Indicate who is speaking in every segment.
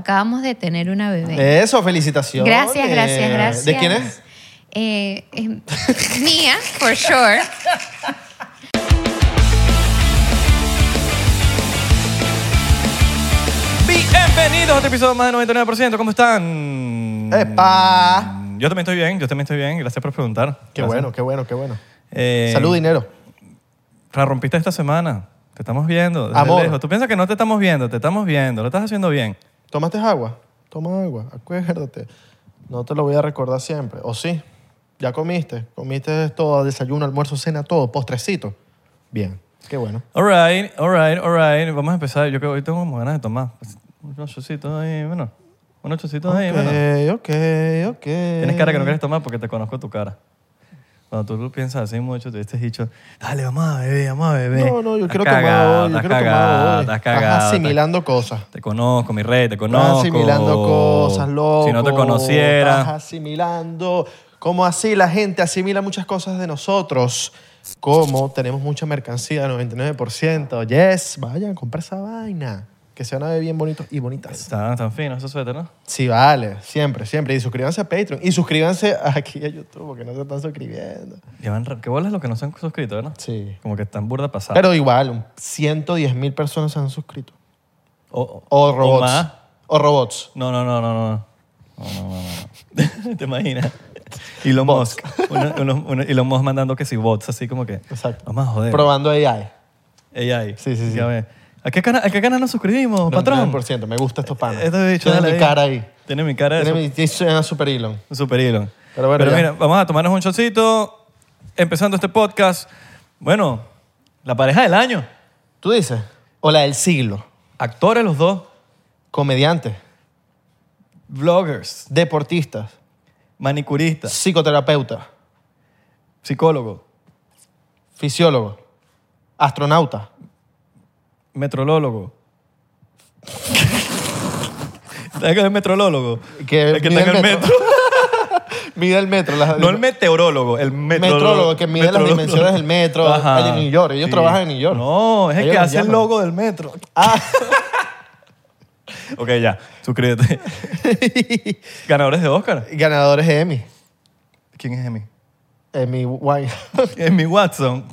Speaker 1: Acabamos de tener una bebé.
Speaker 2: Eso, felicitaciones.
Speaker 1: Gracias, gracias, gracias.
Speaker 2: ¿De quién es?
Speaker 1: Eh, es mía, for sure.
Speaker 3: Bienvenidos a otro episodio más de 99%. ¿Cómo están?
Speaker 2: ¡Epa!
Speaker 3: Yo también estoy bien, yo también estoy bien. Gracias por preguntar.
Speaker 2: Qué
Speaker 3: Gracias.
Speaker 2: bueno, qué bueno, qué bueno.
Speaker 3: Eh,
Speaker 2: Salud, dinero.
Speaker 3: La rompiste esta semana. Te estamos viendo. desde
Speaker 2: Amor.
Speaker 3: lejos. Tú piensas que no te estamos viendo, te estamos viendo. Lo estás haciendo bien.
Speaker 2: ¿Tomaste agua? Toma agua, acuérdate. No te lo voy a recordar siempre. ¿O sí? ¿Ya comiste? ¿Comiste todo? Desayuno, almuerzo, cena, todo. ¿Postrecito? Bien. Qué bueno.
Speaker 3: All right, all right, all right. Vamos a empezar. Yo creo que hoy tengo como ganas de tomar. Un ochocito ahí, bueno. Un ochocito ahí, eh, bueno.
Speaker 2: Ok, ok, ok.
Speaker 3: Tienes cara que
Speaker 2: Eh.
Speaker 3: no quieres tomar porque te conozco tu cara. Cuando tú lo piensas así mucho, te dices dicho, dale, vamos a beber, vamos a beber.
Speaker 2: No, no, yo
Speaker 3: Estás
Speaker 2: quiero
Speaker 3: cagado,
Speaker 2: tomar hoy. Yo
Speaker 3: estás
Speaker 2: quiero
Speaker 3: cagado,
Speaker 2: tomar hoy.
Speaker 3: Estás
Speaker 2: Estás
Speaker 3: cagado. estás-
Speaker 2: asimilando cosas.
Speaker 3: Te conozco, mi rey, te
Speaker 2: Estás
Speaker 3: conozco.
Speaker 2: asimilando cosas, loco.
Speaker 3: Si no te
Speaker 2: Estás
Speaker 3: conociera.
Speaker 2: asimilando. Como así la gente asimila muchas cosas de nosotros. Como tenemos mucha mercancía, 99%. Yes, vayan, compra esa vaina. Que se van a ver bien bonitos y bonitas.
Speaker 3: Están tan finos esos suéteres, ¿no?
Speaker 2: Sí, vale. Siempre, siempre. Y suscríbanse a Patreon. Y suscríbanse aquí a YouTube, porque no se están suscribiendo.
Speaker 3: Llevan ra- Qué bolas los que no se han suscrito, ¿verdad?
Speaker 2: Sí.
Speaker 3: Como que están burda pasada.
Speaker 2: Pero igual, 110 mil personas se han suscrito.
Speaker 3: o, o-
Speaker 2: O
Speaker 3: o
Speaker 2: robots.
Speaker 3: más.
Speaker 2: O robots.
Speaker 3: Oh, No, no, no, no, no. No, no, no, no, no. ¿Te imaginas? Elon Musk. Uno, uno- uno- Elon Musk mandando que si bots, así como que.
Speaker 2: Exacto.
Speaker 3: Vamos a joder.
Speaker 2: Probando AI.
Speaker 3: AI.
Speaker 2: Sí, sí, sí.
Speaker 3: Ya ves. ¿A qué, canal, ¿A qué canal nos suscribimos, patrón?
Speaker 2: 99%. Me gusta estos panas.
Speaker 3: Esto bicho,
Speaker 2: Tienen
Speaker 3: dale
Speaker 2: mi cara ahí.
Speaker 3: Tiene mi cara. de
Speaker 2: Tiene mi tiene- suena super Elon.
Speaker 3: su- Super Elon.
Speaker 2: Pero bueno, ya.
Speaker 3: mira, vamos a tomarnos un shotcito. Empezando este podcast. Bueno, la pareja del año.
Speaker 2: ¿Tú dices? O la del siglo.
Speaker 3: Actores los dos.
Speaker 2: Comediantes,
Speaker 3: Vloggers.
Speaker 2: deportistas,
Speaker 3: Manicuristas.
Speaker 2: psicoterapeutas,
Speaker 3: Psicólogos.
Speaker 2: fisiólogos, astronautas.
Speaker 3: Metrolólogo. ¿Sabes qué es el metrolólogo?
Speaker 2: Que
Speaker 3: el que
Speaker 2: mide
Speaker 3: está en el
Speaker 2: el
Speaker 3: metro.
Speaker 2: metro. Mide el metro. las-
Speaker 3: No el meteorólogo, el metrólogo.
Speaker 2: Metrólogo, que mide las
Speaker 3: Metrólogo.
Speaker 2: dimensiones del metro, el de New York. Ellos trabajan en New York.
Speaker 3: No, es el
Speaker 2: Ellos
Speaker 3: que
Speaker 2: los
Speaker 3: hace el
Speaker 2: llaman.
Speaker 3: logo del metro.
Speaker 2: Ah.
Speaker 3: Ok, ya, suscríbete. Ganadores de Oscar.
Speaker 2: Ganadores de Emmy.
Speaker 3: ¿Quién es Emmy?
Speaker 2: Emmy Wine.
Speaker 3: Emmy Watson.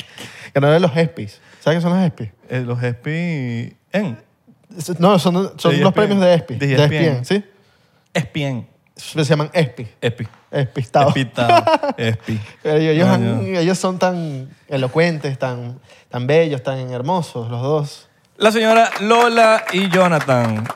Speaker 2: Ganadores de los ESPYs. ¿Sabes qué son los ESPYs?
Speaker 3: Eh, los ESPY... En.
Speaker 2: No, son, son
Speaker 3: De E
Speaker 2: los
Speaker 3: ESPN.
Speaker 2: premios de ESPY.
Speaker 3: De
Speaker 2: De E
Speaker 3: ESPN.
Speaker 2: ESPN, ¿sí?
Speaker 3: ESPN.
Speaker 2: Se llaman E ESPY.
Speaker 3: ESPY.
Speaker 2: Espistados.
Speaker 3: Espitado. ESPY.
Speaker 2: Ellos, ellos han-
Speaker 3: Coño.
Speaker 2: ellos son tan elocuentes, tan, tan bellos, tan hermosos, los dos.
Speaker 3: La señora Lola y Jonathan.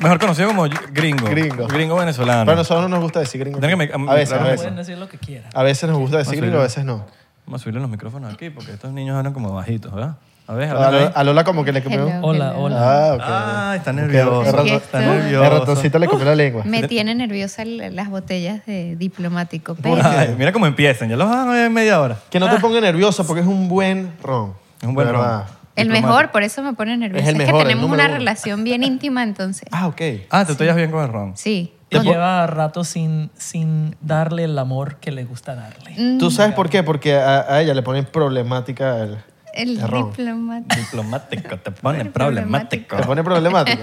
Speaker 3: Mejor conocido como gringo.
Speaker 2: Gringo.
Speaker 3: Gringo venezolano.
Speaker 2: Pero a nosotros no nos gusta decir gringo.
Speaker 3: Tengo Ah, que me-
Speaker 2: a veces, a
Speaker 3: claro,
Speaker 2: veces.
Speaker 4: Pueden decir lo que quieran.
Speaker 2: A veces nos gusta decir
Speaker 3: sí,
Speaker 2: gringo,
Speaker 3: ¿no?
Speaker 2: a veces no.
Speaker 3: Vamos a subirle los micrófonos aquí porque estos niños hablan como bajitos, ¿verdad? A ver,
Speaker 2: A
Speaker 3: hablan
Speaker 2: Lola,
Speaker 3: ahí.
Speaker 2: a Lola como que le comió...
Speaker 1: Hello,
Speaker 4: Hola,
Speaker 1: hello.
Speaker 4: hola.
Speaker 2: Ah, ok.
Speaker 3: Ah, está
Speaker 2: Ok,
Speaker 3: nervioso.
Speaker 2: el rato-
Speaker 1: Está
Speaker 2: El ratoncito le comió la lengua.
Speaker 1: Me tiene nerviosa l- las botellas de diplomático.
Speaker 2: ¿Por
Speaker 1: Pero
Speaker 2: qué?
Speaker 3: Ay, mira cómo empiezan. Ya los van a ver en media hora.
Speaker 2: Que no te ponga nervioso porque es un buen ron.
Speaker 3: Ah. Es un buen
Speaker 2: de
Speaker 3: ron.
Speaker 2: verdad.
Speaker 1: el mejor, por eso me pone nerviosa.
Speaker 2: Es
Speaker 1: Es,
Speaker 2: el
Speaker 1: que
Speaker 2: mejor, el
Speaker 1: tenemos
Speaker 2: número
Speaker 1: una
Speaker 2: uno.
Speaker 1: relación bien íntima, entonces.
Speaker 2: Ah, ok.
Speaker 3: Ah, te estoy bien con el ron.
Speaker 1: Sí.
Speaker 4: Y lleva rato sin, sin darle el amor que le gusta darle.
Speaker 1: Mm,
Speaker 2: ¿Tú sabes por qué? Porque a, a ella le ponen problemática el...
Speaker 1: El
Speaker 2: el ron.
Speaker 1: diplomático.
Speaker 3: Diplomático, te pone problemático.
Speaker 2: ¿Te pone problemática?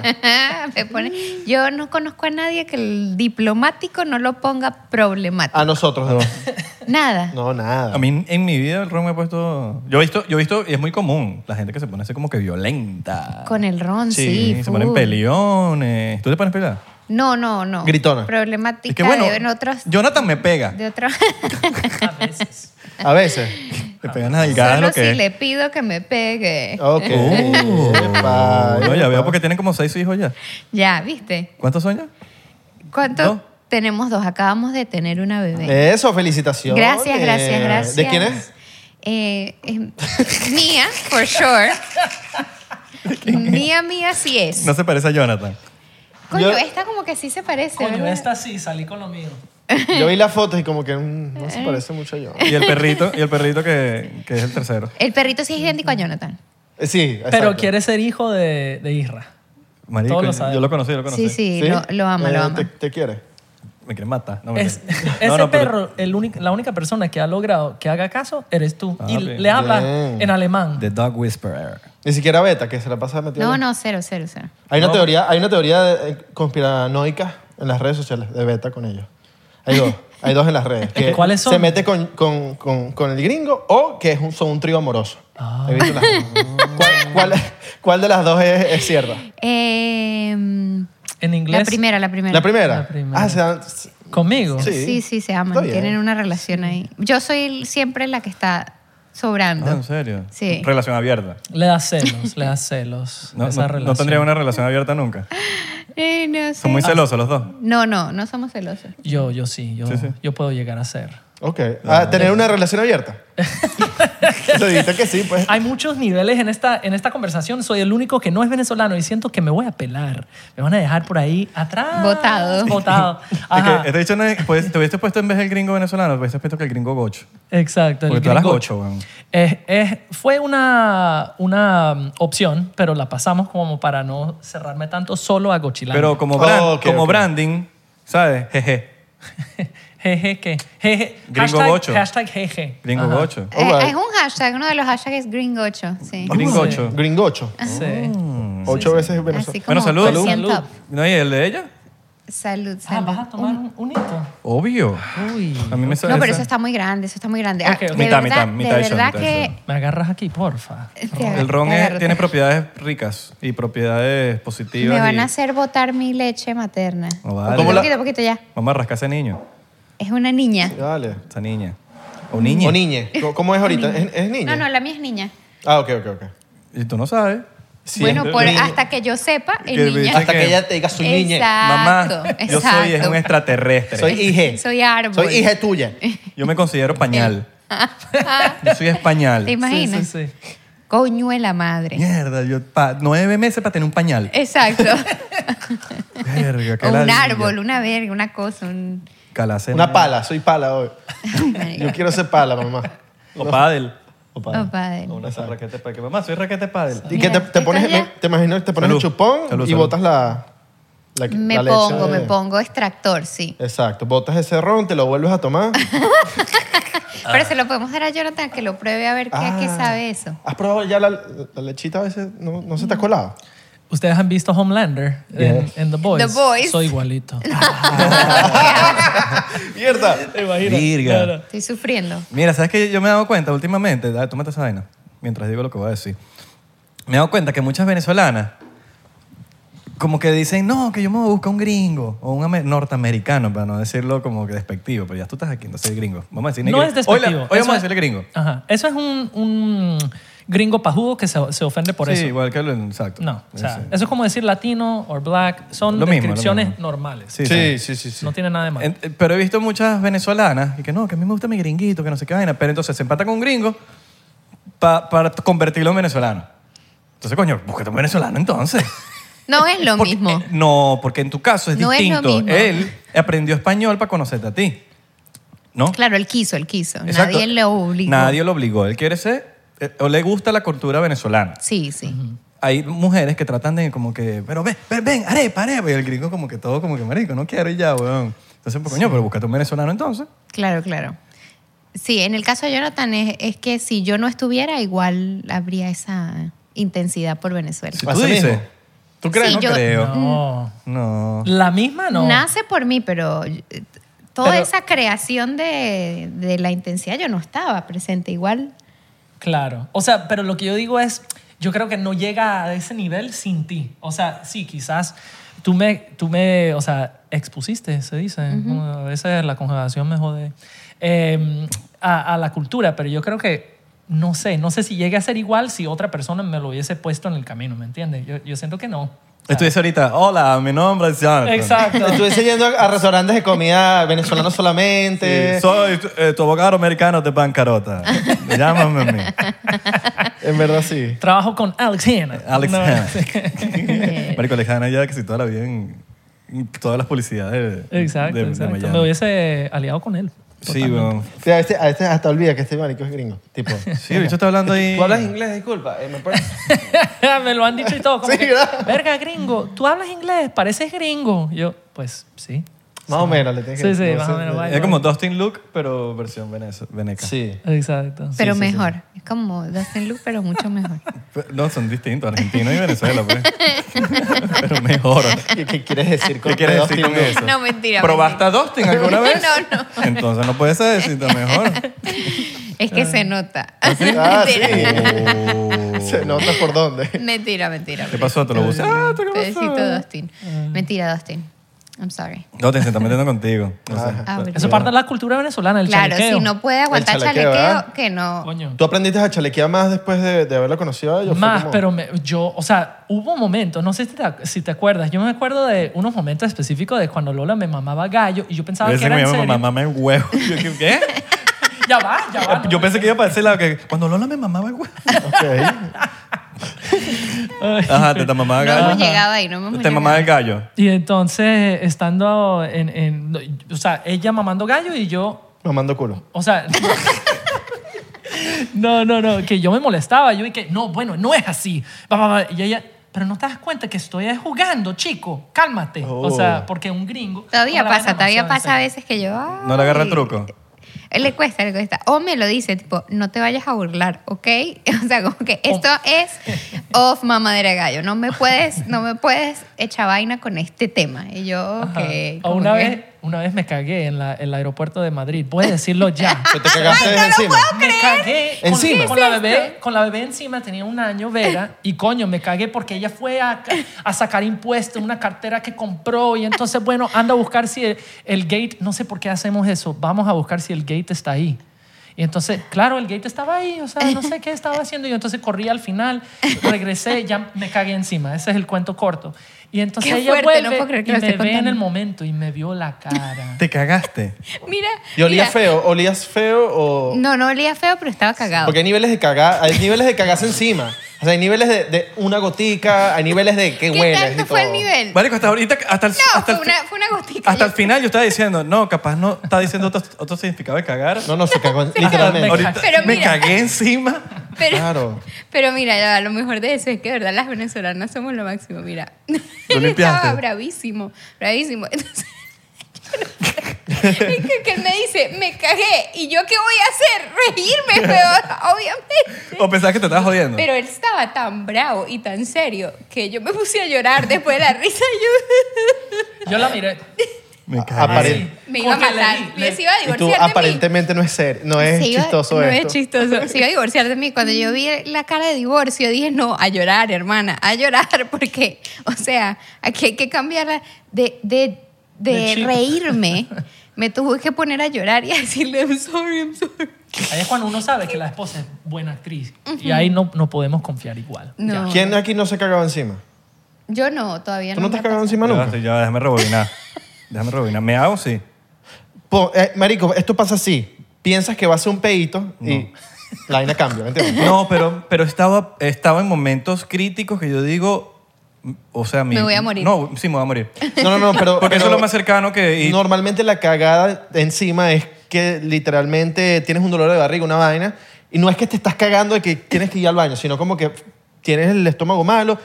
Speaker 1: Me pone- Yo no conozco a nadie que el diplomático no lo ponga problemático.
Speaker 2: A nosotros dos.
Speaker 1: Nada.
Speaker 2: No, nada.
Speaker 3: A mí en mi vida el ron me ha puesto... Yo he visto, yo he visto, y es muy común, la gente que se pone así como que violenta.
Speaker 1: Con el ron, sí.
Speaker 3: se ponen
Speaker 1: full.
Speaker 3: peliones. ¿Tú te pones pelea?
Speaker 1: No, no, no.
Speaker 2: Gritona.
Speaker 1: Problemática
Speaker 3: Es que bueno,
Speaker 1: de en otros.
Speaker 3: Jonathan me pega.
Speaker 1: De otros.
Speaker 4: A veces.
Speaker 2: A veces.
Speaker 3: Te pegan las nalgadas
Speaker 1: Solo
Speaker 3: lo
Speaker 1: si
Speaker 3: que es.
Speaker 1: le pido que me pegue.
Speaker 2: Ok.
Speaker 3: Oh.
Speaker 2: Epa,
Speaker 3: No, ya
Speaker 2: epa.
Speaker 3: veo porque tienen como seis hijos ya.
Speaker 1: Ya, ¿viste?
Speaker 3: ¿Cuántos son ya?
Speaker 1: ¿Cuánto?
Speaker 3: Dos.
Speaker 1: Tenemos dos. Acabamos de tener una bebé.
Speaker 2: Eso, felicitaciones.
Speaker 1: gracias, gracias, gracias.
Speaker 2: Eh, ¿De quién es?
Speaker 1: Eh, es mía, for sure. mía, mía, sí es.
Speaker 3: No se parece a Jonathan.
Speaker 1: Coño,
Speaker 2: Yo-
Speaker 1: esta como que sí se parece.
Speaker 4: Coño,
Speaker 1: ¿verdad?
Speaker 4: esta sí, salí con lo mío.
Speaker 2: Yo vi las fotos y como que mm, no se parece mucho a yo.
Speaker 3: Y el perrito, y el perrito que, que es el tercero.
Speaker 1: El perrito sí es idéntico a Jonathan.
Speaker 2: Eh, Sí, exacto.
Speaker 4: Pero quiere ser hijo de, de Isra.
Speaker 3: Marico,
Speaker 4: Todos lo
Speaker 3: yo-
Speaker 4: saben.
Speaker 3: yo lo conocí, yo lo conocí.
Speaker 1: Sí, sí, lo, lo ama,
Speaker 2: Eh,
Speaker 1: lo ama.
Speaker 2: Te, te quiere.
Speaker 3: me quieren matar. No,
Speaker 4: Es-
Speaker 3: mentira.
Speaker 4: ese
Speaker 3: No, no, pero-
Speaker 4: perro, el único- la única persona que ha logrado que haga caso eres tú.
Speaker 3: Ah,
Speaker 4: y
Speaker 3: bien.
Speaker 4: le habla
Speaker 2: Bien.
Speaker 4: en alemán.
Speaker 3: The Dog Whisperer. Ah,
Speaker 2: Ni siquiera Beta, que se la pasa metiendo.
Speaker 1: No, no, cero, cero, cero.
Speaker 2: Hay una
Speaker 3: No.
Speaker 2: teoría, hay una teoría de- eh, conspiranoica en las redes sociales de Beta con ellos. Hay dos, hay dos en las redes. que
Speaker 4: ¿Cuáles son?
Speaker 2: Se mete con, con, con, con el gringo o que es un, son un trío amoroso.
Speaker 4: Ah.
Speaker 2: He visto las dos. ¿Cuál, cuál, cuál de las dos es, es cierta?
Speaker 1: Eh,
Speaker 4: En inglés.
Speaker 1: la primera, la primera.
Speaker 2: ¿La primera?
Speaker 4: La primera.
Speaker 2: Ah, se dan-
Speaker 4: Conmigo.
Speaker 2: Sí.
Speaker 1: Sí, sí, se
Speaker 2: Está
Speaker 1: aman.
Speaker 2: bien.
Speaker 1: Tienen una relación ahí. Yo soy siempre la que está
Speaker 3: Ah,
Speaker 1: sobrando.
Speaker 3: ¿En serio?
Speaker 1: Sí.
Speaker 3: Relación abierta.
Speaker 4: Le da celos, le da celos.
Speaker 3: No,
Speaker 4: esa
Speaker 3: no- no
Speaker 4: relación. Ah.
Speaker 3: tendría una relación abierta nunca.
Speaker 1: Eh, no, sé.
Speaker 3: Son muy celosos los dos.
Speaker 1: no, no, no somos celosos.
Speaker 4: Yo, yo sí, yo,
Speaker 3: Sí, sí.
Speaker 4: yo puedo llegar a ser.
Speaker 2: Ok. Ah, ¿Tener una relación abierta? Se dice que sí, pues.
Speaker 4: Hay muchos niveles en esta, en esta conversación. Soy el único que no es venezolano y siento que me voy a pelar. Me van a dejar por ahí atrás.
Speaker 1: Botado.
Speaker 4: Botado.
Speaker 3: Es
Speaker 4: Ajá.
Speaker 3: que, de hecho, no es- pues, te hubiese puesto en vez del gringo venezolano, te hubiese puesto que el gringo gocho.
Speaker 4: Exacto. el
Speaker 3: Porque tú eras
Speaker 4: gringocho.
Speaker 3: gocho, weón.
Speaker 4: Es- es- fue una, una um, opción, pero la pasamos como para no cerrarme tanto solo a Gochilandia.
Speaker 3: Pero como,
Speaker 2: Oh,
Speaker 3: brand-
Speaker 2: ok,
Speaker 3: como
Speaker 2: ok.
Speaker 3: branding, ¿sabes? Jeje.
Speaker 4: Jeje, ¿qué? Jeje.
Speaker 3: Gringo
Speaker 4: hashtag,
Speaker 3: gocho.
Speaker 4: Hashtag jeje.
Speaker 3: Gringo
Speaker 4: Ajá.
Speaker 3: gocho.
Speaker 1: Eh,
Speaker 2: Alright.
Speaker 1: es un hashtag, uno de los hashtags es Gringocho. Sí.
Speaker 3: Gringocho.
Speaker 2: Gringocho.
Speaker 4: Sí.
Speaker 2: Ocho veces
Speaker 1: Así
Speaker 2: Venezuela.
Speaker 1: como
Speaker 3: Bueno, salud.
Speaker 1: por cien
Speaker 4: Salud.
Speaker 1: top.
Speaker 3: ¿No y el de ella?
Speaker 1: Salud,
Speaker 4: Ah,
Speaker 1: salud.
Speaker 4: ¿vas a tomar un, un hito?
Speaker 3: Obvio.
Speaker 4: Uy.
Speaker 3: A mí me sale
Speaker 1: No, pero
Speaker 3: esa-
Speaker 1: eso está muy grande, eso está muy grande. Ah,
Speaker 4: Ok, ok.
Speaker 1: De verdad,
Speaker 3: Mitad, mitad, mitad
Speaker 1: de
Speaker 3: y son,
Speaker 1: verdad
Speaker 3: mitad y
Speaker 1: que...
Speaker 3: son.
Speaker 4: Me agarras aquí, porfa.
Speaker 1: te agar-
Speaker 3: El ron
Speaker 1: te
Speaker 3: es-
Speaker 1: agarro,
Speaker 3: tiene
Speaker 1: te agarro.
Speaker 3: propiedades ricas y propiedades positivas.
Speaker 1: Me van
Speaker 3: y-
Speaker 1: a hacer botar mi leche materna.
Speaker 3: No vale.
Speaker 2: ¿Cómo
Speaker 1: Un
Speaker 2: la-
Speaker 1: poquito, poquito ya.
Speaker 3: Vamos a rascar a ese niño,
Speaker 1: Es una niña.
Speaker 2: Dale.
Speaker 3: esa niña. O niña.
Speaker 2: O niñe. Co- ¿Cómo es ahorita? ¿Es, es niña?
Speaker 1: No, no, la mía es niña.
Speaker 2: Ah, ok, ok, ok.
Speaker 3: Y tú no sabes.
Speaker 1: bueno, por-
Speaker 2: niña.
Speaker 1: hasta que yo sepa, es
Speaker 3: Que me
Speaker 1: niña.
Speaker 3: dice
Speaker 2: Hasta que ella te diga su niñe.
Speaker 1: Exacto,
Speaker 3: Mamá, yo soy es
Speaker 1: exacto.
Speaker 3: un extraterrestre.
Speaker 2: Soy hija.
Speaker 1: Soy árbol.
Speaker 2: Soy hija tuya.
Speaker 3: Yo me considero pañal. yo soy español.
Speaker 1: ¿Te imaginas?
Speaker 4: Sí, sí, sí.
Speaker 1: Ah, Coño de la madre.
Speaker 3: Mierda, yo pa, nueve meses para tener un pañal.
Speaker 1: Exacto.
Speaker 3: Verga, qué
Speaker 1: O un
Speaker 3: ladilla.
Speaker 1: árbol, una verga, una cosa, un...
Speaker 3: Calace-
Speaker 2: Una pala, soy pala hoy. Yo quiero ser pala, mamá.
Speaker 3: O pádel.
Speaker 2: O
Speaker 1: Oh, padre.
Speaker 3: O una raquete pádel. Mamá, soy raquete pádel.
Speaker 2: Y que
Speaker 1: Mira,
Speaker 2: te, te
Speaker 1: ¿esto
Speaker 2: pones,
Speaker 1: ya?
Speaker 2: me- te imagino que te pones
Speaker 3: Salud.
Speaker 2: el chupón
Speaker 3: Salud,
Speaker 2: y
Speaker 3: salud.
Speaker 2: botas la, la,
Speaker 1: Me
Speaker 2: la leche
Speaker 1: pongo,
Speaker 2: de-
Speaker 1: me pongo extractor, sí.
Speaker 2: Exacto, botas ese ron, te lo vuelves a tomar.
Speaker 3: Ah.
Speaker 1: Pero se lo podemos dar a Jonathan que lo pruebe a ver qué,
Speaker 2: Ah.
Speaker 1: qué sabe eso.
Speaker 2: ¿Has probado ya la, la lechita a veces? ¿No, no se te ha colado?
Speaker 4: Ustedes han visto Homelander en, en The Boys.
Speaker 1: The Boys.
Speaker 4: Soy igualito.
Speaker 3: Ah.
Speaker 2: ¡Mierda!
Speaker 4: ¿Te imaginas?
Speaker 3: Virga.
Speaker 4: Claro.
Speaker 1: ah, Estoy sufriendo.
Speaker 3: Mira, ¿sabes qué? Yo me he dado cuenta últimamente. Dale, tómate esa vaina mientras digo lo que voy a decir. Me he dado cuenta que muchas venezolanas como que dicen, no, que yo me voy a buscar un gringo o un ame- norteamericano, para no decirlo como que despectivo, pero ya tú estás aquí, entonces soy gringo. Vamos a decirle
Speaker 4: No
Speaker 3: gringo.
Speaker 4: es despectivo.
Speaker 3: Hoy, la- hoy
Speaker 4: Eso
Speaker 3: vamos a
Speaker 4: es-
Speaker 3: decirle gringo.
Speaker 4: Ajá. Eso es un, un gringo pajudo que se, se ofende por
Speaker 3: sí,
Speaker 4: eso.
Speaker 3: igual que lo exacto.
Speaker 4: No, o sea,
Speaker 3: Sí.
Speaker 4: eso es como decir latino o black. Son
Speaker 3: Lo mismo, lo
Speaker 4: descripciones
Speaker 3: mismo.
Speaker 4: normales.
Speaker 3: Sí,
Speaker 2: Sí, sí, sí. sí.
Speaker 4: No tiene nada de malo.
Speaker 3: En- eh, pero he visto muchas venezolanas y que no, que a mí me gusta mi gringuito, que no sé qué vaina, pero entonces se empata con un gringo pa- para convertirlo en venezolano. Entonces, coño, búscate un venezolano entonces.
Speaker 1: No es lo
Speaker 3: Porque-
Speaker 1: mismo.
Speaker 3: eh, no, porque en tu caso es
Speaker 1: No es lo
Speaker 3: distinto.
Speaker 1: mismo.
Speaker 3: Él aprendió español para conocerte a ti. ¿No?
Speaker 1: Claro, él quiso, él quiso.
Speaker 3: Exacto.
Speaker 1: Nadie le obligó.
Speaker 3: Nadie lo obligó. Él quiere ser, eh, o le gusta la cultura venezolana.
Speaker 1: Sí, sí.
Speaker 3: Hay mujeres que tratan de como que, pero ven, ven, ven, arepa, arepa. Y el gringo como que todo como que, marico, no quiero y ya, weón. Entonces, pues, coño, pero búscate un venezolano entonces.
Speaker 1: Claro, claro. Sí, en el caso de Jonathan es, es que si yo no estuviera, igual habría esa intensidad por Venezuela.
Speaker 3: Si
Speaker 2: ¿Así
Speaker 3: tú dices.
Speaker 2: mismo?
Speaker 3: ¿Tú crees?
Speaker 1: Sí,
Speaker 3: no
Speaker 1: yo-
Speaker 3: creo.
Speaker 4: No.
Speaker 1: Mm.
Speaker 3: No.
Speaker 4: La misma no.
Speaker 1: Nace por mí, pero eh, toda
Speaker 4: Pero-
Speaker 1: esa creación de, de la intensidad yo no estaba presente igual.
Speaker 4: Claro. O sea, pero lo que yo digo es, yo creo que no llega a ese nivel sin ti. O sea, sí, quizás tú me, tú me o sea, expusiste, se dice. Bueno, A veces la conjugación me jode. Eh, a, a la cultura, pero yo creo que, no sé, no sé si llegue a ser igual si otra persona me lo hubiese puesto en el camino, ¿me entiendes? Yo, yo siento que no.
Speaker 3: Estoy ahorita, hola, mi nombre es Jonathan.
Speaker 4: Exacto.
Speaker 2: Estuviese yendo a, a restaurantes de comida venezolana
Speaker 3: Sí,
Speaker 2: solamente.
Speaker 3: soy tu, eh, tu abogado americano de bancarrota. Llámame a mí.
Speaker 2: En verdad, sí.
Speaker 4: Trabajo con Alex Hanna.
Speaker 3: Alex
Speaker 4: No,
Speaker 3: Hanna.
Speaker 1: Eh,
Speaker 3: Marico, Alex Hanna ya casi toda la vida en, en todas las publicidades de,
Speaker 4: Exacto,
Speaker 3: de- de
Speaker 4: exacto.
Speaker 3: Miami.
Speaker 4: Me hubiese aliado con él.
Speaker 3: Sí, weón.
Speaker 2: Sí, a, veces, a veces hasta olvida que este marico es gringo. Tipo,
Speaker 3: Sí, el bicho está hablando ahí.
Speaker 2: ¿tú hablas inglés? Disculpa. eh, ¿me puedes-
Speaker 4: me lo han dicho y todo. Como
Speaker 2: Sí,
Speaker 4: que,
Speaker 2: ¿verdad?
Speaker 4: Verga, gringo, tú hablas inglés, pareces gringo. Yo, pues sí.
Speaker 2: Más o menos le tienes que
Speaker 4: Sí, sí,
Speaker 2: no
Speaker 4: más
Speaker 2: sé,
Speaker 4: o menos.
Speaker 2: eh,
Speaker 4: va
Speaker 3: Es
Speaker 4: igual.
Speaker 3: como Dustin Look, pero versión venez- veneca.
Speaker 2: Sí.
Speaker 4: Exacto.
Speaker 1: Pero
Speaker 2: sí, sí.
Speaker 1: mejor. Es como Dustin Luke, pero mucho mejor.
Speaker 3: Pero- No, son distintos, Argentina y Venezuela, pues. pero mejor.
Speaker 2: ¿Qué, qué quieres decir con
Speaker 3: ¿Qué quieres
Speaker 2: pedófilo?
Speaker 3: decir con eso?
Speaker 1: No, mentira,
Speaker 3: ¿Probaste a Dustin alguna vez?
Speaker 1: No, no.
Speaker 3: Entonces no puedes decirte mejor.
Speaker 1: Es que se nota.
Speaker 2: Ah, sí.
Speaker 1: mentira. Eh.
Speaker 2: Se Eh. nota por dónde.
Speaker 1: mentira, mentira.
Speaker 3: Oh. ¿Qué pasó? ¿Te lo puse? Ah, ¿tú qué pasó?
Speaker 1: Pedacito Dustin. Mentira, Dustin. I'm sorry.
Speaker 3: Dustin se está metiendo contigo. No sé.
Speaker 1: Ah, bueno.
Speaker 4: Eso es parte de la cultura venezolana, el
Speaker 1: Claro,
Speaker 4: chalequeo.
Speaker 1: si no puede aguantar
Speaker 2: El chalequeo,
Speaker 1: chalequeo,
Speaker 2: ¿verdad?
Speaker 1: que no.
Speaker 4: Coño.
Speaker 2: ¿Tú aprendiste a chalequear más después de, de haberla conocido a ellos? Fue
Speaker 4: Más,
Speaker 2: como-
Speaker 4: pero me- yo, o sea, hubo momentos, no sé si te, si te acuerdas, yo me acuerdo de unos momentos específicos de cuando Lola me mamaba gallo y yo pensaba
Speaker 3: Yo
Speaker 4: que
Speaker 3: que
Speaker 4: era
Speaker 3: mi
Speaker 4: en
Speaker 3: mamá
Speaker 4: serio.
Speaker 3: mamá me huevo. Yo, ¿qué- ¿Qué?
Speaker 4: Ya va, ya va.
Speaker 3: Ah, Yo pensé que iba para ese lado que cuando Lola me mamaba el huevo.
Speaker 2: Ok.
Speaker 4: Ay.
Speaker 3: Ajá, te, te mamaba el
Speaker 1: No
Speaker 3: gallo.
Speaker 1: hemos llegado ahí, no hemos
Speaker 3: te
Speaker 1: llegado.
Speaker 3: mamaba el gallo.
Speaker 4: Y entonces, estando en, en- no, y- O sea, ella mamando gallo y yo.
Speaker 2: Mamando culo.
Speaker 4: O sea. No, no, no, que yo me molestaba. Yo dije, no, bueno, no es así. Va, va, va. Y ella, pero no te das cuenta que estoy jugando, chico, cálmate. O sea,
Speaker 2: Oh.
Speaker 4: porque un gringo.
Speaker 1: Todavía
Speaker 4: toma la
Speaker 1: pasa,
Speaker 4: vaina
Speaker 1: todavía
Speaker 4: demasiado en
Speaker 1: pasa a
Speaker 4: serio.
Speaker 1: veces que yo. ay.
Speaker 3: No le agarra el truco.
Speaker 1: Le cuesta, le cuesta. O me lo dice, tipo, no te vayas a burlar, ¿ok? O sea, como que esto
Speaker 4: Oh.
Speaker 1: es off mamadera de gallo. No me puedes, no me puedes echar vaina con este tema. Y yo, ok.
Speaker 4: Ajá. O
Speaker 1: como
Speaker 4: una
Speaker 1: que-
Speaker 4: vez, una vez me cagué en, la, el aeropuerto de Madrid. Puedes decirlo ya.
Speaker 2: ¿Te, te cagaste encima?
Speaker 4: me cagué con-
Speaker 2: Encima.
Speaker 4: Con, la bebé, con la bebé encima tenía un año Vera y coño me cagué porque ella fue a, a sacar impuestos una cartera que compró y entonces bueno anda a buscar si el, el gate no sé por qué hacemos eso vamos a buscar si el gate está ahí y entonces, claro, el gate estaba ahí, o sea, no sé qué estaba haciendo. Y yo entonces corrí al final, regresé, ya me cagué encima. Ese es el cuento corto. Y entonces
Speaker 1: Qué
Speaker 4: ella
Speaker 1: fuerte, no
Speaker 4: vuelve
Speaker 1: puedo creer que
Speaker 4: y
Speaker 1: lo
Speaker 4: me
Speaker 1: esté
Speaker 4: ve en
Speaker 1: contando.
Speaker 4: el momento y me vio la cara.
Speaker 3: Te cagaste.
Speaker 1: Mira.
Speaker 2: ¿Y olías
Speaker 1: mira.
Speaker 2: feo? ¿Olías feo o...?
Speaker 1: No, no olía feo, pero estaba cagado.
Speaker 2: Porque hay niveles de cagar, hay niveles de cagarse encima. O sea, hay niveles de, de una gotica, hay niveles de que
Speaker 1: ¿Qué
Speaker 2: hueles y
Speaker 1: tanto fue el
Speaker 2: todo.
Speaker 1: nivel?
Speaker 3: Marico, hasta ahorita, hasta el,
Speaker 1: No,
Speaker 3: hasta el
Speaker 1: fue,
Speaker 3: fi-
Speaker 1: una, fue una gotica.
Speaker 3: hasta el
Speaker 1: Yo-
Speaker 3: final yo estaba diciendo, no, capaz no, está diciendo otro, otro significado de cagar.
Speaker 2: No, no, se cagó
Speaker 4: me
Speaker 2: literalmente.
Speaker 4: cagué.
Speaker 3: Ahorita
Speaker 1: Pero
Speaker 3: me
Speaker 1: mira.
Speaker 3: cagué encima.
Speaker 1: pero,
Speaker 2: Claro.
Speaker 1: pero mira, ya, lo mejor de eso es que de verdad las venezolanas somos lo máximo. Mira, él
Speaker 3: limpiaste?
Speaker 1: estaba bravísimo, bravísimo. Entonces, es que, que él me dice, me cagué. ¿Y yo qué voy a hacer? Reírme, peor, obviamente.
Speaker 3: O pensabas que te estabas jodiendo.
Speaker 1: Pero él estaba tan bravo y tan serio que yo me puse a llorar después de la risa. Yo
Speaker 4: Yo la miré.
Speaker 3: me cagué.
Speaker 2: Aparente.
Speaker 1: me iba a
Speaker 4: Porque le
Speaker 1: matar.
Speaker 4: di-
Speaker 1: Les iba a
Speaker 2: Y tú
Speaker 1: divorciar de mí.
Speaker 2: aparentemente no es ser, no es
Speaker 1: Se iba-
Speaker 2: chistoso
Speaker 1: no
Speaker 2: esto.
Speaker 1: es chistoso. Se iba a divorciar de mí. Cuando yo vi la cara de divorcio, dije, no, a llorar, hermana, a llorar, porque, o sea, aquí hay que cambiarla de, de, de
Speaker 4: De chip.
Speaker 1: reírme. Me tuve que poner a llorar y a decirle, I'm sorry, I'm sorry.
Speaker 4: Ahí es cuando uno sabe que la esposa es buena actriz. Y ahí no, no podemos confiar igual.
Speaker 1: No,
Speaker 2: ¿Quién aquí no se cagaba encima?
Speaker 1: yo no, todavía
Speaker 2: ¿Tú no
Speaker 1: me
Speaker 2: te has
Speaker 1: ha
Speaker 2: cagado
Speaker 1: pasado.
Speaker 2: encima
Speaker 3: Ya,
Speaker 2: nunca?
Speaker 3: sí, ya, déjame rebobinar. déjame rebobinar. ¿Me hago? Sí.
Speaker 2: Po- eh, marico, esto pasa así. Piensas que va a ser un peito y la vaina cambia, ¿me entiendes?
Speaker 3: No, pero, pero estaba, estaba en momentos críticos que yo digo, o sea, mi-
Speaker 1: Me voy a morir.
Speaker 3: No, sí, me voy a morir.
Speaker 2: No, no, no, pero...
Speaker 3: Porque eso es
Speaker 2: pero
Speaker 3: lo más cercano que... y-
Speaker 2: Normalmente la cagada encima es que literalmente tienes un dolor de barriga, una vaina, y no es que te estás cagando de que tienes que ir al baño, sino como que tienes el estómago malo,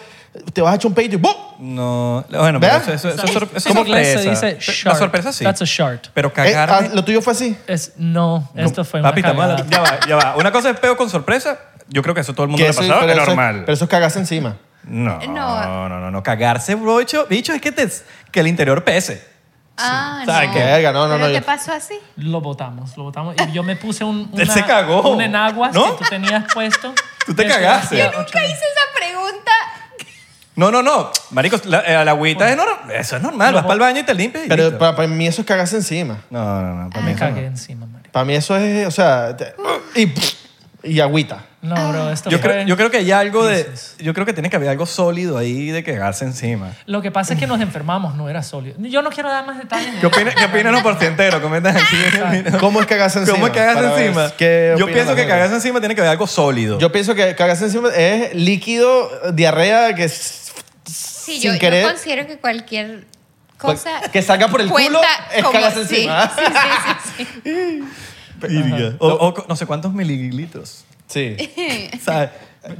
Speaker 2: te vas a echar un peito y ¡bum!
Speaker 3: No, bueno, pero
Speaker 2: ¿Ves?
Speaker 3: eso, eso, eso, es sor- eso es
Speaker 4: En inglés
Speaker 3: sorpresa.
Speaker 4: se dice
Speaker 3: Pe-
Speaker 4: shart.
Speaker 3: La sorpresa sí.
Speaker 4: That's a shart.
Speaker 3: Pero
Speaker 2: Eh, ah,
Speaker 3: cagarme...
Speaker 2: ¿Lo tuyo fue así?
Speaker 4: Es, no, esto fue una
Speaker 3: Papi, está mal.
Speaker 4: cagada.
Speaker 3: Ya va, ya va. Una cosa es peo con sorpresa. Yo creo que eso todo el mundo
Speaker 2: Que
Speaker 3: le ha
Speaker 2: eso-
Speaker 3: pasado.
Speaker 2: pero
Speaker 3: Es
Speaker 2: eso
Speaker 3: normal.
Speaker 2: pero eso es cagarse encima.
Speaker 3: No,
Speaker 1: No.
Speaker 3: no, no, no. Cagarse, brocho, bicho, es que, te, que el interior pese.
Speaker 1: Ah,
Speaker 2: ¿Sabes
Speaker 1: no.
Speaker 2: qué? Verga, no, no,
Speaker 1: ¿Pero
Speaker 2: no,
Speaker 1: te
Speaker 2: yo-
Speaker 1: pasó así?
Speaker 4: Lo botamos, lo botamos. Y yo me puse un.
Speaker 3: Él se cagó.
Speaker 4: Un enaguas
Speaker 3: ¿No?
Speaker 4: que tú tenías puesto.
Speaker 3: Tú te
Speaker 4: Eso
Speaker 3: cagaste.
Speaker 4: hacía
Speaker 3: Yo
Speaker 4: ocho
Speaker 1: Nunca hice esa pregunta.
Speaker 3: No, no, no. Maricos, la, eh, la agüita es normal. Eso es normal.
Speaker 4: No,
Speaker 3: Vas para el baño y te limpias. y
Speaker 2: Pero
Speaker 3: listo.
Speaker 2: para, para mí eso es cagarse encima.
Speaker 3: no, no, no. para mí
Speaker 4: Me
Speaker 3: eso no.
Speaker 4: cagué encima, Mario.
Speaker 2: Para mí eso es, o sea, te- y, y agüita.
Speaker 4: No, bro, esto
Speaker 3: Yo
Speaker 4: fue.
Speaker 3: creo, yo creo que hay algo de.
Speaker 4: Jesus.
Speaker 3: Yo creo que tiene que haber algo sólido ahí de cagarse encima.
Speaker 4: Lo que pasa es que nos enfermamos, no era sólido. Yo no quiero dar más detalles.
Speaker 3: ¿Qué opinan, qué opinan los porcienteros? Comentan aquí.
Speaker 2: ¿Cómo es cagarse encima?
Speaker 3: ¿Cómo es cagarse
Speaker 2: Para ver
Speaker 3: encima?
Speaker 2: qué
Speaker 3: Yo
Speaker 2: opina
Speaker 3: pienso
Speaker 2: la
Speaker 3: que
Speaker 2: gente.
Speaker 3: cagarse encima tiene que haber algo sólido.
Speaker 2: Yo pienso que cagarse encima es líquido, diarrea, que es-
Speaker 1: Sí,
Speaker 2: sin
Speaker 1: yo,
Speaker 2: querer.
Speaker 1: yo considero que cualquier cosa.
Speaker 2: que salga por el culo
Speaker 1: cuenta
Speaker 2: es
Speaker 1: como-
Speaker 2: cagarse
Speaker 1: sí,
Speaker 2: encima.
Speaker 1: sí, sí, sí, sí.
Speaker 3: Virga. O, o co- no sé cuántos mililitros.
Speaker 2: Sí.
Speaker 3: ¿Sabes?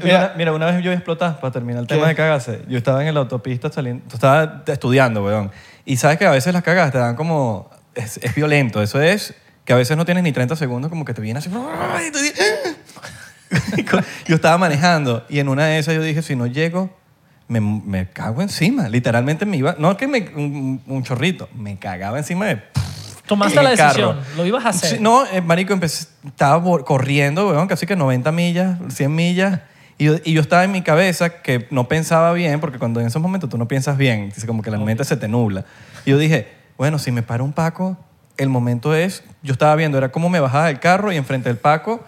Speaker 2: Mira.
Speaker 3: Mira, mira, una vez yo exploté, para terminar el
Speaker 2: ¿Qué?
Speaker 3: tema de cagarse, yo estaba en la autopista saliendo, estaba estudiando, weón, Y sabes que a veces las cagas te dan como... Es, es violento. Eso es que a veces no tienes ni 30 segundos como que te viene así... ¡ah! y tú dices, yo estaba manejando y en una de esas yo dije, si no llego, me, me cago encima. Literalmente me iba... No que me... Un, un chorrito. Me cagaba encima de...
Speaker 4: Tomaste
Speaker 3: en
Speaker 4: la
Speaker 3: el carro.
Speaker 4: decisión, lo ibas a hacer.
Speaker 3: Sí, no, eh, marico, empecé, estaba bor- corriendo, weón, casi que 90 millas, 100 millas. Y yo, y yo estaba en mi cabeza que no pensaba bien, porque cuando en esos momentos tú no piensas bien, dice, como que la mente se te nubla. Y yo dije, bueno, si me para un Paco, el momento es, yo estaba viendo, era cómo me bajaba del carro y enfrente del Paco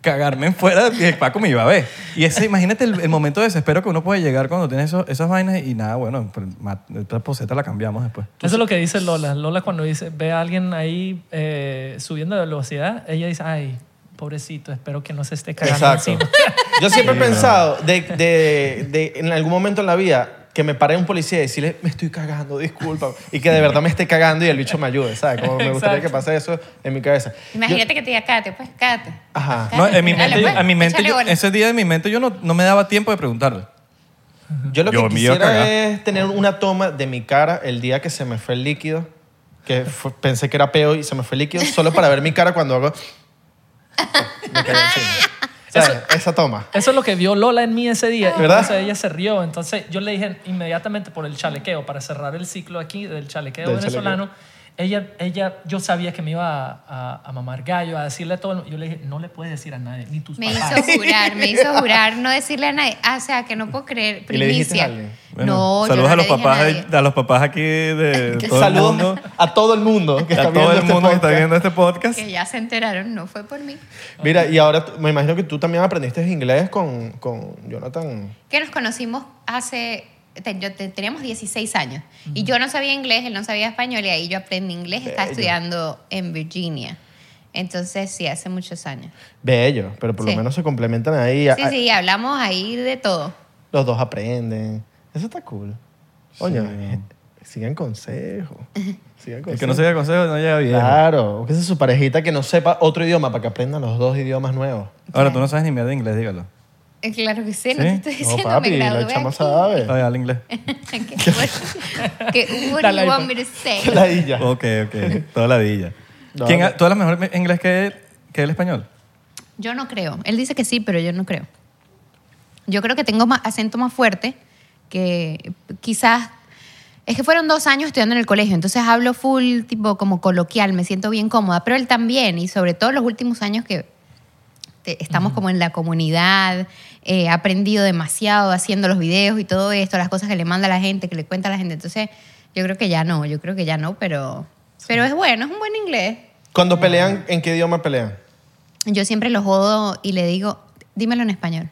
Speaker 3: cagarme en fuera y el Paco me iba a ver. Y ese, imagínate el, el momento de desespero que uno puede llegar cuando tiene eso- esas vainas y nada, bueno, pues, ma- esta poseta la cambiamos después.
Speaker 4: Eso es lo que dice Lola. Lola cuando dice, ve a alguien ahí eh, subiendo de velocidad, ella dice, ay, pobrecito, espero que no se esté cagando
Speaker 2: Exacto.
Speaker 4: encima.
Speaker 2: Yo siempre he pensado de, de- de- en algún momento en la vida que me pare un policía y decirle, me estoy cagando, disculpa. Y que de verdad me esté cagando y el bicho me ayude, ¿sabes? Como me gustaría
Speaker 4: Exacto.
Speaker 2: que pase eso en mi cabeza.
Speaker 1: Imagínate que te diga, cállate, pues, cállate.
Speaker 2: Ajá.
Speaker 3: No, en mi
Speaker 1: Dale,
Speaker 3: mente,
Speaker 1: pues,
Speaker 3: a mi mente
Speaker 1: échale
Speaker 3: yo-
Speaker 1: bola.
Speaker 3: ese día en mi mente yo no, no me daba tiempo de preguntarle.
Speaker 2: Yo lo que
Speaker 3: Yo me iba a cagar.
Speaker 2: quisiera es tener una toma de mi cara el día que se me fue el líquido, que fue- pensé que era peo y se me fue el líquido, solo para ver mi cara cuando hago... Me cagué encima. ¿Sabes? Esa toma.
Speaker 4: Eso es lo que vio Lola en mí ese día. y
Speaker 2: ¿Verdad?
Speaker 4: entonces ella se rió. Entonces yo le dije inmediatamente por el chalequeo, para cerrar el ciclo aquí del chalequeo
Speaker 2: Del
Speaker 4: venezolano. Ella, ella, yo sabía que me iba a, a- a mamar gallo, a decirle a todo. el mundo. Yo le dije, no le puedes decir a nadie, ni tus
Speaker 1: Me
Speaker 4: papás.
Speaker 1: hizo jurar, me hizo jurar no decirle a nadie. Ah, o sea, que no puedo creer.
Speaker 2: ¿Y le dijiste
Speaker 1: Primicia.
Speaker 2: a alguien?
Speaker 3: Bueno,
Speaker 1: no, yo
Speaker 3: saludos
Speaker 1: no
Speaker 3: a los
Speaker 1: le dije
Speaker 3: papás
Speaker 1: nadie.
Speaker 3: de- a los papás aquí de todo
Speaker 2: Saludos
Speaker 3: el mundo.
Speaker 2: a todo el mundo que
Speaker 3: a
Speaker 2: está
Speaker 3: todo
Speaker 2: viendo
Speaker 3: el
Speaker 2: este
Speaker 3: mundo que está
Speaker 2: podcast.
Speaker 3: viendo este podcast.
Speaker 1: Que ya se enteraron, no fue por mí.
Speaker 2: Mira, y ahora tú- me imagino que tú también aprendiste inglés con, con Jonathan.
Speaker 1: Que nos conocimos hace... te- yo te- teníamos 16 años. Y yo no sabía inglés, él no sabía español. Y ahí yo aprendí inglés. Estaba
Speaker 2: Bello.
Speaker 1: estudiando en Virginia. Entonces, sí, hace muchos años.
Speaker 2: Bello, pero por
Speaker 1: Sí.
Speaker 2: lo menos se complementan ahí.
Speaker 1: Sí,
Speaker 2: A-
Speaker 1: sí, hablamos ahí de todo.
Speaker 2: Los dos aprenden. Eso está cool. Oye, sigan consejo. Sigan consejo.
Speaker 3: El que no se diga consejo no llega bien.
Speaker 2: Claro, que esa es su parejita que no sepa otro idioma para que aprendan los dos idiomas nuevos.
Speaker 3: Ahora tú no sabes ni mierda de inglés, dígalo.
Speaker 1: Eh, Claro que sí, no
Speaker 3: Sí.
Speaker 1: te estoy
Speaker 2: No,
Speaker 1: diciendo, me
Speaker 2: papi,
Speaker 1: gradué
Speaker 2: la chama
Speaker 1: aquí.
Speaker 2: sabe.
Speaker 3: Ay, habla inglés.
Speaker 1: que, what- que, what do
Speaker 4: Dale
Speaker 1: you
Speaker 4: ahí,
Speaker 1: want
Speaker 4: pues.
Speaker 1: me to say?
Speaker 2: La illa.
Speaker 3: Ok, ok. Toda la villa.
Speaker 2: No,
Speaker 3: ¿Quién,
Speaker 2: no.
Speaker 3: ha- ¿Tú hablas mejor me- inglés que él- que el español?
Speaker 1: Yo no creo. Él dice que sí, pero yo no creo. Yo creo que tengo más acento más fuerte que quizás... Es que fueron dos años estudiando en el colegio, entonces hablo full, tipo como coloquial, me siento bien cómoda, pero él también, y sobre todo los últimos años que te- estamos como en la comunidad, eh, he aprendido demasiado haciendo los videos y todo esto, las cosas que le manda la gente, que le cuenta la gente, entonces yo creo que ya no, yo creo que ya no, pero, pero es bueno, es un buen inglés.
Speaker 2: Cuando pelean, ¿en qué idioma pelean?
Speaker 1: Yo siempre lo jodo y le digo, dímelo en español.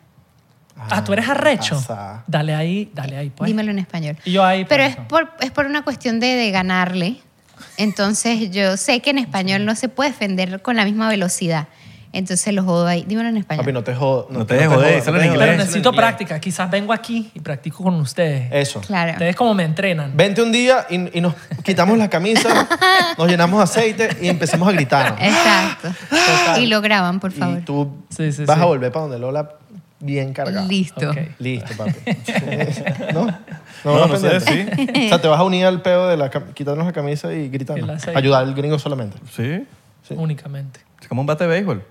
Speaker 4: Ah, tú eres arrecho.
Speaker 2: pasa.
Speaker 4: Dale ahí, dale ahí, pues.
Speaker 1: dímelo en español.
Speaker 4: Y yo ahí, pues,
Speaker 1: Pero
Speaker 4: por
Speaker 1: es
Speaker 4: eso.
Speaker 1: por, es por una cuestión de, de ganarle. Entonces yo sé que en español no se puede defender con la misma velocidad. Entonces lo jodo ahí. Dímelo en español.
Speaker 2: Papi, no te jodas.
Speaker 3: No te jodas, díselo en
Speaker 4: Pero
Speaker 3: inglés.
Speaker 4: necesito práctica. Quizás vengo aquí y practico con ustedes.
Speaker 2: Eso.
Speaker 1: Claro.
Speaker 4: Ustedes como me entrenan.
Speaker 2: Vente un día y, y nos quitamos la camisa, nos llenamos de aceite y empezamos a gritar.
Speaker 1: Exacto. Y lo graban, Eh, por favor.
Speaker 2: Y tú
Speaker 4: Sí, sí,
Speaker 2: vas
Speaker 4: sí.
Speaker 2: a volver para donde Lola bien cargada.
Speaker 1: Listo.
Speaker 4: Ok.
Speaker 2: Listo, papi. ¿No?
Speaker 3: No,
Speaker 2: vas
Speaker 3: no
Speaker 2: a
Speaker 3: sé,
Speaker 2: aprender. O sea, te vas a unir al peo de la cam- quitarnos la camisa y
Speaker 4: El
Speaker 2: gritarnos.
Speaker 4: aceite.
Speaker 2: Ayudar al gringo solamente.
Speaker 3: Sí.
Speaker 2: Sí.
Speaker 4: Únicamente.
Speaker 3: Es como un bate de béisbol.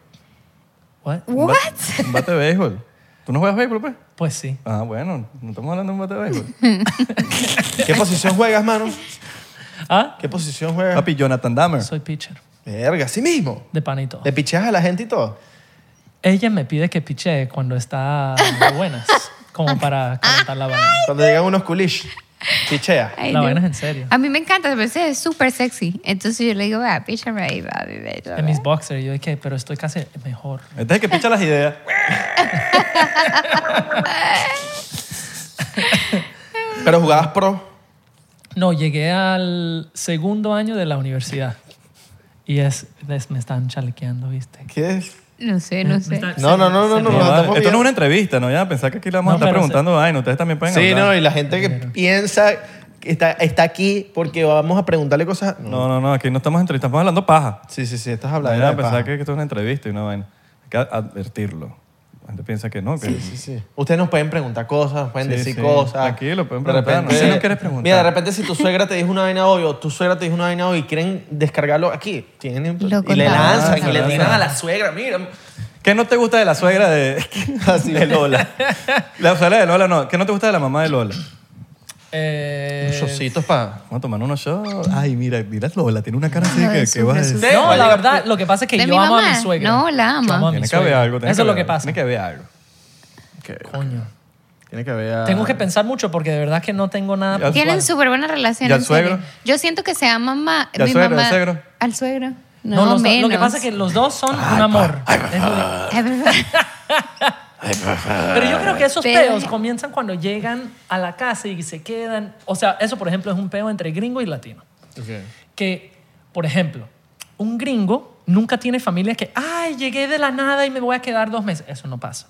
Speaker 4: What?
Speaker 3: Un
Speaker 1: What?
Speaker 3: bate- Un bate de béisbol. ¿Tú no juegas béisbol, pues?
Speaker 4: Pues sí.
Speaker 3: Ah, bueno. No estamos hablando de un bate de béisbol.
Speaker 2: ¿Qué posición juegas, mano?
Speaker 4: Ah,
Speaker 2: ¿Qué posición juegas?
Speaker 3: Papi, Jonathan Dahmer.
Speaker 4: soy pitcher.
Speaker 2: Verga, así mismo.
Speaker 4: De pan y todo.
Speaker 2: Le picheas a la gente y todo.
Speaker 4: Ella me pide que piche cuando está de buenas, como para calentar la vaina.
Speaker 2: Cuando llegan unos culish, pichea.
Speaker 1: Ay,
Speaker 4: La
Speaker 1: no.
Speaker 4: vaina es en serio.
Speaker 1: A mí me encanta, me parece súper sexy. Entonces yo le digo, va, píchame ahí, papi, bello,
Speaker 4: En mis boxers, yo dije, pero estoy casi mejor.
Speaker 3: Este es el que picha las ideas.
Speaker 2: Pero jugabas pro.
Speaker 4: No, llegué al segundo año de la universidad. Y es, es- me están chalequeando, ¿viste?
Speaker 2: ¿Qué es?
Speaker 1: No sé, no sé.
Speaker 2: No, no, no, no, no.
Speaker 3: No,
Speaker 2: no,
Speaker 3: vale.
Speaker 2: estamos
Speaker 3: esto no
Speaker 2: bien.
Speaker 3: es una entrevista, ¿no? Ya pensar que aquí le vamos
Speaker 4: No,
Speaker 3: a estar
Speaker 4: pero
Speaker 3: preguntando vaina. Ustedes también pueden
Speaker 2: Sí, no,
Speaker 3: hablar.
Speaker 2: y la gente que piensa que está, está aquí porque vamos a preguntarle cosas. No.
Speaker 3: No, no, no. Aquí no estamos entrevistando, estamos hablando paja.
Speaker 2: Sí, sí, sí, estás
Speaker 3: La
Speaker 2: hablando.
Speaker 3: idea
Speaker 2: de
Speaker 3: pensar
Speaker 2: paja.
Speaker 3: que esto es una entrevista y una vaina. Hay que advertirlo. La gente piensa que no, que
Speaker 2: Sí, sí. Ustedes nos pueden preguntar cosas, nos pueden
Speaker 3: Sí,
Speaker 2: decir
Speaker 3: sí.
Speaker 2: cosas.
Speaker 3: Tranquilo, pueden
Speaker 2: De
Speaker 3: preguntarnos.
Speaker 2: repente-
Speaker 3: Si no quieres preguntar.
Speaker 2: Mira, de repente si tu suegra te dijo una vaina hoy o tu suegra te dijo una vaina hoy y quieren descargarlo aquí, tienen,
Speaker 1: Lo
Speaker 2: y le
Speaker 1: contamos.
Speaker 2: lanzan y
Speaker 3: Lanzan,
Speaker 2: le
Speaker 3: lanzan.
Speaker 2: tiran a la suegra, mira.
Speaker 3: ¿Qué no te gusta de la suegra de, de Lola? La suegra de Lola no. ¿Qué no te gusta de la mamá de Lola?
Speaker 4: Eh,
Speaker 2: Unos shotcitos para...
Speaker 3: Vamos a tomar unos shots. Ay, mira, mira Lola, tiene una cara así
Speaker 1: Lo
Speaker 3: que,
Speaker 1: de
Speaker 3: que vas a
Speaker 1: su-
Speaker 3: decir.
Speaker 2: de-
Speaker 4: No, la
Speaker 2: Vaya.
Speaker 4: verdad, lo que pasa es que
Speaker 1: ¿De
Speaker 4: yo
Speaker 1: mi
Speaker 4: amo a
Speaker 1: mamá?
Speaker 4: mi suegra.
Speaker 1: No, la
Speaker 4: Yo
Speaker 1: ama.
Speaker 4: amo a mi
Speaker 3: Tiene que haber
Speaker 4: suegra.
Speaker 3: algo. tiene
Speaker 4: Eso es lo
Speaker 3: haber
Speaker 4: que
Speaker 3: algo,
Speaker 4: pasa.
Speaker 3: Tiene que haber algo.
Speaker 4: Coño.
Speaker 2: Tiene que haber...
Speaker 4: Tengo que pensar mucho porque de verdad que no tengo nada.
Speaker 3: Ya-
Speaker 1: Tienen
Speaker 3: Bueno.
Speaker 1: súper buena relación.
Speaker 3: ¿Y al
Speaker 1: en serio.
Speaker 3: suegro?
Speaker 1: Yo siento que se aman más.
Speaker 3: ¿Y al
Speaker 1: mi
Speaker 3: suegro,
Speaker 1: mamá-
Speaker 3: al suegro?
Speaker 1: Al suegro. No,
Speaker 4: No, los dos-
Speaker 1: menos.
Speaker 4: lo que pasa es que los dos son
Speaker 3: Ah,
Speaker 4: un amor. Es lo-
Speaker 1: Es verdad.
Speaker 4: Pero
Speaker 3: Ah,
Speaker 4: yo creo que esos
Speaker 1: Pero-
Speaker 4: peos comienzan cuando llegan a la casa y se quedan. O sea, eso, por ejemplo, es un peo entre gringo y latino. Que, por ejemplo, un gringo nunca tiene familia que, ay, llegué de la nada y me voy a quedar dos meses. Eso no pasa.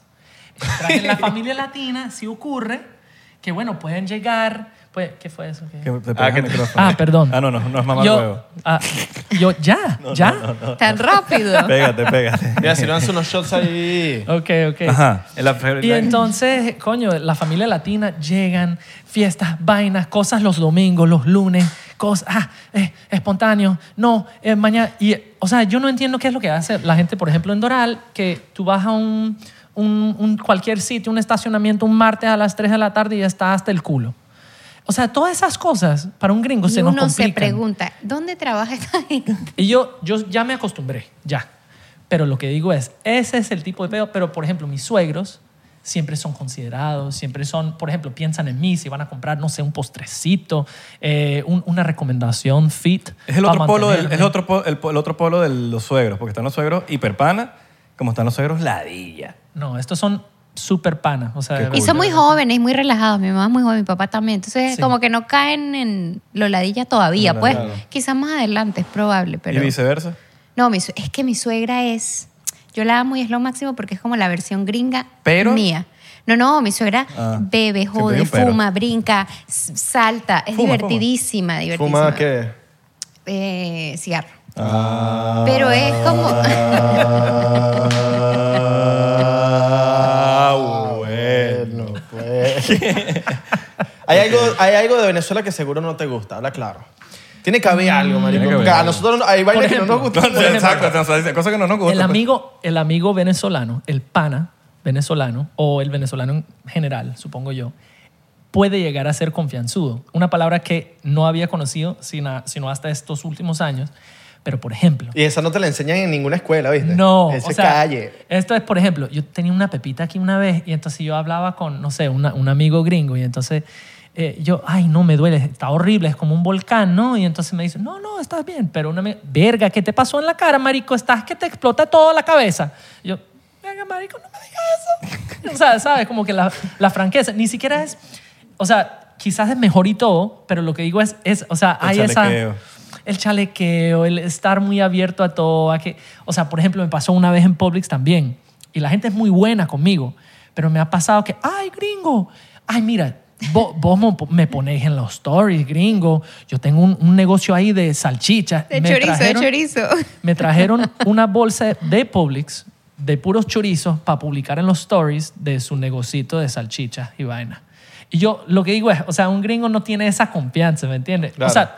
Speaker 4: Mientras En la familia latina sí ocurre que, bueno, pueden llegar. Pues, ¿Qué fue eso? ¿Qué?
Speaker 3: Que te pegas
Speaker 2: que
Speaker 3: el
Speaker 2: te-
Speaker 3: micrófono.
Speaker 4: Ah, perdón.
Speaker 3: Ah, no, no, no es mamá
Speaker 4: yo,
Speaker 3: huevo.
Speaker 4: ah, yo, ya, ya.
Speaker 1: Tan rápido.
Speaker 3: Pégate, pégate.
Speaker 2: Mira, si lanzan unos shots ahí...
Speaker 4: Ok, ok.
Speaker 3: Ajá. En la-
Speaker 4: Y entonces, coño, la familia latina llegan, fiestas, vainas, cosas los domingos, los lunes, cosas, ah, eh, espontáneo, no, eh, mañana. Y, eh, o sea, yo no entiendo qué es lo que hace la gente, por ejemplo, en Doral, que tú vas a un, un- un cualquier sitio, un estacionamiento, un martes a las 3 de la tarde y ya está hasta el culo. O sea, todas esas cosas para un gringo
Speaker 1: y
Speaker 4: se nos
Speaker 1: uno se
Speaker 4: complican.
Speaker 1: pregunta, ¿dónde trabaja esta gente?
Speaker 4: Y yo, yo ya me acostumbré, ya. Pero lo que digo es, ese es el tipo de pedo. Pero, por ejemplo, mis suegros siempre son considerados, siempre son, por ejemplo, piensan en mí si van a comprar, no sé, un postrecito, eh, un- una recomendación fit.
Speaker 3: Es el
Speaker 4: pa'
Speaker 3: otro polo, del,
Speaker 4: mantenerme.
Speaker 3: es otro, po- el, po- el otro polo de los suegros, porque están los suegros hiperpana, como están los suegros ladilla.
Speaker 4: No, estos son súper panas. O sea,
Speaker 3: Qué
Speaker 1: Y
Speaker 4: de
Speaker 3: cool.
Speaker 4: verdad.
Speaker 1: son muy jóvenes, muy relajados. Mi mamá es muy joven, mi papá también. Entonces,
Speaker 4: Sí.
Speaker 1: como que no caen en lo ladilla todavía.
Speaker 3: No,
Speaker 1: pues
Speaker 3: claro.
Speaker 1: quizás más adelante, es probable. Pero...
Speaker 3: Y viceversa.
Speaker 1: No, mi sue- es que mi suegra es. Yo la amo y es lo máximo porque es como la versión gringa
Speaker 3: Pero-
Speaker 1: mía. No, no, mi suegra
Speaker 3: Ah,
Speaker 1: bebe,
Speaker 3: siempre
Speaker 1: jode,
Speaker 3: digo pero.
Speaker 1: fuma, brinca, s- salta. Es
Speaker 3: Fuma,
Speaker 1: divertidísima, divertidísima.
Speaker 2: ¿Fuma qué?
Speaker 1: Eh, cigarro. Pero es como.
Speaker 3: Ah,
Speaker 2: Bueno, pues. hay, algo, hay algo de Venezuela que seguro no te gusta, habla claro. Tiene que haber algo, marico.
Speaker 3: Tiene que
Speaker 2: porque
Speaker 3: haber
Speaker 2: a
Speaker 3: algo.
Speaker 2: nosotros no- hay bailes que no nos gustan.
Speaker 3: Entonces, exacto, entonces, cosa que no nos gusta.
Speaker 4: el
Speaker 3: pues.
Speaker 4: amigo, el amigo venezolano, el pana venezolano o el venezolano en general, supongo yo, puede llegar a ser confianzudo. Una palabra que no había conocido sino, sino hasta estos últimos años. Pero, por ejemplo,
Speaker 2: Y esa no te la enseñan en ninguna escuela, ¿viste?
Speaker 4: no.
Speaker 2: Ese
Speaker 4: o sea,
Speaker 2: calle.
Speaker 4: Esto es, por ejemplo, yo tenía una pepita aquí una vez y entonces yo hablaba con, no sé, una- un amigo gringo y entonces eh, yo, ay, no, me duele, está horrible, es como un volcán, ¿no? Y entonces me dice, no, no, estás bien, pero una amiga, verga, ¿qué te pasó en la cara, marico? Estás que te explota toda la cabeza. Y yo, verga, marico, no me digas eso. o sea, ¿sabes? Como que la, la franqueza, ni siquiera es, o sea, quizás es mejor y todo, pero lo que digo es, es o sea,
Speaker 3: El
Speaker 4: hay
Speaker 3: chalequeo.
Speaker 4: esa el chalequeo, el estar muy abierto a todo, a que, o sea, por ejemplo, me pasó una vez en Publix también y la gente es muy buena conmigo, pero me ha pasado que, ay, gringo, ay, mira, vo- vos, mo- me ponéis en los stories, gringo, yo tengo un, un negocio ahí de salchichas.
Speaker 1: De
Speaker 4: Me
Speaker 1: chorizo,
Speaker 4: trajeron-
Speaker 1: de chorizo.
Speaker 4: me trajeron una bolsa de Publix de puros chorizos para publicar en los stories de su negocito de salchichas y vaina. Y yo lo que digo es, o sea, un gringo no tiene esa confianza, ¿me entiendes?
Speaker 2: Claro.
Speaker 4: O sea,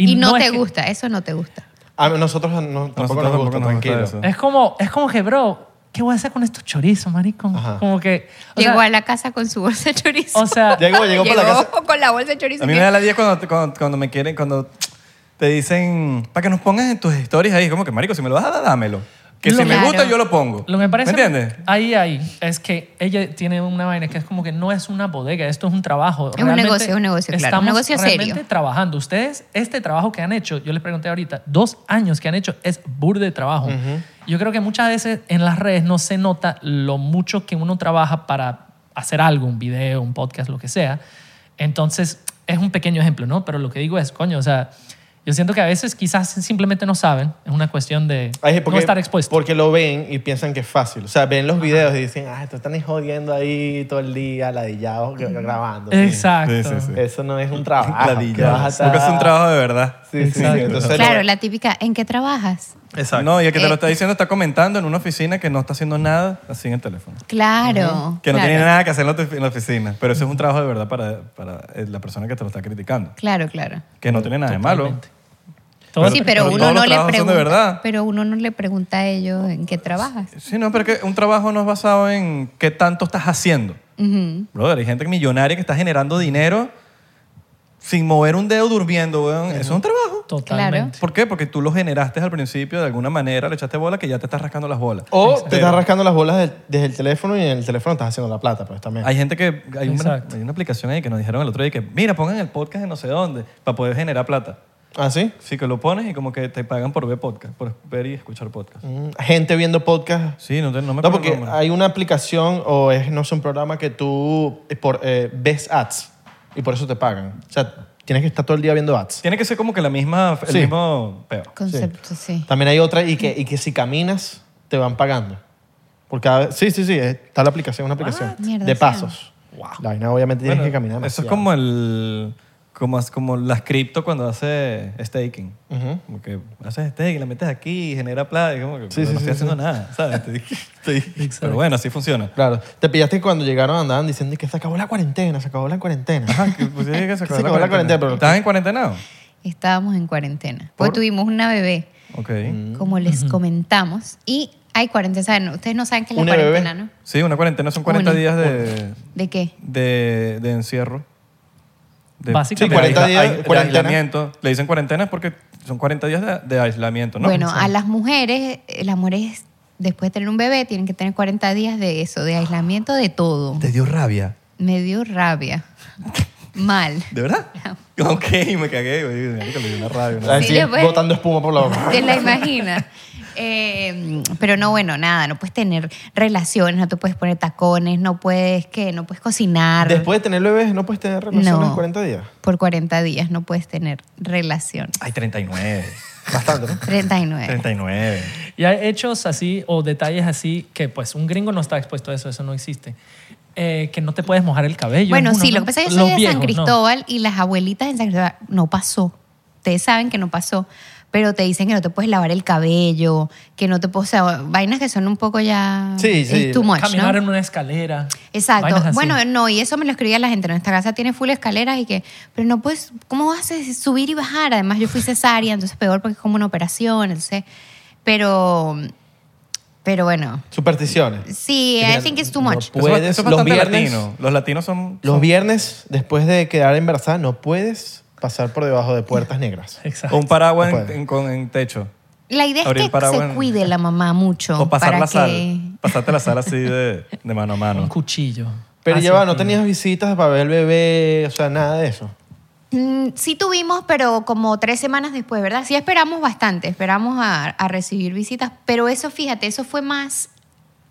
Speaker 1: Y, no,
Speaker 4: es
Speaker 1: te
Speaker 4: que-
Speaker 1: gusta, eso no te gusta.
Speaker 2: A nosotros no, tampoco nos
Speaker 3: Nosotros tampoco
Speaker 2: gusta,
Speaker 3: nos gusta
Speaker 2: tranquilo.
Speaker 3: eso.
Speaker 4: Es como, es como que, bro, ¿qué voy a hacer con estos chorizos, marico?
Speaker 2: Ajá.
Speaker 4: Como que... o
Speaker 1: Llegó
Speaker 4: sea,
Speaker 1: a la casa con su bolsa de chorizo.
Speaker 4: o sea,
Speaker 2: Llegó, llegó por la casa.
Speaker 1: con la bolsa de chorizo.
Speaker 3: A mí
Speaker 1: que-
Speaker 3: me da la 10 cuando, cuando, cuando me quieren, cuando te dicen, para que nos pongas en tus historias ahí, como que, marico, si me lo vas a dar, dámelo. Que
Speaker 4: Lo
Speaker 3: si me
Speaker 1: claro.
Speaker 3: gusta, yo lo pongo.
Speaker 4: Lo que me parece
Speaker 3: ¿Me entiendes?
Speaker 4: ahí, ahí, es que ella tiene una vaina que es como que no es una bodega, esto es un trabajo.
Speaker 1: Es un negocio, es un negocio, claro, un
Speaker 4: Estamos
Speaker 1: negocio serio.
Speaker 4: realmente trabajando. Ustedes, este trabajo que han hecho, yo les pregunté ahorita, dos años que han hecho, es burde de trabajo. Yo creo que muchas veces en las redes no se nota lo mucho que uno trabaja para hacer algo, un video, un podcast, lo que sea. Entonces, es un pequeño ejemplo, ¿no? Pero lo que digo es, coño, o sea, yo siento que a veces quizás simplemente no saben, es una cuestión de
Speaker 2: Hay-
Speaker 4: no estar expuesto.
Speaker 2: Porque lo ven y piensan que es fácil. O sea, ven los videos y dicen, ah, te están ahí jodiendo ahí todo el día, ladillados, gra- grabando. sí".
Speaker 4: Exacto.
Speaker 3: Sí, sí, sí.
Speaker 2: Eso no es un trabajo. que
Speaker 3: Ah, Ladilla.
Speaker 2: Ah, vas a
Speaker 3: Porque es un
Speaker 2: estar-
Speaker 3: trabajo de verdad.
Speaker 2: Sí, sí, sí.
Speaker 4: Exacto.
Speaker 2: Entonces,
Speaker 1: claro,
Speaker 2: lo-
Speaker 1: la típica, ¿en qué trabajas?
Speaker 2: Exacto.
Speaker 3: No, y el que te lo está
Speaker 1: Eh.
Speaker 3: diciendo está comentando en una oficina que no está haciendo nada así en el teléfono.
Speaker 1: Claro.
Speaker 3: Que no
Speaker 1: claro.
Speaker 3: tiene nada que hacer en la ofi- en la oficina. Pero eso es un trabajo de verdad para, para eh, la persona que te lo está criticando.
Speaker 1: Claro, claro.
Speaker 3: Que no tiene nada de malo.
Speaker 4: Totalmente. Todo-
Speaker 1: sí, pero,
Speaker 3: pero
Speaker 1: uno
Speaker 3: todos
Speaker 1: no
Speaker 3: los
Speaker 1: le
Speaker 3: trabajos son
Speaker 1: pregunta.
Speaker 3: de verdad.
Speaker 1: Pero uno no le pregunta a ellos en qué trabajas.
Speaker 3: Sí, no, pero que un trabajo no es basado en qué tanto estás haciendo.
Speaker 1: Ujú.
Speaker 3: Brother, hay gente millonaria que está generando dinero sin mover un dedo durmiendo, weón. Eso es un trabajo.
Speaker 4: Totalmente.
Speaker 3: ¿Por qué? Porque tú lo generaste al principio de alguna manera, le echaste bola que ya te estás rascando las bolas.
Speaker 2: O te estás rascando las bolas del- desde el teléfono y en el teléfono estás haciendo la plata, pues también.
Speaker 3: Hay gente que. Hay una,
Speaker 4: Exacto.
Speaker 3: hay una aplicación ahí que nos dijeron el otro día que, mira, pongan el podcast en no sé dónde para poder generar plata.
Speaker 2: ¿Ah, sí?
Speaker 3: Sí, que lo pones y como que te pagan por ver podcast, por ver y escuchar podcast.
Speaker 2: Mm, Gente viendo podcast.
Speaker 3: Sí, no, te- no me
Speaker 2: No,
Speaker 3: acuerdo. el
Speaker 2: porque
Speaker 3: nombre.
Speaker 2: hay una aplicación o es, no sé, un programa que tú eh, por, eh, ves ads y por eso te pagan. O sea, tienes que estar todo el día viendo ads.
Speaker 3: Tiene que ser como que la misma, el
Speaker 2: Sí.
Speaker 3: mismo peor.
Speaker 1: Concepto, sí.
Speaker 2: También hay otra y que, y que si caminas te van pagando. Por cada, sí, sí, sí, eh, está la aplicación, una aplicación
Speaker 1: Mierda,
Speaker 2: de
Speaker 1: sí.
Speaker 2: pasos. La vaina obviamente tienes que caminar.
Speaker 3: eso es
Speaker 2: demasiado.
Speaker 3: como el. Como, es- como las cripto cuando hace staking.
Speaker 2: Ujú.
Speaker 3: Como que haces staking, la metes aquí, genera plata y como que
Speaker 2: Sí,
Speaker 3: pero
Speaker 2: sí,
Speaker 3: no
Speaker 2: sí,
Speaker 3: estoy
Speaker 2: sí.
Speaker 3: haciendo nada, ¿sabes? Te- te- Pero bueno, así funciona.
Speaker 2: Claro, te pillaste que cuando llegaron andaban diciendo que se acabó la cuarentena, se acabó la cuarentena.
Speaker 3: Ajá, que, pues, sí, que se
Speaker 2: se
Speaker 3: acabó
Speaker 2: acabó la cuarentena, pero-
Speaker 3: ¿Estás en cuarentena?
Speaker 1: Estábamos en cuarentena. Pues
Speaker 3: ¿Por? Mm.
Speaker 1: tuvimos una bebé,
Speaker 3: Ok.
Speaker 2: Mm.
Speaker 1: como les comentamos, y hay cuarentena. ¿saben? Ustedes no saben qué es la
Speaker 2: Una bebé.
Speaker 1: cuarentena, ¿no?
Speaker 3: Sí, una cuarentena son 40
Speaker 1: Una.
Speaker 3: días de,
Speaker 1: ¿De qué?
Speaker 3: de, de encierro. De,
Speaker 4: Básicamente.
Speaker 3: de
Speaker 2: 40 días,
Speaker 3: aisla- de
Speaker 2: cuarentena.
Speaker 3: aislamiento. Le dicen cuarentena es porque son 40 días de, de aislamiento, Pues ¿no?
Speaker 1: bueno,
Speaker 3: Sí.
Speaker 1: a las mujeres, eh, las mujeres después de tener un bebé tienen que tener 40 días de eso, de aislamiento de todo.
Speaker 3: ¿Te dio rabia?
Speaker 1: Me dio rabia. Mal.
Speaker 3: ¿De verdad? Ok, me cagué. güey. Mira que le dio una rabia. una-
Speaker 2: Así,
Speaker 1: Sí, después-
Speaker 2: botando espuma por la boca.
Speaker 1: Te la imaginas. Eh, pero no, bueno, nada, no puedes tener relaciones, no te puedes poner tacones, no puedes, ¿qué? No puedes cocinar.
Speaker 2: Después de tener bebés, no puedes tener relaciones
Speaker 1: No.
Speaker 2: en 40 días.
Speaker 1: Por 40 días no puedes tener relaciones.
Speaker 3: Ay, 39.
Speaker 2: Bastante, ¿no?
Speaker 1: 39.
Speaker 3: 39.
Speaker 4: Y hay hechos así o detalles así que pues un gringo no está expuesto a eso, eso no existe. Eh, que no te puedes mojar el cabello.
Speaker 1: Bueno,
Speaker 4: es uno,
Speaker 1: sí, lo
Speaker 4: ¿no?
Speaker 1: que pasa es que yo
Speaker 4: Los
Speaker 1: soy de San
Speaker 4: viejos, ¿no?
Speaker 1: Cristóbal y las abuelitas en San Cristóbal no pasó. Ustedes saben que no pasó, pero te dicen que no te puedes lavar el cabello, que no te puedes... O sea, vainas que son un poco ya...
Speaker 2: Sí, sí.
Speaker 1: it's too much, ¿no?
Speaker 4: Caminar en una escalera.
Speaker 1: Exacto.
Speaker 4: Vainas así.
Speaker 1: Bueno, no, y eso me lo escribía la gente. Nuestra casa tiene full escaleras y que, pero no puedes, ¿cómo vas a subir y bajar? Además, yo fui cesárea, entonces peor porque es como una operación, entonces. Pero, pero bueno,
Speaker 2: Supersticiones.
Speaker 1: sí, I think it's too much.
Speaker 2: Puedes-
Speaker 3: eso,
Speaker 2: los
Speaker 3: es bastante
Speaker 2: viernes-
Speaker 3: latino. Los latinos son...
Speaker 2: Los viernes, después de quedar embarazada, no puedes pasar por debajo de puertas negras.
Speaker 4: Exacto.
Speaker 3: Un paraguas
Speaker 2: No
Speaker 3: en,
Speaker 2: puede.
Speaker 3: en- con, en techo.
Speaker 1: La idea es
Speaker 3: Abrir
Speaker 1: que
Speaker 3: paraguas
Speaker 1: se
Speaker 3: en-
Speaker 1: cuide la mamá mucho.
Speaker 3: O pasar
Speaker 1: para
Speaker 3: la
Speaker 1: que...
Speaker 3: sal. Pasarte la sal así de, de mano a
Speaker 4: Un
Speaker 3: mano.
Speaker 4: cuchillo.
Speaker 2: Pero
Speaker 3: Ah,
Speaker 4: Así
Speaker 2: ya va, no
Speaker 4: como-
Speaker 2: tenías visitas para ver el bebé, o sea, nada de eso.
Speaker 1: Mm, Sí tuvimos, pero como tres semanas después, ¿verdad? Sí esperamos bastante, esperamos a, a recibir visitas, pero eso, fíjate, eso fue más,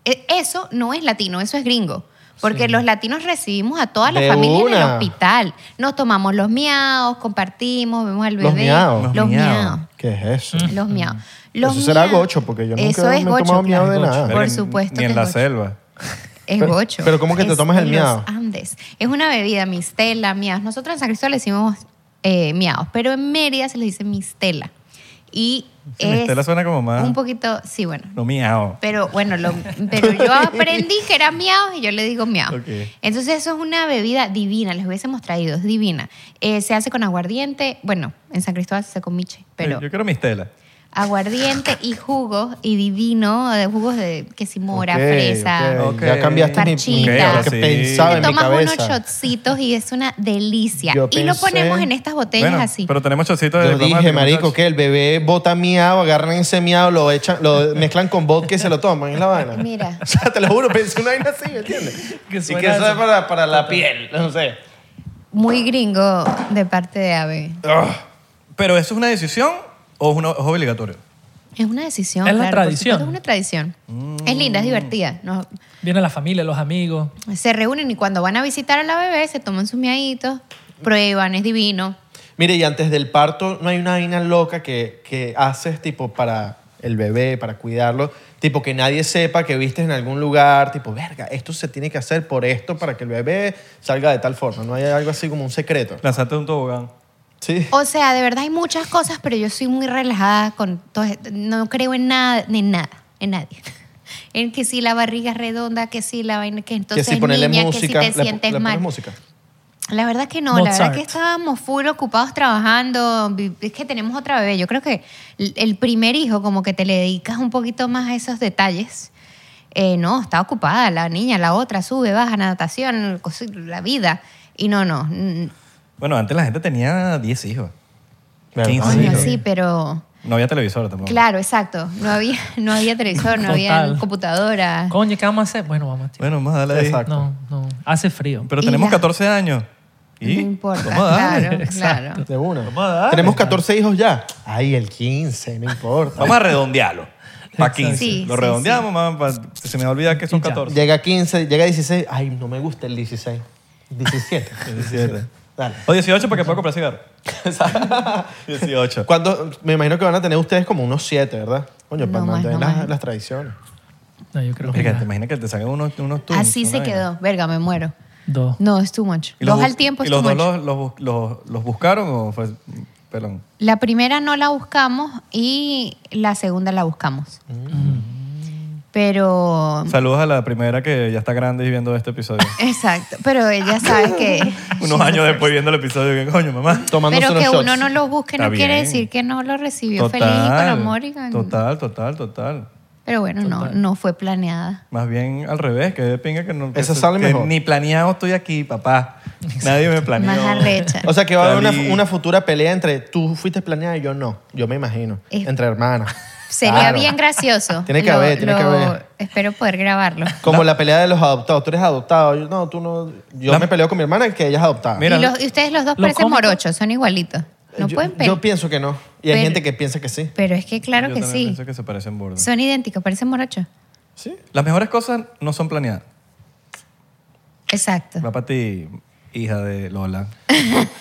Speaker 1: e- eso no es latino, eso es gringo. Porque los latinos recibimos a todas las
Speaker 2: De
Speaker 1: familias en el
Speaker 2: una.
Speaker 1: hospital. Nos tomamos los miaos, compartimos, vemos al bebé.
Speaker 2: Los miaos.
Speaker 1: Los,
Speaker 3: Los miaos.
Speaker 1: miaos.
Speaker 2: ¿Qué es eso?
Speaker 1: Los miaos. Los
Speaker 2: eso será
Speaker 1: miaos.
Speaker 2: gocho, porque yo nunca
Speaker 1: Eso
Speaker 2: me
Speaker 1: es
Speaker 2: he
Speaker 1: gocho,
Speaker 2: tomado miado
Speaker 1: claro.
Speaker 2: de nada.
Speaker 3: Verga,
Speaker 1: Por
Speaker 3: ni-
Speaker 1: supuesto
Speaker 3: Ni
Speaker 1: que
Speaker 3: en
Speaker 1: es
Speaker 3: la
Speaker 1: gocho.
Speaker 3: selva.
Speaker 1: Es
Speaker 2: Pero-
Speaker 1: gocho.
Speaker 2: pero ¿cómo que te
Speaker 1: Es
Speaker 2: tomas el
Speaker 1: de
Speaker 2: miao?
Speaker 1: Los Andes. Es una bebida, mistela, miaos. Nosotros en San Cristóbal le decimos eh, miaos, pero en Mérida se le dice mistela. Y
Speaker 3: Sí,
Speaker 1: es
Speaker 3: mistela suena como más-
Speaker 1: Un poquito, sí, bueno.
Speaker 3: No miau.
Speaker 1: Pero bueno, lo- pero yo aprendí que era miaos y yo le digo miaos.
Speaker 3: Ok.
Speaker 1: Entonces eso es una bebida divina, les hubiésemos traído, es divina. Eh, se hace con aguardiente, bueno, en San Cristóbal se hace con miche, pero
Speaker 3: Yo, yo quiero mis telas.
Speaker 1: aguardiente y jugos y divino, eh, jugos de que si mora,
Speaker 2: Ok,
Speaker 1: fresa.
Speaker 2: ok,
Speaker 3: Ok.
Speaker 2: Ya cambiaste mi, mi
Speaker 1: Parchita.
Speaker 2: lo
Speaker 1: Ok, ahora
Speaker 2: que
Speaker 3: sí.
Speaker 2: pensaba
Speaker 1: Te
Speaker 2: en mi
Speaker 1: tomas unos
Speaker 2: cabeza.
Speaker 1: shotcitos y es una delicia.
Speaker 2: Yo
Speaker 1: y lo
Speaker 2: pensé-
Speaker 1: ponemos en estas botellas
Speaker 3: Bueno,
Speaker 1: así.
Speaker 3: Pero tenemos chocitos de
Speaker 2: Yo dije,
Speaker 3: tomate,
Speaker 2: marico,
Speaker 3: muchachos.
Speaker 2: que el bebé bota miado, agarran ese miado, lo echan, lo mezclan con vodka y se lo toman, es la vaina.
Speaker 1: Mira.
Speaker 2: O sea, te lo juro, pensé una vaina así, ¿me entiendes?
Speaker 4: Que
Speaker 2: y
Speaker 4: suena
Speaker 2: que eso
Speaker 4: eso.
Speaker 2: es para, para la piel, no sé.
Speaker 1: Muy gringo de parte de Ave.
Speaker 2: Ugh.
Speaker 3: Pero eso es una decisión o es, una- es obligatorio.
Speaker 1: Es una decisión.
Speaker 4: Es la
Speaker 1: claro, por
Speaker 4: tradición.
Speaker 1: supuesto, Es una tradición.
Speaker 2: Mm.
Speaker 1: Es linda, es divertida. No-
Speaker 4: Viene la familia, los amigos.
Speaker 1: se reúnen y cuando van a visitar a la bebé se toman sus miaditos, prueban, es divino.
Speaker 2: Mire, y antes del parto, ¿no hay una vaina loca que, que haces tipo para el bebé, para cuidarlo? Tipo que nadie sepa que vistes en algún lugar, tipo, verga, esto se tiene que hacer por esto para que el bebé salga de tal forma. No hay algo así como un secreto.
Speaker 3: Lanzarte de un tobogán.
Speaker 2: Sí.
Speaker 1: O sea, de verdad hay muchas cosas, pero yo soy muy relajada con todo. esto. No creo en nada, ni en nada, en nadie. En que si la barriga es redonda, que si la vaina, que entonces
Speaker 2: que si ponerle
Speaker 1: niña,
Speaker 2: música,
Speaker 1: que si te
Speaker 2: le-
Speaker 1: sientes
Speaker 2: le pones
Speaker 1: mal.
Speaker 2: música.
Speaker 1: La verdad que no, la
Speaker 4: Mozart.
Speaker 1: verdad que estábamos full ocupados trabajando, vi- es que tenemos otra bebé, yo creo que el- el primer hijo como que te le dedicas un poquito más a esos detalles. Eh, no, está ocupada la niña, la otra, sube, baja, natación, cosi- la vida. Y no, no. mm,
Speaker 3: Bueno, antes la gente tenía 10 hijos.
Speaker 2: ¿Verdad?
Speaker 3: 15
Speaker 1: Coño,
Speaker 3: hijos.
Speaker 1: sí, pero...
Speaker 3: No había televisor tampoco.
Speaker 1: Claro, exacto. No había, no había televisor, no había
Speaker 4: Total.
Speaker 1: computadora.
Speaker 4: Coño, ¿qué vamos a hacer? Bueno, vamos a tirar.
Speaker 3: Bueno, vamos a darle ahí.
Speaker 2: Exacto.
Speaker 4: No, no. Hace frío.
Speaker 3: Pero
Speaker 1: Y
Speaker 3: tenemos
Speaker 1: ya.
Speaker 3: 14 años. ¿Y?
Speaker 1: No importa.
Speaker 3: Vamos a darle.
Speaker 1: Claro, claro.
Speaker 2: De una.
Speaker 3: Vamos a darle.
Speaker 2: Tenemos 14 hijos ya. Ay, el 15, no importa.
Speaker 3: Vamos a redondearlo. Para 15.
Speaker 1: Sí,
Speaker 3: Lo
Speaker 1: sí,
Speaker 3: redondeamos, mamá, pa- se me va a olvidar que son
Speaker 4: Y ya.
Speaker 3: 14.
Speaker 2: Llega 15, llega 16. Ay, no me gusta el 16. 17. 17. Dale.
Speaker 3: O 18 para que pueda comprar cigarro. 18.
Speaker 2: ¿Cuándo- me imagino que van a tener ustedes como unos 7, ¿verdad? Coño,
Speaker 1: No
Speaker 2: para
Speaker 1: más,
Speaker 2: mantener
Speaker 1: no
Speaker 2: las,
Speaker 1: más.
Speaker 2: las tradiciones.
Speaker 4: No, yo creo que
Speaker 3: Verga, te
Speaker 4: ya.
Speaker 3: imaginas que te salgan unos, unos tunes,
Speaker 1: Así
Speaker 3: una
Speaker 1: se
Speaker 3: vaina.
Speaker 1: quedó. Verga, me muero.
Speaker 4: Dos.
Speaker 1: No, es too much.
Speaker 3: ¿Y los
Speaker 1: Dos
Speaker 3: bu-
Speaker 1: al tiempo
Speaker 3: ¿Y
Speaker 1: es
Speaker 3: los
Speaker 1: too much.
Speaker 3: dos los, los, bus- los- los buscaron o fue pelón?
Speaker 1: La primera no la buscamos y la segunda la buscamos. Pero...
Speaker 3: Saludos a la primera que ya está grande y viendo este episodio.
Speaker 1: Exacto. Pero ella sabe que...
Speaker 3: Unos años después viendo el episodio, ¿qué coño, mamá?
Speaker 2: Tomándose
Speaker 1: Pero
Speaker 2: unos
Speaker 1: que
Speaker 2: shots.
Speaker 1: uno no lo busque
Speaker 3: Está
Speaker 1: no quiere
Speaker 3: bien.
Speaker 1: decir que no lo recibió feliz y con amor. y con-
Speaker 3: total, total, total.
Speaker 1: Pero bueno, no, no fue planeada.
Speaker 3: Más bien al revés, que de pinga que no. que
Speaker 2: Eso
Speaker 3: se-
Speaker 2: sale
Speaker 3: que
Speaker 2: mejor.
Speaker 3: Ni planeado estoy aquí, papá. Nadie me planeó.
Speaker 1: Más arrecha.
Speaker 2: O sea, que va a haber
Speaker 3: Salí.
Speaker 2: una, una futura pelea entre tú fuiste planeada y yo no. Yo me imagino.
Speaker 1: Es-
Speaker 2: Entre hermanas.
Speaker 1: Sería
Speaker 2: Claro.
Speaker 1: bien gracioso.
Speaker 2: Tiene que haber, tiene que haber.
Speaker 1: Espero poder grabarlo.
Speaker 2: Como la pelea de los adoptados. Tú eres adoptado. Yo, no, tú no. Yo
Speaker 3: La-
Speaker 2: me peleo con mi hermana que ella es adoptada.
Speaker 3: Mira,
Speaker 1: y, los- y ustedes los dos
Speaker 4: lo
Speaker 1: parecen
Speaker 4: cómico-
Speaker 1: morochos, son igualitos. No
Speaker 2: yo,
Speaker 1: pueden
Speaker 2: yo
Speaker 1: pelear.
Speaker 2: pienso que no. Y hay
Speaker 1: Pero-
Speaker 2: gente que piensa que sí.
Speaker 1: Pero es que claro
Speaker 3: yo
Speaker 1: que
Speaker 3: también
Speaker 1: sí.
Speaker 3: pienso que se parecen burdas.
Speaker 1: Son idénticos, parecen morochos.
Speaker 2: Sí.
Speaker 3: Las mejores cosas no son planeadas.
Speaker 1: Exacto.
Speaker 3: Va para ti, hija de Lola.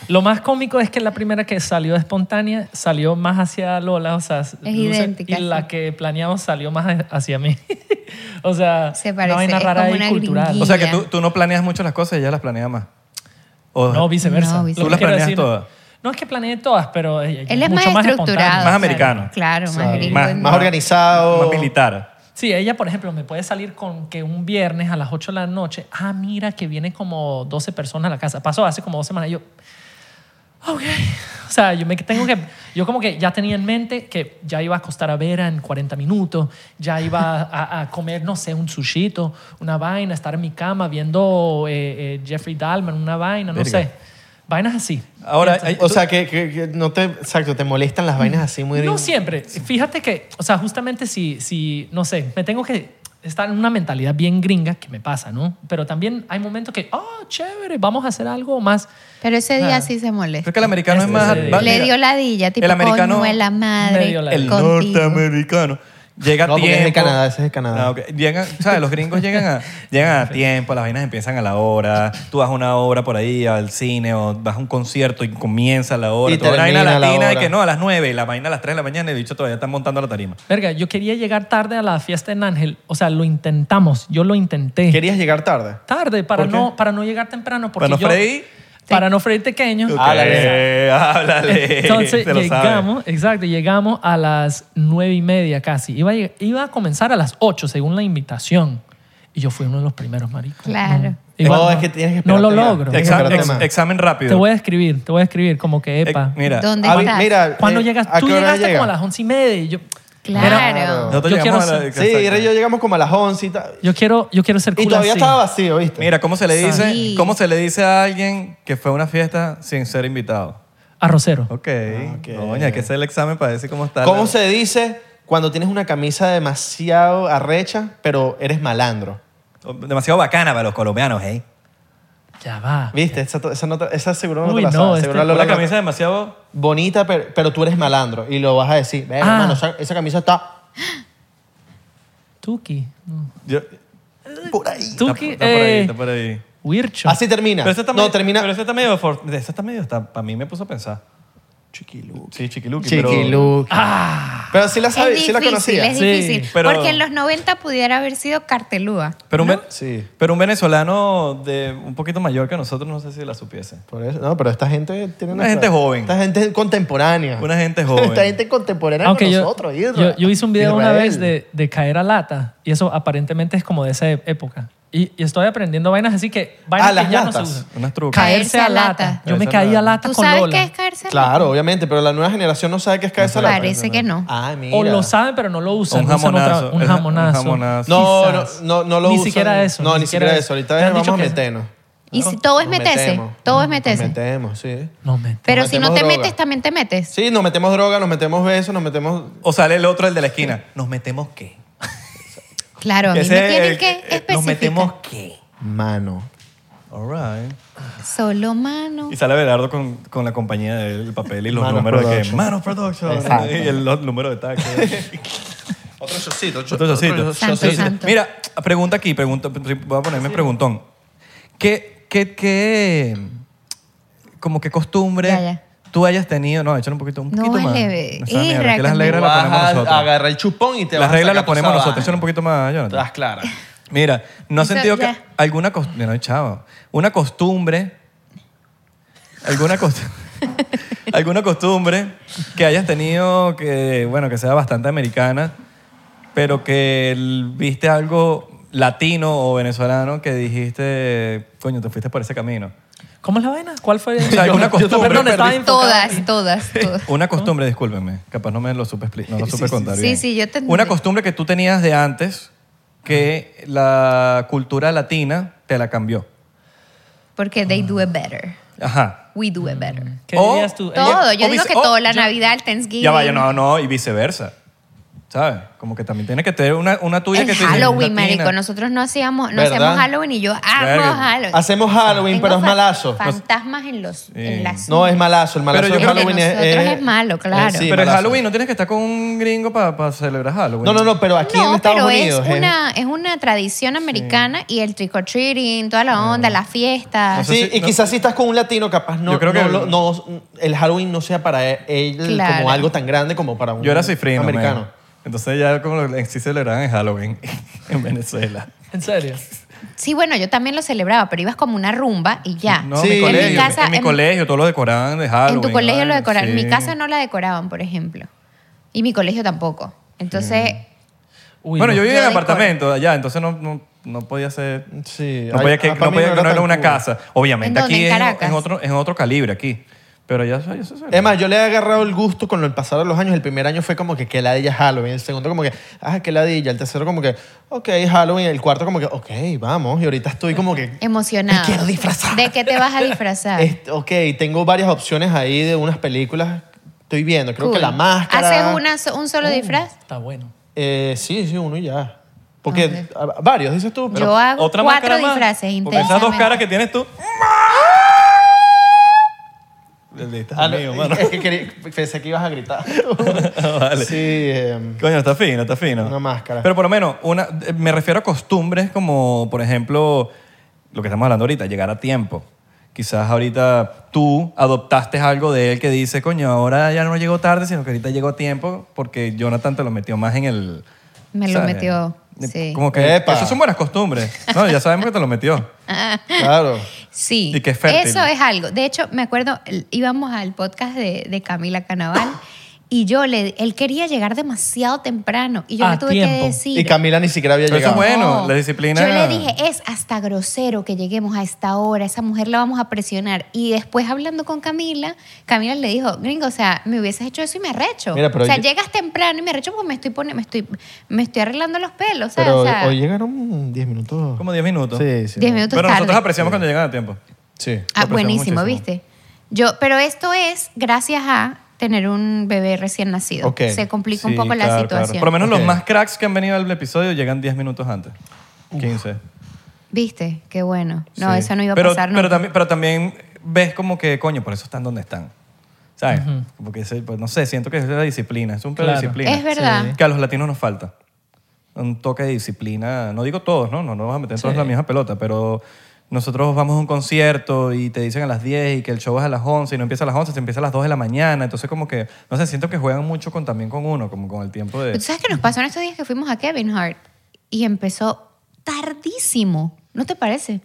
Speaker 4: Lo más cómico es que la primera que salió espontánea salió más hacia Lola, o sea, luce-
Speaker 1: idéntica,
Speaker 4: y la
Speaker 1: sí.
Speaker 4: que planeamos salió más hacia mí. o sea,
Speaker 1: Se
Speaker 4: una
Speaker 1: parece,
Speaker 4: vaina
Speaker 1: es
Speaker 4: rara
Speaker 1: como
Speaker 4: ahí
Speaker 1: una
Speaker 4: cultural.
Speaker 1: gringuilla.
Speaker 3: O sea que
Speaker 1: Ya.
Speaker 3: tú, tú no planeas mucho las cosas y ella las planea más. O-
Speaker 4: no, viceversa.
Speaker 1: No, viceversa.
Speaker 4: Lo que
Speaker 3: Tú las
Speaker 4: quiero
Speaker 3: planeas
Speaker 4: decir-
Speaker 3: todas.
Speaker 4: No es que planeé todas, pero ella- ella
Speaker 1: Él es
Speaker 4: mucho
Speaker 1: más estructurado.
Speaker 4: espontánea.
Speaker 3: Más americano.
Speaker 1: Claro,
Speaker 2: O sea,
Speaker 1: más gringo.
Speaker 3: más-
Speaker 1: y-
Speaker 2: Más organizado.
Speaker 3: más militar.
Speaker 4: Sí, ella, por ejemplo, me puede salir con que un viernes a las 8 de la noche, ah, mira que vienen como 12 personas a la casa. Pasó hace como dos semanas. y Yo, ok. O sea, yo me tengo que. Yo como que ya tenía en mente que ya iba a acostar a Vera en 40 minutos, ya iba a, a comer, no sé, un sushito, una vaina, estar en mi cama viendo eh, eh, Jeffrey Dahmer, una vaina, no
Speaker 3: Verga.
Speaker 4: sé. Vainas así.
Speaker 3: Ahora, hay-
Speaker 2: O sea, que, que- que no te. Exacto, te molestan las vainas así muy.
Speaker 4: No siempre. Fíjate que, o sea, justamente si, si, no sé, me tengo que estar en una mentalidad bien gringa que me pasa, ¿no? Pero también hay momentos que, oh, chévere, vamos a hacer algo más.
Speaker 1: Pero ese día
Speaker 4: Ah.
Speaker 1: sí se
Speaker 3: creo
Speaker 1: molesta.
Speaker 3: que el americano es más...
Speaker 4: Este,
Speaker 3: va-
Speaker 1: Le
Speaker 3: mira,
Speaker 1: dio ladilla, tipo,
Speaker 3: el americano-
Speaker 1: coño, de la
Speaker 4: Me
Speaker 1: madre.
Speaker 4: dio ladilla.
Speaker 3: El
Speaker 1: contigo.
Speaker 3: norteamericano. Llega a
Speaker 2: No, porque
Speaker 3: tiempo.
Speaker 2: es de Canadá, ese es de Canadá.
Speaker 3: Ah, ok. Llegan, ¿sabes? Los gringos llegan a, llegan a tiempo, las vainas empiezan a la hora. Tú vas a una hora por ahí al cine o vas a un concierto y comienza a la hora.
Speaker 2: Y
Speaker 3: Tú vas a una vaina
Speaker 2: termina a la
Speaker 3: latina y
Speaker 2: hora.
Speaker 3: que no, a las 9, la vaina a las 3 de la mañana y el bicho todavía están montando la tarima.
Speaker 4: Verga, yo quería llegar tarde a la fiesta en Ángel. O sea, lo intentamos. Yo lo intenté.
Speaker 2: ¿Querías llegar tarde?
Speaker 4: tarde para
Speaker 3: ¿Por qué?
Speaker 4: no, para no llegar temprano. Porque
Speaker 3: ¿Para no
Speaker 4: yo-
Speaker 3: freír?
Speaker 4: Para no freír pequeño.
Speaker 3: Ok,
Speaker 2: Háblale.
Speaker 3: háblale.
Speaker 4: Ah, Entonces
Speaker 3: Se lo sabe.
Speaker 4: llegamos, exacto, llegamos a las nueve y media casi. Iba a, lleg- iba a comenzar a las ocho según la invitación. Y yo fui uno de los primeros maricos.
Speaker 1: Claro.
Speaker 2: No, es que tienes que
Speaker 4: No lo
Speaker 2: esperarte,
Speaker 4: logro.
Speaker 2: ya.
Speaker 3: Exa-
Speaker 2: Espérate
Speaker 3: ex-
Speaker 2: más.
Speaker 3: examen
Speaker 4: Te
Speaker 3: rápido.
Speaker 4: voy a escribir, te voy a escribir como que,
Speaker 3: Eh,
Speaker 4: evi- epa.
Speaker 3: Mira,
Speaker 1: ¿Dónde
Speaker 2: Avi-
Speaker 1: estás?
Speaker 2: mira,
Speaker 4: ¿Cuándo
Speaker 2: eh,
Speaker 4: llegas?
Speaker 2: ¿a
Speaker 4: Tú
Speaker 2: qué hora
Speaker 4: llegaste
Speaker 2: llega?
Speaker 4: como a las once y media. y yo,
Speaker 1: Claro.
Speaker 3: Nosotros
Speaker 4: Yo
Speaker 3: llegamos
Speaker 4: quiero
Speaker 3: a la-
Speaker 2: Sí,
Speaker 3: exacto.
Speaker 2: yo llegamos como a las 11 y tal.
Speaker 4: yo quiero, yo quiero ser
Speaker 2: Y
Speaker 4: cool
Speaker 2: todavía
Speaker 4: así.
Speaker 2: estaba vacío, ¿viste?
Speaker 3: Mira, ¿cómo se le dice,
Speaker 1: Sí.
Speaker 3: cómo se le dice a alguien que fue a una fiesta sin ser invitado?
Speaker 4: Arrocero.
Speaker 3: Ah, Ok.
Speaker 2: ok.
Speaker 3: Coño, hay que hacer el examen para decir cómo está.
Speaker 2: ¿Cómo
Speaker 3: la-
Speaker 2: se dice cuando tienes una camisa demasiado arrecha, pero eres malandro?
Speaker 3: Oh, Demasiado bacana para los colombianos, ¿eh?
Speaker 4: Ya va.
Speaker 2: ¿Viste? Esa, esa, no te- esa seguro no
Speaker 4: Uy,
Speaker 2: te la
Speaker 4: no,
Speaker 2: sabes.
Speaker 4: este-
Speaker 2: seguro la-
Speaker 3: Una
Speaker 2: la-
Speaker 3: camisa demasiado...
Speaker 2: bonita, pero, pero tú eres malandro. Y lo vas a decir. Ven,
Speaker 4: Ah.
Speaker 2: hermano, esa, esa camisa está
Speaker 4: Tuki. no.
Speaker 3: Yo-
Speaker 2: por ahí.
Speaker 3: está,
Speaker 4: Tuki.
Speaker 3: está por ahí,
Speaker 4: eh,
Speaker 3: está por ahí.
Speaker 4: Wircho.
Speaker 2: Así termina.
Speaker 3: Pero eso está
Speaker 2: no,
Speaker 3: medio,
Speaker 2: termina.
Speaker 3: Pero eso está medio... for- eso está medio... Para mí me puso a pensar.
Speaker 2: Chiquiluki.
Speaker 3: Sí, chiquiluki. pero-
Speaker 2: Chiquiluki.
Speaker 4: Ah.
Speaker 2: Pero sí la sabía,
Speaker 1: es
Speaker 2: sí la
Speaker 1: difícil,
Speaker 2: conocía.
Speaker 1: Es
Speaker 3: Sí,
Speaker 1: difícil.
Speaker 3: pero-
Speaker 1: Porque en los 90 pudiera haber sido Cartelúa.
Speaker 3: Pero un,
Speaker 2: ¿No?
Speaker 3: ve-
Speaker 2: Sí.
Speaker 3: pero un venezolano de un poquito mayor que nosotros no sé si la supiese.
Speaker 2: Por eso, no, pero esta gente tiene
Speaker 3: Una gente joven.
Speaker 2: Esta gente es contemporánea.
Speaker 3: Una gente joven.
Speaker 2: Esta gente contemporánea
Speaker 4: Aunque
Speaker 2: con
Speaker 4: yo,
Speaker 2: nosotros. Isra-
Speaker 4: yo, yo hice un video una
Speaker 2: Israel.
Speaker 4: vez de, de caer a lata y eso aparentemente es como de esa e- época. Y, y estoy aprendiendo vainas así que vainas
Speaker 2: Ah, las
Speaker 4: que ya no
Speaker 2: latas.
Speaker 4: se usan.
Speaker 3: Unas trucas.
Speaker 4: Caerse a lata. Yo me
Speaker 3: Caerse a
Speaker 4: caí a lata
Speaker 1: ¿Tú
Speaker 4: con
Speaker 1: sabes
Speaker 4: Lola.
Speaker 1: qué es caerse a lata?
Speaker 2: Claro, obviamente, pero la nueva generación no sabe qué es cabeza lata.
Speaker 1: Parece que no.
Speaker 2: Ah, mira.
Speaker 4: O lo saben, pero no lo
Speaker 3: Un
Speaker 4: usan. usan otra-
Speaker 3: jamonazo.
Speaker 4: un
Speaker 3: Es-
Speaker 4: jamonazo.
Speaker 3: un jamonazo.
Speaker 2: No, no,
Speaker 4: Quizás.
Speaker 2: no, no lo
Speaker 4: Ni
Speaker 2: usan.
Speaker 4: siquiera eso.
Speaker 2: No, ni siquiera eso.
Speaker 4: Me
Speaker 2: Ahorita
Speaker 4: han dicho
Speaker 2: vamos a
Speaker 4: que-
Speaker 2: meternos.
Speaker 1: Y si todo es
Speaker 2: Nos
Speaker 1: meterse,
Speaker 2: metemos.
Speaker 1: todo es
Speaker 2: Nos
Speaker 1: meterse.
Speaker 2: metemos, sí.
Speaker 4: No, mentira.
Speaker 1: Pero si no
Speaker 2: metemos
Speaker 1: te
Speaker 2: droga.
Speaker 1: metes, también te metes.
Speaker 2: Sí, nos metemos droga, nos metemos besos, nos metemos...
Speaker 3: O sale el otro, el de la esquina. ¿Nos metemos qué?
Speaker 1: Claro, a mí
Speaker 3: Ese
Speaker 1: me
Speaker 3: es
Speaker 1: tienen
Speaker 3: el-
Speaker 1: que
Speaker 3: eh, ¿Nos metemos
Speaker 1: especificar.
Speaker 3: qué?
Speaker 2: Mano.
Speaker 3: All right.
Speaker 1: Solo mano.
Speaker 3: Y sale Belardo con, con la compañía del papel y los
Speaker 2: Manos
Speaker 3: números de que
Speaker 2: Production.
Speaker 3: Manos Production.
Speaker 2: Exacto.
Speaker 3: Y el lo- número de taxi.
Speaker 2: Otro showcito.
Speaker 3: Otro chocito.
Speaker 1: Santo,
Speaker 3: Entonces,
Speaker 1: santo.
Speaker 3: Mira, pregunta aquí, pregunta, voy a ponerme preguntón. ¿Qué, qué, qué, como que costumbre
Speaker 1: Ya, ya.
Speaker 3: tú hayas tenido? No, échale un poquito, un
Speaker 1: No,
Speaker 3: poquito más.
Speaker 1: vale,
Speaker 3: Esa mierda,
Speaker 1: irra,
Speaker 3: que las
Speaker 1: que
Speaker 3: reglas las ponemos nosotros.
Speaker 2: Agarra el chupón y te vas
Speaker 3: Las
Speaker 2: a
Speaker 3: reglas
Speaker 2: sacar
Speaker 3: las
Speaker 2: tu
Speaker 3: ponemos
Speaker 2: sabana.
Speaker 3: nosotros. Échale un poquito más, Jonathan.
Speaker 2: Estás clara.
Speaker 3: Mira, ¿no has
Speaker 1: Eso
Speaker 3: sentido que
Speaker 1: ya.
Speaker 3: alguna costumbre, no, chavo, una costumbre, alguna costumbre, alguna costumbre que hayas tenido que, bueno, que sea bastante americana, pero que el- viste algo latino o venezolano que dijiste, coño, te fuiste por ese camino?
Speaker 4: ¿Cómo es la vaina? ¿Cuál fue?
Speaker 3: sea, alguna costumbre.
Speaker 4: Perdón, estaba
Speaker 3: Perdí.
Speaker 4: enfocado
Speaker 1: Todas,
Speaker 4: aquí.
Speaker 1: todas, todas.
Speaker 3: Una costumbre, discúlpenme, capaz no me lo supe, expli- no lo supe contar
Speaker 1: sí.
Speaker 3: bien.
Speaker 1: Sí, sí, yo te entendí.
Speaker 3: Una costumbre que tú tenías de antes que la cultura latina te la cambió.
Speaker 1: Porque they do it better.
Speaker 3: Ajá.
Speaker 1: We do it better.
Speaker 4: ¿Qué
Speaker 3: O-
Speaker 4: dirías tú?
Speaker 3: Ella-
Speaker 1: Todo.
Speaker 3: o
Speaker 1: Yo digo
Speaker 3: vice-
Speaker 1: que
Speaker 3: oh,
Speaker 1: todo. La
Speaker 3: yo-
Speaker 1: Navidad, el Thanksgiving.
Speaker 3: Ya vaya, no, no, y viceversa. ¿Sabes? Como que también tiene que tener una, una tuya
Speaker 1: El
Speaker 3: que te
Speaker 1: Halloween, marico. Nosotros no hacíamos, no
Speaker 2: ¿Verdad?
Speaker 1: hacíamos Halloween y yo amo
Speaker 3: Verga.
Speaker 1: Halloween.
Speaker 2: Hacemos Halloween,
Speaker 1: Tengo
Speaker 2: pero es
Speaker 1: fa-
Speaker 2: malazo. Pues
Speaker 1: Fantasmas en los, en las.
Speaker 2: No, es malazo. El malazo
Speaker 3: Pero
Speaker 2: de
Speaker 3: yo creo que
Speaker 2: Halloween es...
Speaker 1: nosotros es malo,
Speaker 2: eh,
Speaker 1: claro.
Speaker 2: sí,
Speaker 3: Pero el
Speaker 2: malazo.
Speaker 3: Halloween no tienes que estar con un gringo para celebrar Halloween.
Speaker 2: No, no, no, pero aquí
Speaker 1: No,
Speaker 2: en Estados
Speaker 1: pero
Speaker 2: Unidos... eh,
Speaker 1: es una, es una tradición americana y el trick or treating, toda la onda, las fiestas.
Speaker 3: No sé
Speaker 2: Sí,
Speaker 3: si-
Speaker 2: y quizás si estás con un latino, capaz no.
Speaker 3: Yo creo
Speaker 2: no
Speaker 3: que-
Speaker 2: lo- no- el Halloween no sea para él
Speaker 1: Claro.
Speaker 2: como algo tan grande como para un
Speaker 3: Yo era cifrino. man.
Speaker 2: americano.
Speaker 3: Entonces ya como lo- sí celebraban en Halloween en Venezuela.
Speaker 4: ¿En serio?
Speaker 1: Sí, bueno, yo también lo celebraba, pero ibas como una rumba y ya.
Speaker 3: No,
Speaker 2: Sí.
Speaker 3: mi
Speaker 2: En mi
Speaker 3: colegio. En mi,
Speaker 1: casa- en-
Speaker 3: colegio, todos lo decoraban de Halloween.
Speaker 1: en tu colegio lo
Speaker 3: ¿vale?
Speaker 1: decoraban. En
Speaker 3: Sí.
Speaker 1: mi casa no la decoraban, por ejemplo. Y mi colegio tampoco. Entonces,
Speaker 4: Uy,
Speaker 3: bueno,
Speaker 4: no.
Speaker 3: yo vivía
Speaker 1: Yo
Speaker 3: en
Speaker 1: decoro.
Speaker 3: apartamento allá, entonces no, no, no podía ser...
Speaker 2: Sí,
Speaker 3: No
Speaker 2: ay,
Speaker 3: podía que
Speaker 2: ah,
Speaker 3: no,
Speaker 2: para mí
Speaker 3: podía
Speaker 2: no
Speaker 3: que
Speaker 2: era
Speaker 3: no era
Speaker 2: tan
Speaker 3: una
Speaker 2: cool.
Speaker 3: casa. Obviamente
Speaker 1: ¿En dónde?
Speaker 3: aquí
Speaker 1: ¿En
Speaker 3: es,
Speaker 1: Caracas?
Speaker 3: es otro, es otro calibre aquí. Pero ya, ya se celebra.
Speaker 2: Es más, yo le he agarrado el gusto con el pasar de los años. El primer año fue como que qué ladilla es Halloween. El segundo como que, ah, qué ladilla. El tercero como que, ok, Halloween. El cuarto como que, ok, vamos. Y ahorita estoy como que,
Speaker 1: emocionado.
Speaker 2: Me quiero disfrazar.
Speaker 1: ¿De qué te vas a disfrazar?
Speaker 2: este, ok, tengo varias opciones ahí de unas películas. Estoy viendo, creo que
Speaker 1: Cool.
Speaker 2: la máscara. Uh.
Speaker 1: ¿Haces una so- un solo disfraz?
Speaker 4: Está bueno.
Speaker 2: Eh, sí, sí, uno y ya. Porque a- varios, dices tú. pero-
Speaker 1: Yo hago
Speaker 3: Otra
Speaker 1: cuatro
Speaker 3: máscara más.
Speaker 1: disfraces
Speaker 3: Porque esas dos
Speaker 1: intensamente.
Speaker 3: caras que tienes tú. El de estas
Speaker 2: Ah, no,
Speaker 3: mío, mano. Ah,
Speaker 2: Es que quería- pensé que ibas a gritar.
Speaker 3: Vale.
Speaker 2: Sí, eh,
Speaker 3: Coño, está fino, está fino.
Speaker 2: Una máscara.
Speaker 3: Pero por lo menos, una, eh, me refiero a costumbres como, por ejemplo, lo que estamos hablando ahorita, llegar a tiempo. Quizás ahorita tú adoptaste algo de él que dice, coño, ahora ya no llegó tarde, sino que ahorita llegó a tiempo porque Jonathan te lo metió más en el... Eh,
Speaker 1: Me lo metió, sí.
Speaker 3: Como que
Speaker 2: Epa.
Speaker 3: esas son buenas costumbres. No, ya sabemos que te lo metió.
Speaker 2: claro.
Speaker 1: Sí.
Speaker 3: Y que es fértil.
Speaker 1: Eso es algo. De hecho, me acuerdo, el- íbamos al podcast de, de Camila Canaval y yo le. Él quería llegar demasiado temprano y yo
Speaker 4: A
Speaker 1: le tuve
Speaker 4: tiempo.
Speaker 1: que decir.
Speaker 2: Y Camila ni siquiera había
Speaker 3: Pero eso
Speaker 2: llegado.
Speaker 3: es Bueno, la disciplina-
Speaker 1: Yo le dije, es hasta grosero que lleguemos a esta hora, esa mujer la vamos a presionar. Y después hablando con Camila, Camila le dijo, gringo, o sea, me hubieses hecho eso y me arrecho.
Speaker 2: Mira, pero
Speaker 1: o sea,
Speaker 2: yo-
Speaker 1: llegas temprano y me arrecho porque me estoy, poni- me estoy, me estoy arreglando los pelos. ¿sabes?
Speaker 2: Pero
Speaker 1: o sea,
Speaker 2: hoy llegaron 10 minutos.
Speaker 3: Como 10 minutos.
Speaker 2: Sí, sí.
Speaker 1: Diez minutos
Speaker 3: Pero nosotros
Speaker 1: tarde.
Speaker 3: apreciamos cuando llegan a tiempo.
Speaker 2: Sí.
Speaker 1: Ah,
Speaker 3: Lo apreciamos
Speaker 1: buenísimo,
Speaker 3: muchísimo.
Speaker 1: ¿viste? Yo, pero esto es gracias a tener un bebé recién nacido.
Speaker 2: Ok,
Speaker 1: Se complica
Speaker 3: Sí,
Speaker 1: un poco la
Speaker 3: claro,
Speaker 1: situación.
Speaker 3: claro. Por lo menos
Speaker 2: Ok.
Speaker 3: los más cracks que han venido al episodio llegan 10 minutos antes. 15.
Speaker 1: ¿Viste? Qué bueno. No,
Speaker 2: Sí.
Speaker 1: eso no iba a
Speaker 3: pero,
Speaker 1: pasar
Speaker 3: pero,
Speaker 1: nunca.
Speaker 3: también, pero también ves como que, coño, por eso están donde están. ¿Sabes? Como que, ese- pues, no sé, siento que es la disciplina. Es un pedo de
Speaker 4: Claro.
Speaker 3: disciplina.
Speaker 1: Es verdad. Sí.
Speaker 3: Que a los latinos nos falta. Un toque de disciplina. No digo todos, ¿no? No nos vamos a meter todos en la misma pelota, pero nosotros vamos a un concierto y te dicen a las 10 y que el show es a las 11 y no empieza a las 11, se empieza a las 2 de la mañana. Entonces, como que, no sé, siento que juegan mucho con, también con uno, como con el tiempo
Speaker 1: Pero
Speaker 3: de.
Speaker 1: ¿Tú sabes qué nos pasó en estos días que fuimos a Kevin Hart? Y empezó tardísimo. ¿No te parece?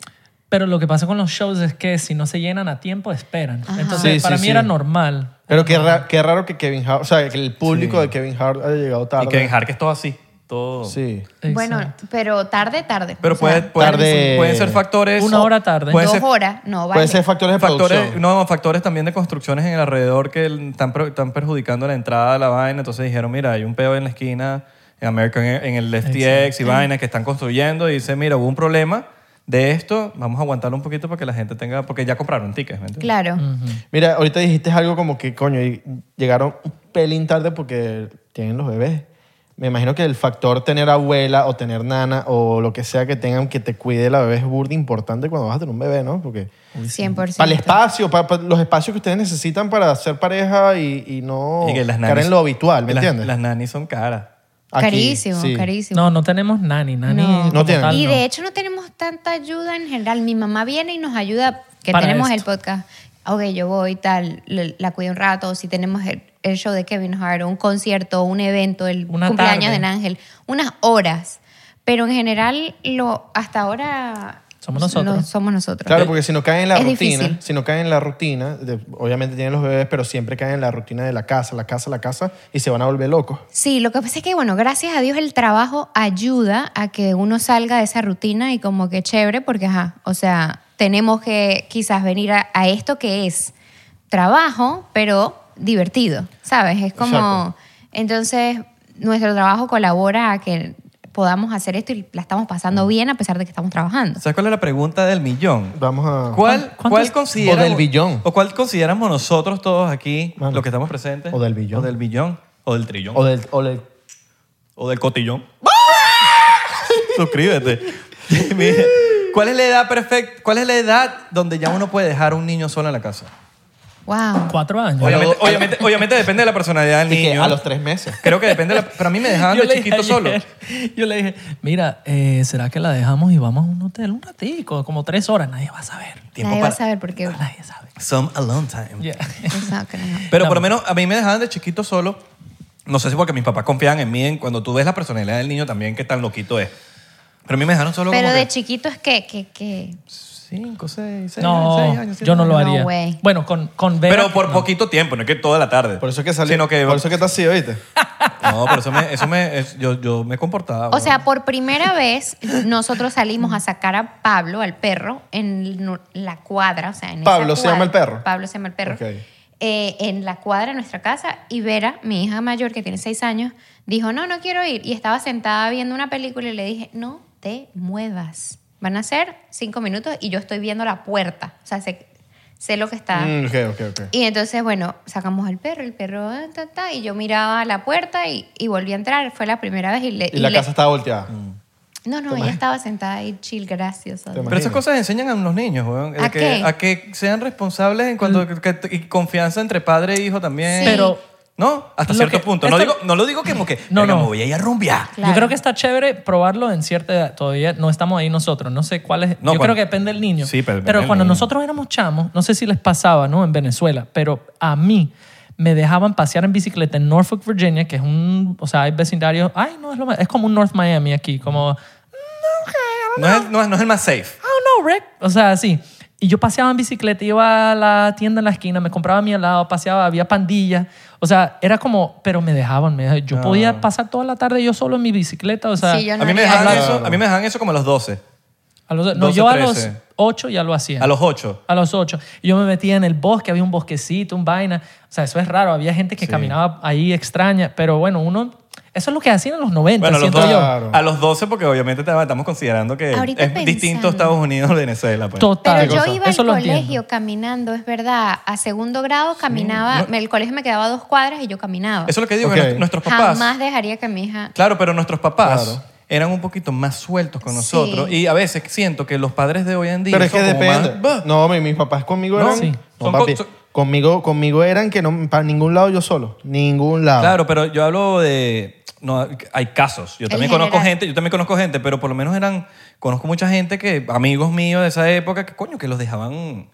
Speaker 4: Pero lo que pasa con los shows es que si no se llenan a tiempo, esperan.
Speaker 1: Ajá.
Speaker 4: Entonces,
Speaker 2: Sí, sí,
Speaker 4: para mí
Speaker 2: sí.
Speaker 4: era normal.
Speaker 2: Pero qué, ra- qué raro que Kevin Hart, o sea, que el público de Kevin Hart haya llegado tarde.
Speaker 3: Y que en que es todo así, todo.
Speaker 2: Sí.
Speaker 1: Bueno,
Speaker 4: Exacto.
Speaker 1: pero tarde, tarde.
Speaker 3: Pero
Speaker 1: O sea,
Speaker 3: puede, puede-
Speaker 2: tarde-
Speaker 3: pueden ser factores.
Speaker 4: Una hora tarde.
Speaker 3: pueden
Speaker 1: dos
Speaker 3: ser-
Speaker 1: horas, no, vale.
Speaker 2: Pueden ser factores de
Speaker 3: factores,
Speaker 2: producción.
Speaker 3: no, factores también de construcciones en el alrededor que el- están, pro- están perjudicando la entrada a la vaina. Entonces dijeron, mira, hay un peo en la esquina en American Air- en el FTX y vaina que están construyendo. Y dice, mira, hubo un problema de esto, vamos a aguantarlo un poquito para que la gente tenga, porque ya compraron tickets, ¿me entiendes?
Speaker 1: Claro.
Speaker 2: Mira, ahorita dijiste algo como que, coño, y llegaron un pelín tarde porque tienen los bebés. Me imagino que el factor tener abuela o tener nana o lo que sea que tengan que te cuide la bebé es burda importante cuando vas a tener un bebé, ¿no? Porque
Speaker 1: 100%.
Speaker 2: para el espacio, para, para los espacios que ustedes necesitan para ser pareja y, y no
Speaker 3: Y que las
Speaker 2: caer
Speaker 3: nanis-
Speaker 2: en Oh, lo habitual, ¿me
Speaker 3: las-
Speaker 2: entiendes?
Speaker 3: Las nanis son caras.
Speaker 2: Aquí,
Speaker 1: carísimo,
Speaker 2: sí.
Speaker 1: carísimo.
Speaker 4: No, no tenemos nani. Nani
Speaker 1: No. No
Speaker 4: como
Speaker 2: tienen.
Speaker 4: tal,
Speaker 1: y
Speaker 4: no.
Speaker 1: de hecho no tenemos tanta ayuda en general. Mi mamá viene y nos ayuda, que
Speaker 4: Para
Speaker 1: tenemos
Speaker 4: esto.
Speaker 1: el podcast. Ok, yo voy, tal, le- la cuido un rato. o Si tenemos el, el show de Kevin Hart, un concierto, un evento, el
Speaker 4: Una
Speaker 1: cumpleaños
Speaker 4: tarde.
Speaker 1: de Ángel, unas horas. Pero en general, lo, hasta ahora...
Speaker 4: Somos nosotros.
Speaker 1: no, somos nosotros.
Speaker 2: Claro, porque si no caen en la
Speaker 1: Es
Speaker 2: rutina,
Speaker 1: difícil.
Speaker 2: si no caen en la rutina, de- obviamente tienen los bebés, pero siempre caen en la rutina de la casa, la casa, la casa y se van a volver locos.
Speaker 1: Sí, lo que pasa es que, bueno, gracias a Dios el trabajo ayuda a que uno salga de esa rutina y como que chévere, porque, ajá, o sea, tenemos que quizás venir a, a esto que es trabajo, pero divertido, ¿sabes? Es como...
Speaker 2: Exacto.
Speaker 1: Entonces, nuestro trabajo colabora a que podamos hacer esto y la estamos
Speaker 3: Mm.
Speaker 1: pasando bien a pesar de que estamos trabajando.
Speaker 3: ¿Sabes cuál es la pregunta del millón?
Speaker 2: Vamos a
Speaker 3: ¿Cuál,
Speaker 4: ¿Cuántos-
Speaker 3: cuál consideramos-
Speaker 2: O del billón.
Speaker 3: ¿O cuál consideramos nosotros todos aquí,
Speaker 2: Mano.
Speaker 3: los que estamos presentes?
Speaker 2: O del billón.
Speaker 3: O del billón. O del trillón.
Speaker 2: o del o del
Speaker 3: O del cotillón. Suscríbete. Mira, ¿Cuál es la edad perfecta? ¿Cuál es la edad donde ya uno puede dejar a un niño solo en la casa?
Speaker 1: ¡Wow!
Speaker 4: Cuatro años.
Speaker 3: Obviamente, obviamente, obviamente depende de la personalidad del
Speaker 2: y que
Speaker 3: niño.
Speaker 2: a los tres meses.
Speaker 3: Creo que depende de la. Para mí me dejaban de
Speaker 4: le dije
Speaker 3: chiquito solo.
Speaker 4: ayer, Yo le dije, mira, eh, ¿será que la dejamos y vamos a un hotel un ratico? Como tres horas, nadie va a saber. Ah,
Speaker 1: Nadie va a saber por qué.
Speaker 4: Nadie sabe.
Speaker 3: Some alone time.
Speaker 4: Yeah.
Speaker 1: Exacto, no.
Speaker 3: Pero por lo menos a mí me dejaban de chiquito solo. No sé si porque mis papás confían en mí, en cuando tú ves la personalidad del niño también, qué tan loquito es. Pero a mí me dejaron solo
Speaker 1: Pero
Speaker 3: como
Speaker 1: de
Speaker 3: que
Speaker 1: chiquito es que... que, que
Speaker 3: cinco, seis, seis, seis
Speaker 4: No,
Speaker 3: años. siete
Speaker 4: yo no lo
Speaker 1: No,
Speaker 4: haría.
Speaker 1: güey.
Speaker 4: bueno, con, con Vera-
Speaker 3: Pero por poquito tiempo, no es que toda la tarde.
Speaker 2: Por eso es que salió.
Speaker 3: Sino que,
Speaker 2: por eso es que está así, ¿oíste?
Speaker 3: No, pero eso me, eso me, es- yo, yo me comportaba.
Speaker 1: O
Speaker 3: bueno.
Speaker 1: sea, por primera vez nosotros salimos a sacar a Pablo, al perro, en nu- la cuadra. O sea, en esa
Speaker 2: Pablo se
Speaker 1: cuadra.
Speaker 2: llama el perro.
Speaker 1: Pablo se llama el perro.
Speaker 2: Ok.
Speaker 1: Eh, en la cuadra de nuestra casa y Vera, mi hija mayor que tiene seis años, dijo, no, no quiero ir. Y estaba sentada viendo una película y le dije, no te muevas. Van a ser cinco minutos y yo estoy viendo la puerta. O sea, sé, sé lo que está...
Speaker 2: Mm, ok, ok, ok.
Speaker 1: Y entonces, bueno, sacamos al perro, el perro, ah, ta, ta, y yo miraba la puerta y, y volví a entrar. Fue la primera vez y le...
Speaker 2: Y la
Speaker 1: le-
Speaker 2: casa estaba volteada.
Speaker 1: no, no, ella estaba sentada ahí chill, graciosa.
Speaker 2: Te
Speaker 3: Mm. pero
Speaker 2: imagino.
Speaker 3: esas cosas enseñan a los niños, weón.
Speaker 1: ¿A
Speaker 3: que,
Speaker 1: qué?
Speaker 3: a que sean responsables en cuanto que- que- y confianza entre padre e hijo también.
Speaker 1: Sí.
Speaker 4: Pero
Speaker 3: ¿No? Hasta
Speaker 4: Lo
Speaker 3: cierto
Speaker 4: que-
Speaker 3: punto. No,
Speaker 4: esto-
Speaker 3: digo, no lo digo como que,
Speaker 4: No,
Speaker 3: "Verga,
Speaker 4: no.
Speaker 3: me voy a ir a rumbear.
Speaker 1: Claro.
Speaker 4: yo creo que está chévere probarlo en cierta edad. Todavía no estamos ahí nosotros. No sé cuál es.
Speaker 3: No,
Speaker 4: yo
Speaker 3: cuando-
Speaker 4: creo que depende del niño.
Speaker 3: Sí, pero depende del
Speaker 4: cuando
Speaker 3: niño.
Speaker 4: nosotros éramos chamos, no sé si les pasaba, ¿no? En Venezuela, pero a mí me dejaban pasear en bicicleta en Norfolk, Virginia, que es un. O sea, hay vecindarios. Ay, no, es lo más. Es como un North Miami aquí, como.
Speaker 3: No es, no es- no es el más safe.
Speaker 4: I don't know, Rick. O sea, sí. Y yo paseaba en bicicleta, iba a la tienda en la esquina, me compraba mi helado, paseaba, había pandillas. O sea, era como, pero me dejaban. me
Speaker 3: Ah.
Speaker 4: dejaban. Yo podía pasar toda la tarde yo solo en mi bicicleta. O sea,
Speaker 1: Sí, yo
Speaker 3: a, mí me
Speaker 1: haría
Speaker 3: dejaban
Speaker 1: eso.
Speaker 3: eso, a mí me dejaban eso como a los 12,
Speaker 4: a los- no,
Speaker 3: 12,
Speaker 4: yo a
Speaker 3: 13.
Speaker 4: los 8 ya lo hacía.
Speaker 3: a los 8.
Speaker 4: A los 8. Y yo me metía en el bosque, había un bosquecito, un vaina. O sea, eso es raro. Había gente que caminaba ahí extraña. Pero bueno, uno. Eso es lo que hacían en los 90,
Speaker 3: Bueno, a los,
Speaker 4: siento
Speaker 3: 12,
Speaker 4: yo.
Speaker 2: Claro.
Speaker 3: a los 12 porque obviamente te- estamos considerando que
Speaker 1: Ahorita
Speaker 3: es distinto
Speaker 1: pensando.
Speaker 3: Estados Unidos de Venezuela. Pues.
Speaker 4: Total.
Speaker 1: Pero yo iba
Speaker 4: Eso
Speaker 1: al
Speaker 4: lo
Speaker 1: colegio
Speaker 4: entiendo.
Speaker 1: caminando, es verdad. A segundo grado caminaba, me- el colegio me quedaba a dos cuadras y yo caminaba.
Speaker 3: Eso es lo que digo,
Speaker 2: Ok.
Speaker 3: que nuestros- nuestros papás...
Speaker 1: Jamás dejaría que mi hija...
Speaker 3: Claro, pero nuestros papás
Speaker 2: Claro.
Speaker 3: eran un poquito más sueltos con
Speaker 1: Sí.
Speaker 3: nosotros y a veces siento que los padres de hoy en día
Speaker 2: Pero es
Speaker 3: son
Speaker 2: que
Speaker 3: como más-
Speaker 2: depende.
Speaker 3: Bah.
Speaker 2: No, mi- mis papás conmigo
Speaker 4: No,
Speaker 2: eran.
Speaker 4: sí.
Speaker 2: No,
Speaker 3: Son
Speaker 2: papi,
Speaker 3: con- son-
Speaker 2: conmigo, conmigo eran que no, para ningún lado yo solo. Ningún lado.
Speaker 3: Claro, pero yo hablo de no, hay casos. Yo también conozco
Speaker 1: general.
Speaker 3: gente, yo también conozco gente, pero por lo menos eran, conozco mucha gente que, amigos míos de esa época, que coño, que los dejaban...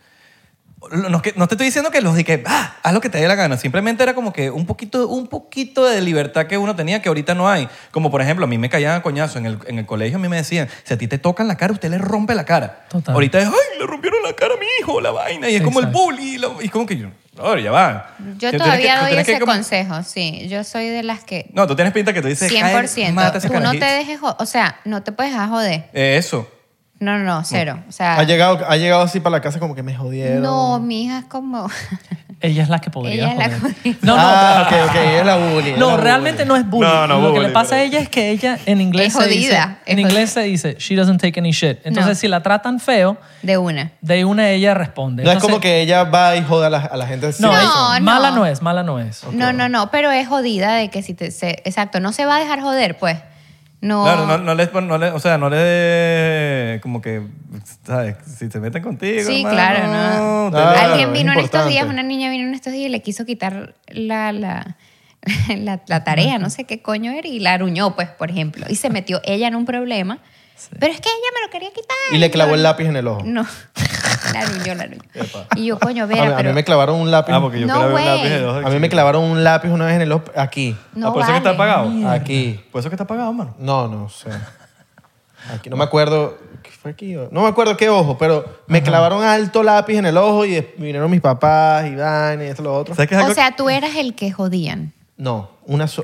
Speaker 3: No, es que- no te estoy diciendo que los de que, ah, haz lo que te dé la gana. Simplemente era como que un poquito, un poquito de libertad que uno tenía que ahorita no hay. Como por ejemplo, a mí me caían a coñazo en el, en el colegio, a mí me decían, si a ti te tocan la cara, usted le rompe la cara.
Speaker 4: Total.
Speaker 3: Ahorita es, ay, le rompieron la cara a mi hijo, la vaina, y es como el
Speaker 4: Exacto.
Speaker 3: bully, y, la- y como que yo, "Brother, ya va.
Speaker 1: Yo
Speaker 3: Tú tienes que- tú
Speaker 1: todavía doy
Speaker 3: tienes que
Speaker 1: ese
Speaker 3: como-
Speaker 1: consejo, sí. Yo soy de las que
Speaker 3: No, tú tienes pinta que tú dices, "Ay,
Speaker 1: 100%.
Speaker 3: mata ese
Speaker 1: Tú no te
Speaker 3: carajito".
Speaker 1: dejes, jo- o sea, no te puedes dejar joder.
Speaker 3: Eh, Eso.
Speaker 1: No, no, no, cero. O sea,
Speaker 2: Ha llegado, ha llegado así para la casa como que me jodieron.
Speaker 1: Ah. no, mi hija es como...
Speaker 4: Ella es la que podría.
Speaker 1: Ella es la
Speaker 4: joder.
Speaker 1: que-
Speaker 4: No, no.
Speaker 2: ah, ok, ok, es la bully. es la
Speaker 4: No,
Speaker 2: bully.
Speaker 4: realmente no es bullying.
Speaker 3: No, no,
Speaker 4: Lo que
Speaker 3: bullying,
Speaker 4: le pasa a
Speaker 3: pero-
Speaker 4: ella es que ella en inglés
Speaker 1: Es
Speaker 4: se dice-
Speaker 1: jodida, es
Speaker 4: en inglés se dice she doesn't take any shit.
Speaker 1: No.
Speaker 4: Entonces si la tratan feo,
Speaker 1: De una.
Speaker 4: de una ella responde.
Speaker 2: No es
Speaker 4: Entonces-
Speaker 2: como que ella va y jode a la, a la gente. así.
Speaker 4: no,
Speaker 1: No,
Speaker 4: es-
Speaker 1: no.
Speaker 4: mala no es, mala no es.
Speaker 1: No, no, no, pero es jodida de que si te... se- exacto, no se va a dejar joder, pues. No,
Speaker 3: Claro, no, no les, pon- no les- o sea, no les, como que, ¿sabes? Si se meten contigo,
Speaker 1: Sí,
Speaker 3: hermano,
Speaker 1: claro, no.
Speaker 3: te-
Speaker 2: Ah,
Speaker 1: Alguien
Speaker 2: es
Speaker 1: vino en estos
Speaker 2: importante.
Speaker 1: días, una niña vino en estos días y le quiso quitar la, la, la, la tarea, no sé qué coño era, y la aruñó, pues, por ejemplo. Y se metió ella en un problema. Pero es que ella me lo quería quitar.
Speaker 2: Y le clavó el lápiz en el ojo.
Speaker 1: No, la aruñó, la aruñó. Y yo, coño,
Speaker 2: A mí,
Speaker 1: Vera,
Speaker 2: a
Speaker 1: pero...
Speaker 2: mí me clavaron un lápiz.
Speaker 3: Ah, porque yo
Speaker 1: No
Speaker 3: claro
Speaker 1: way.
Speaker 2: a mí me clavaron un lápiz una vez en el ojo, aquí.
Speaker 1: No
Speaker 3: ah, por eso que está
Speaker 1: vale.
Speaker 3: apagado.
Speaker 2: Aquí.
Speaker 3: Por eso que está apagado, mano.
Speaker 2: No, no sé. Aquí no me acuerdo. ¿Qué fue aquí? No me acuerdo qué ojo, pero me clavaron alto lápiz en el ojo y des- vinieron mis papás, Iván y esto, lo otro.
Speaker 3: ¿Sabes qué es algo
Speaker 1: O sea, tú eras el que jodían.
Speaker 2: No, una so-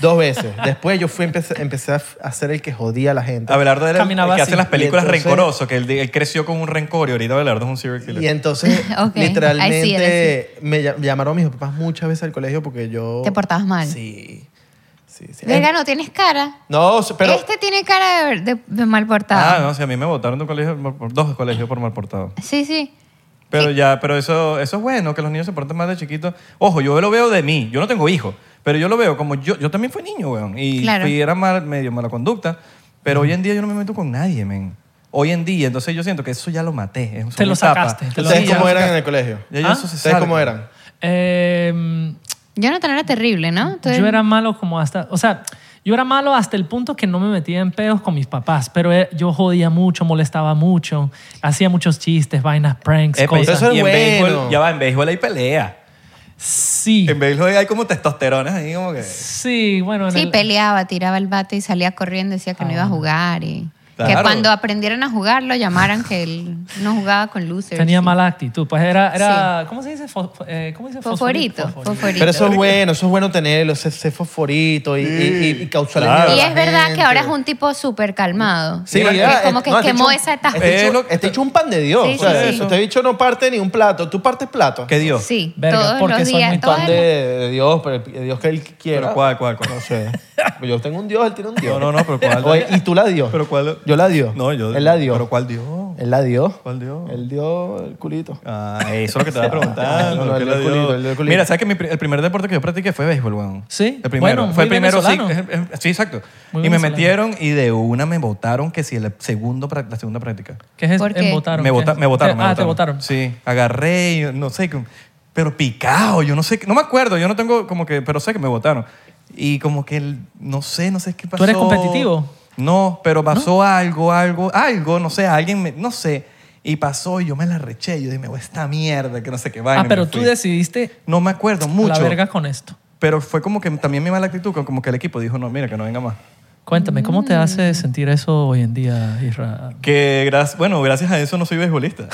Speaker 2: dos veces. Después yo fui empecé, empecé a f- a ser el que jodía a la gente.
Speaker 3: Abelardo era el- el,
Speaker 4: Caminaba
Speaker 3: que
Speaker 4: así.
Speaker 3: hace las películas
Speaker 2: Y entonces-
Speaker 3: rencoroso, que él, él creció con un rencor y ahorita Abelardo es un serial
Speaker 2: Y
Speaker 3: killer.
Speaker 2: entonces,
Speaker 1: Ok, I see it, I
Speaker 2: literalmente, me ll- llamaron mis papás muchas veces al colegio porque yo...
Speaker 1: Te portabas mal.
Speaker 2: Sí. Sí, sí.
Speaker 1: Verga, no tienes cara.
Speaker 2: No, pero...
Speaker 1: este tiene cara de, de- de mal
Speaker 3: Ah,
Speaker 1: portado.
Speaker 3: no, sí, a mí me votaron de un colegio, por- por- dos colegios por mal portado.
Speaker 1: Sí, sí.
Speaker 3: Pero ya, pero eso, eso es bueno, que los niños se porten más de chiquitos. Ojo, yo lo veo de mí, yo no tengo hijos, pero yo lo veo como yo, yo también fui niño, weón, y
Speaker 1: Claro.
Speaker 3: fui- era mal, medio mala conducta, pero hoy en día yo no me meto con nadie, men. Hoy en día, entonces yo siento que eso ya lo maté. es- son
Speaker 4: Te lo
Speaker 3: etapas.
Speaker 4: sacaste, te lo
Speaker 2: ¿Ustedes
Speaker 3: Sí, ya
Speaker 2: cómo
Speaker 3: Este lo
Speaker 2: eran en
Speaker 3: sacaste.
Speaker 2: el colegio?
Speaker 3: Ya yo
Speaker 4: ¿Ah?
Speaker 3: eso se
Speaker 2: ¿Ustedes
Speaker 3: sabe.
Speaker 2: cómo eran?
Speaker 4: Eh,
Speaker 1: Jonathan era terrible, ¿no? Tú
Speaker 4: Yo era malo como hasta, o sea, yo era malo hasta el punto que no me metía en peos con mis papás, pero eh, yo jodía mucho, molestaba mucho, hacía muchos chistes, vainas, pranks,
Speaker 3: Epa,
Speaker 4: cosas.
Speaker 2: eso es
Speaker 3: y en
Speaker 2: bueno.
Speaker 3: béisbol, ya va, en béisbol hay pelea.
Speaker 4: Sí,
Speaker 3: En béisbol hay como testosteronas ahí como que...
Speaker 4: sí, bueno. en
Speaker 1: Sí,
Speaker 4: el- Ah.
Speaker 1: peleaba, tiraba el bate y salía corriendo, decía que no iba a jugar. Y
Speaker 3: Claro.
Speaker 1: Que cuando aprendieran a jugar lo llamaran que él no jugaba con losers.
Speaker 4: Tenía
Speaker 1: sí.
Speaker 4: mala actitud. Pues era, era ¿cómo se dice? Fo- fo- eh, ¿Cómo se dice?
Speaker 1: Fosforito, fosforito.
Speaker 2: Pero eso es bueno, eso es bueno tenerlo, ese, ese fosforito y, y, y, y causarle miedo
Speaker 3: Claro.
Speaker 2: a
Speaker 1: y
Speaker 2: la
Speaker 1: es verdad
Speaker 2: gente.
Speaker 1: que ahora es un tipo súper calmado.
Speaker 2: Sí,
Speaker 1: Porque
Speaker 2: ya,
Speaker 1: como
Speaker 2: eh,
Speaker 1: que
Speaker 2: no, este
Speaker 1: quemó
Speaker 2: bicho-
Speaker 1: esa etapa.
Speaker 3: Eh,
Speaker 2: Este hecho, este hecho un pan de Dios.
Speaker 1: Sí,
Speaker 2: o sea,
Speaker 1: sí, sí.
Speaker 2: Este bicho no parte ni un plato. ¿Tú partes plato?
Speaker 3: ¿Qué dios?
Speaker 1: sí,
Speaker 4: Verga,
Speaker 1: todos
Speaker 4: porque
Speaker 1: los
Speaker 4: soy muy
Speaker 1: días. todas
Speaker 2: Pan de,
Speaker 1: las-
Speaker 2: de Dios, pero el de Dios que él quiera.
Speaker 3: Pero cuál, cuál, cuál.
Speaker 2: No sé. Yo tengo un Dios, él tiene un Dios.
Speaker 3: No, no, no, pero ¿cuál?
Speaker 2: Oye, ¿Y tú la Dios?
Speaker 3: ¿Pero cuál?
Speaker 2: Yo la Dios.
Speaker 3: No, yo...
Speaker 2: Él la Dios.
Speaker 3: ¿Pero cuál dios?
Speaker 2: Él la Dios.
Speaker 3: ¿Cuál Dios?
Speaker 2: Él dio el culito.
Speaker 3: Ah, eso es lo que te estaba preguntando.
Speaker 2: No, no, el
Speaker 3: ¿qué le dio?
Speaker 2: culito, el del culito.
Speaker 3: Mira, ¿sabes que mi pri- el primer deporte que yo practiqué fue béisbol, weón?
Speaker 4: Sí,
Speaker 3: El primero.
Speaker 4: bueno,
Speaker 3: fue el
Speaker 4: muy
Speaker 3: primero, sí.
Speaker 4: venezolano.
Speaker 3: es- es- Sí, exacto.
Speaker 4: Muy
Speaker 3: y me
Speaker 4: venezolano.
Speaker 3: metieron y de una me votaron que si el segundo, pra- la segunda práctica.
Speaker 4: ¿Qué es eso?
Speaker 1: ¿Por qué?
Speaker 4: Embotaron,
Speaker 3: Me,
Speaker 4: ¿qué?
Speaker 3: vota- me votaron.
Speaker 4: Ah,
Speaker 3: me
Speaker 4: te votaron.
Speaker 3: Sí, agarré, y yo no sé, como- pero picado, yo no sé, qué- no me acuerdo, yo no tengo como que, pero sé que me votaron. Y como que, el- no sé, no sé qué pasó.
Speaker 4: eres competitivo?
Speaker 3: No, pero pasó algo, algo, algo, no sé, alguien, me- no sé. Y pasó y yo me la reché, yo dije, "Oh, esta mierda, que no sé qué vaina.
Speaker 4: Ah,
Speaker 3: y
Speaker 4: pero
Speaker 3: me
Speaker 4: tú
Speaker 3: fui.
Speaker 4: decidiste
Speaker 3: No me acuerdo
Speaker 4: la
Speaker 3: mucho.
Speaker 4: verga con esto.
Speaker 3: Pero fue como que también mi mala actitud, como que el equipo dijo, no, mira, que no venga más.
Speaker 4: Cuéntame, ¿cómo
Speaker 1: Mm.
Speaker 4: te hace sentir eso hoy en día, Isra?
Speaker 3: Que gracias, bueno, gracias a eso no soy beisbolista.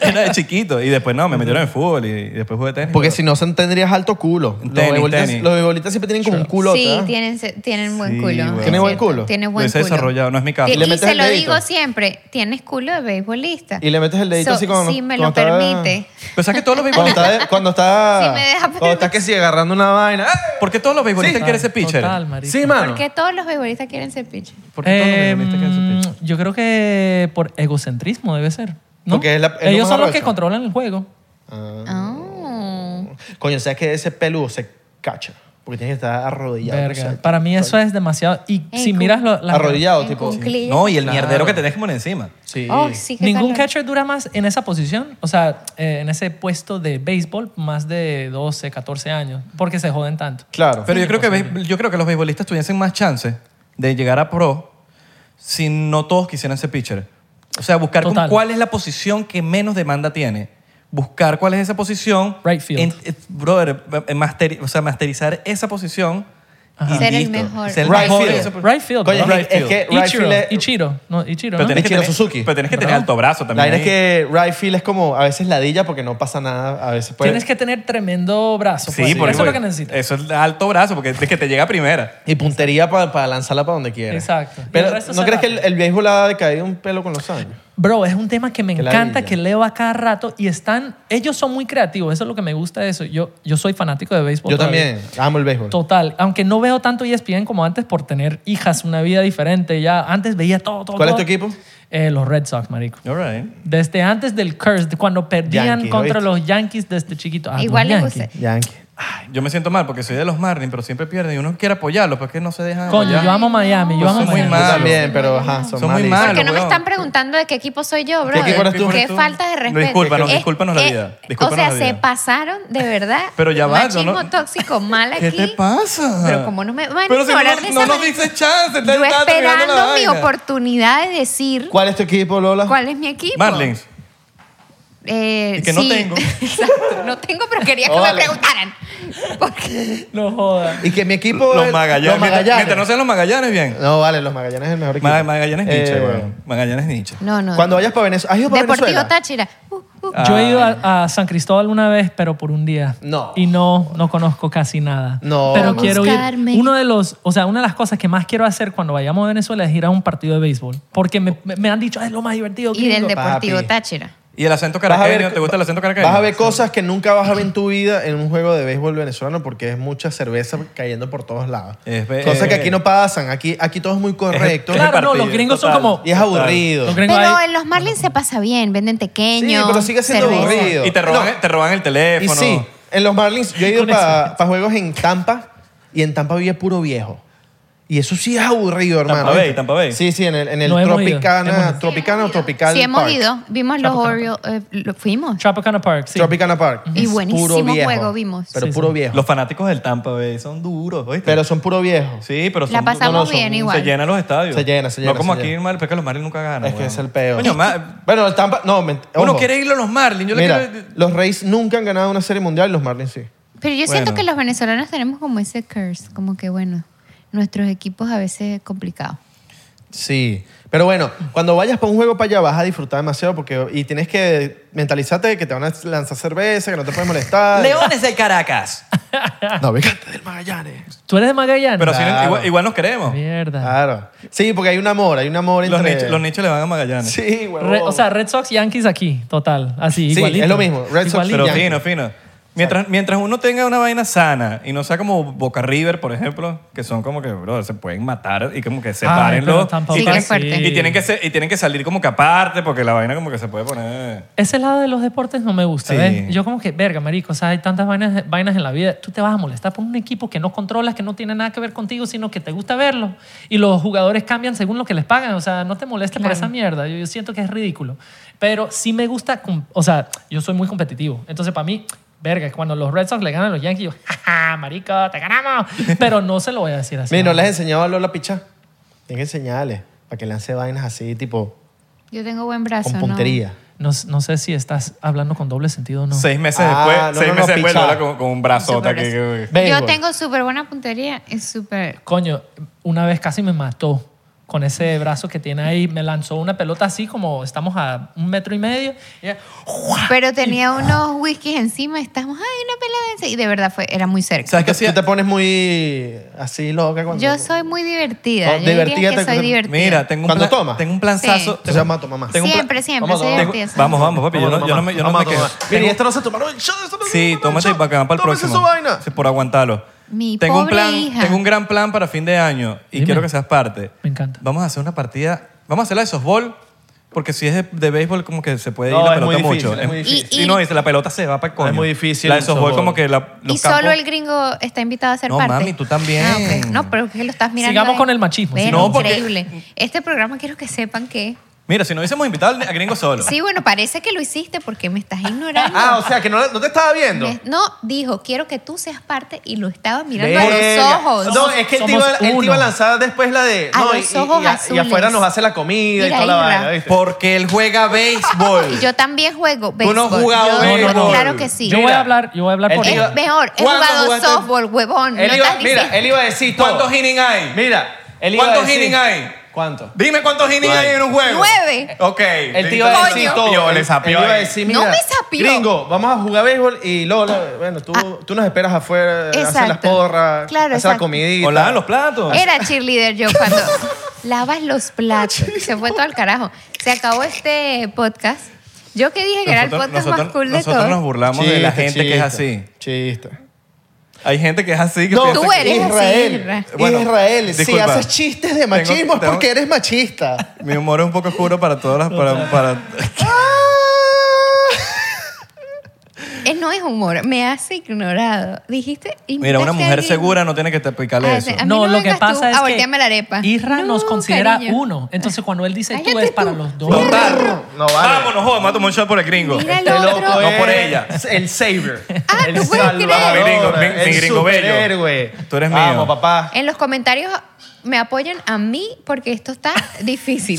Speaker 3: Era de chiquito. Y después no, me metieron en fútbol y, y después jugué tenis.
Speaker 2: Porque
Speaker 3: pero-
Speaker 2: si no, se tendrías alto culo. los
Speaker 3: Tenis,
Speaker 2: beisbolistas
Speaker 3: tenis.
Speaker 2: los beisbolistas siempre tienen como un ¿eh? culo.
Speaker 1: Sí, tienen, se- tienen buen
Speaker 3: Sí,
Speaker 1: culo.
Speaker 3: weón.
Speaker 2: ¿Tiene buen culo?
Speaker 1: Tiene
Speaker 3: Lo
Speaker 1: buen
Speaker 3: hice
Speaker 1: culo.
Speaker 3: desarrollado, no es mi caso.
Speaker 1: Y,
Speaker 2: Y le
Speaker 1: y
Speaker 2: metes
Speaker 1: se
Speaker 2: el
Speaker 1: lo
Speaker 2: dedito.
Speaker 1: digo siempre, tienes culo de beisbolista.
Speaker 2: Y le metes el dedito así cuando-
Speaker 1: Si me
Speaker 2: cuando
Speaker 1: lo
Speaker 2: está-
Speaker 1: permite.
Speaker 3: Pero ¿sabes que todos los
Speaker 2: Cuando
Speaker 3: beisbolistas,
Speaker 2: está, cuando está,
Speaker 1: Sí, me deja
Speaker 2: cuando está que sí, agarrando una vaina. ¡Ay!
Speaker 3: ¿por qué todos los beisbolistas
Speaker 4: Sí.
Speaker 3: quieren ser pitcher?
Speaker 4: Total, marico.
Speaker 2: Sí, mano.
Speaker 1: ¿Por qué todos los beisbolistas quieren ser pitcher?
Speaker 3: ¿Por qué todos los
Speaker 4: Eh,
Speaker 3: beisbolistas quieren ser pitcher?
Speaker 4: Yo creo que por egocentrismo debe ser. ¿no?
Speaker 2: Porque es la- es lo
Speaker 4: Ellos
Speaker 2: más
Speaker 4: son los
Speaker 2: arrecho.
Speaker 4: que controlan el juego.
Speaker 2: Ah.
Speaker 1: Ah.
Speaker 2: Coño, o sea que ese peludo se cacha. Porque tienes que estar arrodillado.
Speaker 4: Verga.
Speaker 2: o sea,
Speaker 4: Para mí eso es demasiado. Y
Speaker 1: En
Speaker 4: si
Speaker 1: cu-
Speaker 4: miras lo- las-
Speaker 2: Arrodillado,
Speaker 1: en
Speaker 2: tipo.
Speaker 1: cuclillas.
Speaker 3: No, y el
Speaker 2: Claro.
Speaker 3: mierdero que te dejes poner encima.
Speaker 2: Sí.
Speaker 1: Oh, sí, qué
Speaker 4: Ningún
Speaker 1: calor.
Speaker 4: catcher dura más en esa posición, o sea, eh, en ese puesto de béisbol, más de 12, 14 años, porque se joden tanto.
Speaker 2: Claro.
Speaker 3: Pero yo creo, que, béis- yo creo que los beisbolistas tuviesen más chance de llegar a pro si no todos quisieran ser pitcher. O sea, buscar con
Speaker 4: Total.
Speaker 3: cuál es la posición que menos demanda tiene. Buscar cuál es esa posición.
Speaker 4: Right field.
Speaker 3: En- eh, brother, eh, masteri- o sea, masterizar esa posición. y
Speaker 1: Ser el
Speaker 3: listo.
Speaker 1: mejor.
Speaker 3: Ser el
Speaker 2: Right
Speaker 3: mejor en
Speaker 2: field.
Speaker 3: esa po-
Speaker 4: Right field.
Speaker 2: Coño,
Speaker 4: bro.
Speaker 2: es que- es que right
Speaker 4: Ichiro,
Speaker 2: field es-
Speaker 4: Ichiro, no, Ichiro,
Speaker 3: Pero
Speaker 4: ¿no?
Speaker 3: tenés que
Speaker 2: Ichiro
Speaker 3: tener,
Speaker 2: Suzuki.
Speaker 3: Pero tienes que tener
Speaker 4: Bravo.
Speaker 3: alto brazo
Speaker 2: La
Speaker 3: también.
Speaker 2: idea es
Speaker 3: ahí.
Speaker 2: que right field es como a veces ladilla porque no pasa nada. A veces puede.
Speaker 4: Tienes que tener tremendo brazo. pues.
Speaker 3: Sí, porque-
Speaker 4: eso es lo que necesitas.
Speaker 3: Eso es alto brazo, porque es que te llega a primera.
Speaker 2: Y puntería para lanzarla para donde quiera.
Speaker 4: Exacto. Y
Speaker 2: Pero
Speaker 4: el resto
Speaker 2: ¿no
Speaker 4: se
Speaker 2: crees que el,
Speaker 4: vale.
Speaker 2: el béisbol ha decaído un pelo con los años?
Speaker 4: Bro, es un tema que me
Speaker 2: Que
Speaker 4: encanta,
Speaker 2: ladilla.
Speaker 4: que leo a cada rato y están, ellos son muy creativos, eso es lo que me gusta de eso. Yo, yo soy fanático de béisbol.
Speaker 2: Yo
Speaker 4: todavía.
Speaker 2: también amo el béisbol.
Speaker 4: Total, aunque no veo tanto E ESPN como antes por tener hijas, una vida diferente. Ya antes veía todo, todo.
Speaker 2: ¿Cuál es
Speaker 4: todo.
Speaker 2: tu equipo?
Speaker 4: Eh, los Red Sox, marico.
Speaker 3: All right.
Speaker 4: Desde antes del curse, de cuando perdían
Speaker 2: Yankees,
Speaker 4: contra
Speaker 2: ¿oíste?
Speaker 4: los Yankees desde chiquito. Ah, los
Speaker 1: Igual le
Speaker 4: Yankees.
Speaker 1: gusta.
Speaker 2: Yankee.
Speaker 3: Yo me siento mal porque soy de los Marlins, pero siempre pierden y uno quiere apoyarlos, pero es que no se dejan.
Speaker 4: Coño,
Speaker 3: apoyar.
Speaker 4: yo amo Miami, yo
Speaker 3: Pues
Speaker 4: amo
Speaker 3: son muy
Speaker 4: Miami.
Speaker 2: Yo
Speaker 3: malos.
Speaker 2: también, pero ajá, son,
Speaker 3: Son muy
Speaker 2: malísimos.
Speaker 3: malos.
Speaker 1: Porque no me
Speaker 3: weón.
Speaker 1: están preguntando de qué equipo soy yo, bro.
Speaker 2: equipo eres tú?
Speaker 1: Qué falta de respeto.
Speaker 3: Discúlpanos,
Speaker 1: Es-
Speaker 3: discúlpanos la
Speaker 1: eh,
Speaker 3: vida,
Speaker 1: O
Speaker 3: discúlpanos
Speaker 1: sea,
Speaker 3: la
Speaker 1: se
Speaker 3: vida.
Speaker 1: pasaron de verdad.
Speaker 3: Pero ya va,
Speaker 1: Machismo
Speaker 3: no, no.
Speaker 1: tóxico, mal aquí.
Speaker 3: ¿Qué te pasa?
Speaker 1: Pero como no me van a
Speaker 3: Pero si no,
Speaker 1: ignorar de
Speaker 3: no
Speaker 1: esa
Speaker 3: nos
Speaker 1: manera.
Speaker 3: dices chance.
Speaker 1: Yo esperando mi
Speaker 3: oportunidad.
Speaker 1: oportunidad de decir
Speaker 2: ¿Cuál es tu equipo, Lola?
Speaker 1: cuál es mi equipo.
Speaker 3: Marlins.
Speaker 1: Eh,
Speaker 3: Y que no
Speaker 1: sí.
Speaker 3: tengo.
Speaker 1: Exacto, no tengo, pero quería que me
Speaker 2: Órale.
Speaker 1: preguntaran. Porque
Speaker 4: No jodas.
Speaker 2: Y que mi equipo
Speaker 3: Los
Speaker 2: es-
Speaker 3: Magallanes.
Speaker 2: Los Magallanes.
Speaker 3: Mientras, mientras no sean los Magallanes, bien.
Speaker 2: No, vale, los Magallanes es el mejor equipo.
Speaker 3: Ma- Magallanes es
Speaker 2: Eh,
Speaker 3: Nietzsche, weón. Magallanes es Nietzsche.
Speaker 1: No, no.
Speaker 2: Cuando vayas para Venezuela. ¿Has ido para
Speaker 1: Deportivo
Speaker 2: Venezuela?
Speaker 1: Táchira. Uh, uh.
Speaker 3: Ah.
Speaker 4: Yo he ido a, a San Cristóbal una vez, pero por un día.
Speaker 2: No.
Speaker 4: Y no, no conozco casi nada.
Speaker 2: No.
Speaker 4: Pero
Speaker 2: Vamos,
Speaker 4: quiero
Speaker 1: Carmen.
Speaker 4: ir. Uno de los, o sea, una de las cosas que más quiero hacer cuando vayamos a Venezuela es ir a un partido de béisbol. Porque me, me- me han dicho, "Ah, es lo más divertido.
Speaker 1: y del
Speaker 4: gringo".
Speaker 1: Deportivo
Speaker 2: Papi.
Speaker 1: Táchira.
Speaker 3: ¿Y el acento
Speaker 2: Vas a
Speaker 3: caraqueño?
Speaker 2: ver-
Speaker 3: ¿Te gusta el acento caraqueño?
Speaker 2: Vas a ver cosas que nunca vas a ver en tu vida en un juego de béisbol venezolano porque es mucha cerveza cayendo por todos lados.
Speaker 3: Es ve-
Speaker 2: cosas que
Speaker 3: eh.
Speaker 2: aquí no pasan. Aquí, aquí todo es muy correcto.
Speaker 3: Es el
Speaker 4: Claro, no,
Speaker 3: partido,
Speaker 4: los gringos son
Speaker 3: total.
Speaker 4: como.
Speaker 2: y es aburrido.
Speaker 4: Los gringos
Speaker 1: Pero
Speaker 4: ahí-
Speaker 1: en los Marlins se pasa bien, venden tequeños.
Speaker 2: Sí, pero sigue siendo
Speaker 1: cerveza.
Speaker 2: aburrido.
Speaker 3: Y te roban,
Speaker 2: No.
Speaker 3: te roban el
Speaker 2: Y
Speaker 3: teléfono.
Speaker 2: sí, en los Marlins, yo he ido
Speaker 4: Con
Speaker 2: para juegos en Tampa y en Tampa vive puro viejo. Y eso sí es aburrido, hermano.
Speaker 3: Tampa Bay,
Speaker 2: ¿viste?
Speaker 3: Tampa Bay.
Speaker 2: Sí, sí, en el, en el
Speaker 4: No hemos ido, hemos
Speaker 2: Tropicana,
Speaker 4: ido.
Speaker 2: Tropicana o Tropical
Speaker 1: Sí, hemos
Speaker 2: Park.
Speaker 1: ido. Vimos los Orioles. eh, lo- fuimos.
Speaker 4: Tropicana Park, sí.
Speaker 2: Tropicana Park.
Speaker 1: Y
Speaker 2: Es
Speaker 1: buenísimo
Speaker 2: puro viejo,
Speaker 1: juego vimos.
Speaker 2: Pero
Speaker 4: Sí,
Speaker 2: puro
Speaker 4: sí.
Speaker 2: viejo.
Speaker 3: Los fanáticos del Tampa Bay son duros, ¿oíste?
Speaker 2: Pero son puro viejo.
Speaker 3: sí, pero son
Speaker 1: La
Speaker 3: duros.
Speaker 1: pasamos
Speaker 2: no, son-
Speaker 1: bien igual.
Speaker 3: Se llenan los estadios.
Speaker 2: Se llena, se llena,
Speaker 3: No como
Speaker 2: se
Speaker 3: aquí,
Speaker 2: llena.
Speaker 3: en Mar- porque los Marlins nunca ganan.
Speaker 2: Es que
Speaker 3: weón.
Speaker 2: es el peor.
Speaker 3: Coño, ma-
Speaker 2: Bueno, el Tampa. No, ment-
Speaker 3: uno
Speaker 2: ojo.
Speaker 3: quiere ir a los Marlins. Yo le
Speaker 2: Mira,
Speaker 3: quiero...
Speaker 2: los Rays nunca han ganado una serie mundial, los Marlins sí.
Speaker 1: Pero yo siento
Speaker 3: Bueno.
Speaker 1: que los venezolanos tenemos como ese curse, como que bueno, nuestros equipos a veces es complicado.
Speaker 2: Sí. Pero bueno, cuando vayas para un juego para allá vas a disfrutar demasiado porque y tienes que mentalizarte de que te van a lanzar cerveza, que no te puedes molestar.
Speaker 3: Leones del Caracas.
Speaker 2: No, fíjate del Magallanes.
Speaker 4: Tú eres de Magallanes. Ah,
Speaker 3: Pero así no-
Speaker 2: Claro.
Speaker 3: igual, igual nos queremos.
Speaker 4: Mierda.
Speaker 2: Claro. Sí, porque hay un amor, hay un amor
Speaker 3: Los
Speaker 2: entre...
Speaker 3: nichos, los nichos le van a Magallanes.
Speaker 2: Sí, güey.
Speaker 4: Re- o sea, Red Sox, Yankees aquí, total. Así,
Speaker 2: Sí,
Speaker 4: igualito.
Speaker 2: es lo mismo, Red Sox,
Speaker 4: Igualito.
Speaker 3: Pero
Speaker 2: Yankee.
Speaker 3: fino, fino. Mientras, mientras uno tenga una vaina sana y no sea como Boca River, por ejemplo, que son como que, bro, se pueden matar y como que
Speaker 4: Ah, pero
Speaker 3: sepárenlo.
Speaker 4: tampoco
Speaker 3: y,
Speaker 1: Sí, qué
Speaker 3: tienen,
Speaker 1: fuerte.
Speaker 3: y tienen que ser- y tienen que salir como que aparte porque la vaina como que se puede poner...
Speaker 4: Ese lado de los deportes no me gusta,
Speaker 3: Sí.
Speaker 4: ¿ves? Yo como que, verga, marico, o sea, hay tantas vainas, vainas en la vida. Tú te vas a molestar por un equipo que no controlas, que no tiene nada que ver contigo, sino que te gusta verlo. Y los jugadores cambian según lo que les pagan. O sea, no te molestes por
Speaker 1: Claro.
Speaker 4: esa mierda. Yo, yo siento que es ridículo. Pero sí me gusta, com- o sea, yo soy muy competitivo. Entonces, para mí, verga, cuando los Red Sox le ganan a los Yankees, yo, jaja, marico, te ganamos. Pero no se lo voy a decir así.
Speaker 2: Mira, no les he enseñado a Lola Pichá. Tienes que enseñarle para que lance vainas así, tipo,
Speaker 1: Yo tengo buen brazo.
Speaker 2: con
Speaker 1: ¿no?
Speaker 2: puntería.
Speaker 4: No, no sé si estás hablando con doble sentido o no.
Speaker 3: Seis meses
Speaker 2: Ah,
Speaker 3: después,
Speaker 2: no, no,
Speaker 3: seis
Speaker 2: no,
Speaker 3: meses después,
Speaker 2: pichado.
Speaker 3: Lola con, con un brazota que... que-
Speaker 2: Béisbol.
Speaker 1: Yo tengo súper buena puntería y súper...
Speaker 4: Coño, una vez casi me mató con ese brazo que tiene ahí. Me lanzó una pelota así como estamos a un metro y medio. Y ella, ¡guau!
Speaker 1: Pero tenía unos whiskies encima, estamos, ay, una pelada. de ese-". Y de verdad fue, era muy cerca.
Speaker 3: ¿Sabes qué
Speaker 2: Tú te-
Speaker 3: hacía?
Speaker 2: tú te pones muy así loca cuando...
Speaker 1: Yo soy muy divertida.
Speaker 2: Oh,
Speaker 1: Yo diría
Speaker 2: divertida
Speaker 1: que
Speaker 2: te-
Speaker 1: soy divertida.
Speaker 3: Mira, tengo un,
Speaker 2: Cuando
Speaker 3: plan,
Speaker 2: toma.
Speaker 3: tengo un planzazo.
Speaker 1: Sí.
Speaker 2: Se llama toma más.
Speaker 3: tengo un plan-
Speaker 1: Siempre, siempre,
Speaker 2: Vamos,
Speaker 1: soy
Speaker 2: vamos.
Speaker 1: divertida. soy
Speaker 3: Vamos, vamos, papi.
Speaker 2: Vamos, mamá.
Speaker 3: Yo no, yo no me, yo no
Speaker 2: Vamos,
Speaker 3: me quejo.
Speaker 2: mamá. Ah, Mira, y esto no se tomaron el shot. esto no se
Speaker 3: Sí,
Speaker 2: tomaron el
Speaker 3: tómate
Speaker 2: shot.
Speaker 3: para que van para el
Speaker 2: Tómese
Speaker 3: próximo.
Speaker 2: su vaina.
Speaker 3: Sí, por aguantarlo.
Speaker 1: Mi
Speaker 3: tengo un
Speaker 1: pobre
Speaker 3: plan,
Speaker 1: hija.
Speaker 3: tengo un gran plan para fin de año y
Speaker 4: Dime.
Speaker 3: quiero que seas parte.
Speaker 4: Me encanta.
Speaker 3: Vamos a hacer una partida, vamos a hacer la de softball, Porque si es de, de béisbol, como que se puede ir
Speaker 2: No,
Speaker 3: la
Speaker 2: es
Speaker 3: pelota
Speaker 2: muy difícil,
Speaker 3: mucho.
Speaker 2: es muy
Speaker 1: difícil. Y-
Speaker 3: Y,
Speaker 1: y-
Speaker 3: no, y la pelota se va para el coño.
Speaker 2: Es muy difícil
Speaker 3: La de
Speaker 2: el
Speaker 3: softball,
Speaker 2: softball.
Speaker 3: como que la, los
Speaker 1: y solo
Speaker 3: campos-
Speaker 1: el gringo está invitado a ser
Speaker 3: No,
Speaker 1: parte.
Speaker 3: mami, tú también.
Speaker 1: Ah, ok. No, pero es que lo estás mirando.
Speaker 4: Sigamos
Speaker 1: de-
Speaker 4: con el machismo,
Speaker 1: Bueno,
Speaker 3: sigamos. No, porque-
Speaker 1: increíble. Este programa quiero que sepan que.
Speaker 3: Mira, si no hubiésemos invitado al- a Gringo solo.
Speaker 1: Sí, bueno, parece que lo hiciste porque me estás ignorando.
Speaker 5: Ah, o sea, que no, no te estaba viendo.
Speaker 1: Me- no, dijo, quiero que tú seas parte y lo estaba mirando
Speaker 5: Verga.
Speaker 1: a los ojos.
Speaker 5: No, es que él te, iba,
Speaker 4: Somos
Speaker 5: él te iba a
Speaker 4: uno.
Speaker 5: lanzar después la de.
Speaker 1: A
Speaker 5: no,
Speaker 1: los ojos
Speaker 5: y, a- y
Speaker 1: azules.
Speaker 5: afuera nos hace la comida y
Speaker 1: Mira,
Speaker 5: toda la
Speaker 1: Isra.
Speaker 5: vaina, ¿viste?
Speaker 3: Porque él juega béisbol.
Speaker 1: Yo también juego
Speaker 5: Tú
Speaker 1: béisbol.
Speaker 5: no has jugado
Speaker 1: Yo-
Speaker 5: béisbol.
Speaker 1: no, Claro que sí.
Speaker 4: Yo voy
Speaker 5: Mira,
Speaker 4: a hablar, yo voy a hablar
Speaker 5: él
Speaker 4: por
Speaker 5: te
Speaker 1: es
Speaker 5: iba-
Speaker 4: él.
Speaker 1: mejor, he
Speaker 5: ¿Cuándo
Speaker 1: jugado
Speaker 5: jugaste?
Speaker 1: softball, huevón.
Speaker 5: Él
Speaker 1: no
Speaker 5: iba-
Speaker 1: estás
Speaker 5: mira,
Speaker 1: diciendo-
Speaker 5: él iba a decir todo.
Speaker 3: ¿Cuántos innings hay?
Speaker 5: Mira, él iba a
Speaker 3: ¿Cuántos
Speaker 5: decir-
Speaker 3: innings hay?
Speaker 5: ¿Cuántos?
Speaker 3: Dime cuántos innings hay en un juego.
Speaker 1: Nueve.
Speaker 3: Ok.
Speaker 5: Él te iba a
Speaker 1: Coño.
Speaker 5: decir
Speaker 3: Sapió,
Speaker 5: todo.
Speaker 3: le
Speaker 5: Él-
Speaker 3: sapió
Speaker 5: él iba a
Speaker 3: ahí.
Speaker 5: decir,
Speaker 1: No
Speaker 5: mira,
Speaker 1: me sapió.
Speaker 5: Gringo, vamos a jugar béisbol y Lola, bueno, tú, tú nos esperas afuera, haces las
Speaker 1: Ah. Exacto.
Speaker 5: porras,
Speaker 1: Claro,
Speaker 5: haces la
Speaker 1: exacto.
Speaker 5: comidita.
Speaker 3: O lavan los platos.
Speaker 1: Era cheerleader yo cuando lavas los platos. Se fue todo al carajo. Se acabó este podcast. Yo que dije que era el podcast más cool de
Speaker 3: nosotros nos
Speaker 1: todos.
Speaker 3: burlamos de la
Speaker 2: Chiste,
Speaker 3: gente que es así.
Speaker 2: chiste, Chiste.
Speaker 3: Hay gente que es así. Que piensa
Speaker 1: tú
Speaker 3: que-
Speaker 1: eres así,
Speaker 2: Israel.
Speaker 1: Isra.
Speaker 3: Bueno,
Speaker 2: Israel, si
Speaker 3: disculpa.
Speaker 2: haces chistes de machismo
Speaker 3: Tengo-
Speaker 2: es
Speaker 3: tengo-
Speaker 2: porque eres machista.
Speaker 3: Mi humor es un poco oscuro para todas las... Para, para-
Speaker 1: Ah. Eh, no es humor, me hace ignorado. Dijiste.
Speaker 3: Mira,
Speaker 1: invitaste
Speaker 3: una
Speaker 1: a
Speaker 3: mujer
Speaker 1: alguien.
Speaker 3: segura no tiene que te
Speaker 1: Ah,
Speaker 3: picarle eso.
Speaker 1: ese- A mí no
Speaker 4: no, lo que
Speaker 1: vengas tú
Speaker 4: pasa
Speaker 1: a
Speaker 4: es que
Speaker 1: voltearme la arepa.
Speaker 4: Isra
Speaker 1: No,
Speaker 4: nos considera
Speaker 1: cariño.
Speaker 4: uno. Entonces, cuando él dice tú,
Speaker 1: Cállate
Speaker 4: es para
Speaker 1: tú.
Speaker 4: los dos.
Speaker 5: Total. No vale.
Speaker 3: Vámonos, joder, vamos a tomar un shot por el gringo.
Speaker 1: Mira el
Speaker 5: Este
Speaker 1: otro.
Speaker 5: loco
Speaker 3: No
Speaker 5: es
Speaker 3: por ella.
Speaker 5: El savior.
Speaker 1: Ah,
Speaker 5: el
Speaker 1: ¿tú puedes
Speaker 5: salvador,
Speaker 1: creer?
Speaker 3: Mi gringo, mi- mi
Speaker 5: el
Speaker 3: gringo bello.
Speaker 5: superhéroe.
Speaker 3: Tú eres mío. Ah,
Speaker 5: Vamos, papá.
Speaker 1: En los comentarios me apoyan a mí porque esto está difícil.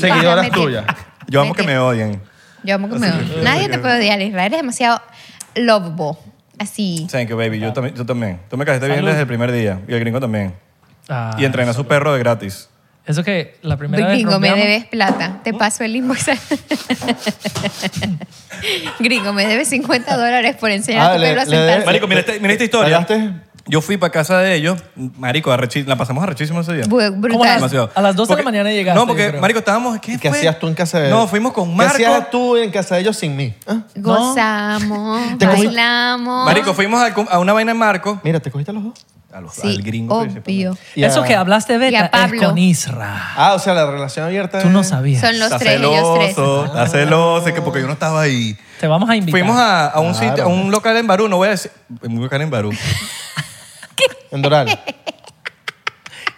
Speaker 5: Seguidoras
Speaker 1: Déjame
Speaker 5: tuyas.
Speaker 1: decir.
Speaker 3: Yo amo que
Speaker 1: Vete.
Speaker 3: me odien.
Speaker 1: Yo amo que me odien. Nadie te puede odiar, Isra. Eres demasiado lovable. Así.
Speaker 3: Thank you, baby. Yo también. Yo también. Tú me caíste bien
Speaker 4: Salud.
Speaker 3: desde el primer día. Y el gringo también.
Speaker 4: Ah,
Speaker 3: Y entrené a su perro de gratis.
Speaker 4: Eso que la primera vez
Speaker 1: Gringo, me
Speaker 4: rumbeamos-
Speaker 1: debes plata.
Speaker 3: ¿Oh?
Speaker 1: Te paso el limbo. Gringo, me debes 50 dólares por enseñar a
Speaker 2: Ah,
Speaker 1: tu
Speaker 2: le-
Speaker 1: pueblo a
Speaker 2: le debes-
Speaker 1: sentarse.
Speaker 3: Marico, mira, este- mira esta historia.
Speaker 2: ¿Pagaste?
Speaker 3: Yo fui para casa de ellos. Marico, arrechi- la pasamos arrechísimo ese día.
Speaker 1: Bu- Brutal.
Speaker 3: Demasiado.
Speaker 4: A las 12 de la mañana llegaste,
Speaker 3: No, porque,
Speaker 4: yo creo.
Speaker 3: Marico, estábamos. ¿Qué,
Speaker 2: ¿Y ¿Qué
Speaker 3: fue?
Speaker 2: hacías tú en casa de
Speaker 3: No, fuimos con Marco.
Speaker 2: ¿Qué hacías tú en casa de ellos sin mí? ¿Ah?
Speaker 1: Gozamos,
Speaker 2: Te comí-
Speaker 1: bailamos.
Speaker 3: Marico, fuimos al cum- a una vaina en Marco.
Speaker 2: Mira, ¿te cogiste a los dos?
Speaker 3: A los-
Speaker 1: Sí,
Speaker 3: al gringo. pues,
Speaker 1: obvio.
Speaker 2: Y a-
Speaker 4: Eso que hablaste
Speaker 1: Y a
Speaker 4: de es
Speaker 1: Pablo.
Speaker 4: con Isra.
Speaker 2: Ah, o sea, la relación abierta.
Speaker 4: Tú no
Speaker 2: es-
Speaker 4: sabías.
Speaker 1: Son los
Speaker 3: Está
Speaker 1: tres, ellos tres.
Speaker 3: celoso, está celoso, es que porque yo no estaba ahí.
Speaker 4: Te vamos a invitar.
Speaker 3: Fuimos a, a un
Speaker 2: Claro.
Speaker 3: sitio, a un local en Barú, no voy a decir. Un local en Barú.
Speaker 1: Eh,
Speaker 2: En Doral.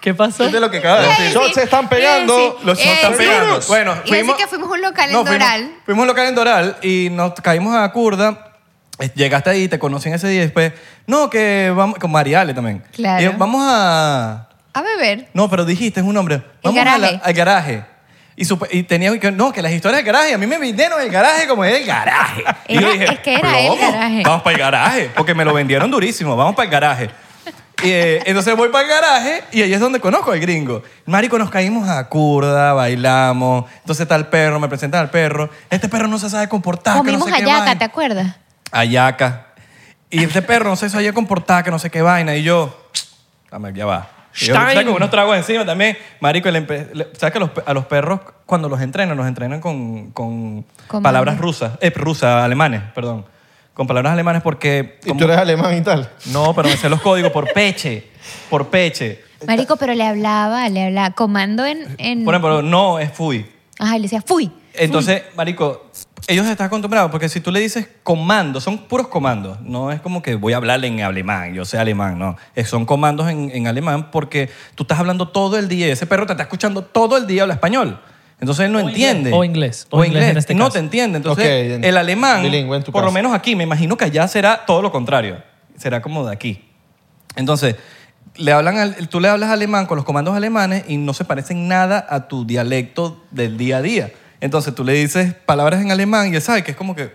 Speaker 4: ¿Qué pasó?
Speaker 3: lo que acabas de
Speaker 1: Ey,
Speaker 2: Los shots se están pegando, Eh,
Speaker 1: Ey,
Speaker 3: Los
Speaker 1: sí.
Speaker 3: shots están
Speaker 1: Ey,
Speaker 3: pegando.
Speaker 1: sí.
Speaker 3: Bueno,
Speaker 1: Iba a decir que fuimos a un local en
Speaker 3: No, fuimos-
Speaker 1: Doral.
Speaker 3: Fuimos, a un local en Doral y nos caímos a Curda. Eh, Llegaste ahí, te conocí en ese día y después. No, que vamos. Con Mariale también.
Speaker 1: Claro.
Speaker 3: Y yo, vamos a.
Speaker 1: A beber.
Speaker 3: No, pero dijiste, es un nombre. Vamos a la-
Speaker 1: garaje.
Speaker 3: al garaje. Y, supe- y tenía que. No, que las historias del garaje. A mí me vendieron el garaje como es el garaje. y yo
Speaker 1: Era-
Speaker 3: dije,
Speaker 1: es que era el
Speaker 3: "Loco,
Speaker 1: garaje".
Speaker 3: Vamos para el garaje. Porque me lo vendieron durísimo. Vamos para el garaje. Y, eh, entonces voy para el garaje y ahí es donde conozco al gringo. Marico, nos caímos a curda, bailamos. Entonces está el perro, me presentan al perro. Este perro no se sabe comportar. que no
Speaker 1: Comimos
Speaker 3: sé qué
Speaker 1: hallaca,
Speaker 3: vaina.
Speaker 1: ¿te acuerdas?
Speaker 3: Ayaca. Y este perro no sé, se había comportado, que no sé qué vaina. Y yo, dame, ya va. Y yo,
Speaker 4: Stein.
Speaker 3: ¿sabes? Con unos tragos encima también. Marico, le empe- le- ¿sabes que a los, pe- a los perros, cuando los entrenan, los entrenan con, con
Speaker 1: Con
Speaker 3: palabras
Speaker 1: mami.
Speaker 3: rusas, eh, rusas, alemanes, perdón. Con palabras alemanes porque...
Speaker 2: Y
Speaker 3: como-
Speaker 2: tú eres alemán y tal.
Speaker 3: No, pero me sé los códigos por peche, por peche.
Speaker 1: Marico, pero le hablaba, le hablaba. Comando en. en...
Speaker 3: Por ejemplo, no es fui.
Speaker 1: Ajá, y le decía, fui.
Speaker 3: Entonces, marico, ellos están acostumbrados porque si tú le dices comando, son puros comandos. No es como que voy a hablarle en alemán, yo sé alemán, no. Es- son comandos en, en alemán porque tú estás hablando todo el día y ese perro te está escuchando todo el día habla español. Entonces él no
Speaker 4: O
Speaker 3: entiende.
Speaker 4: inglés, o inglés,
Speaker 3: O,
Speaker 4: o
Speaker 3: inglés.
Speaker 4: inglés en este
Speaker 3: no
Speaker 4: caso.
Speaker 3: te entiende. Entonces,
Speaker 2: Ok,
Speaker 3: el alemán,
Speaker 2: bilingüe en tu
Speaker 3: por lo
Speaker 2: caso.
Speaker 3: menos aquí, me imagino que allá será todo lo contrario. Será como de aquí. Entonces, le hablan al- tú le hablas alemán con los comandos alemanes y no se parecen nada a tu dialecto del día a día. Entonces tú le dices palabras en alemán y él sabe que es como que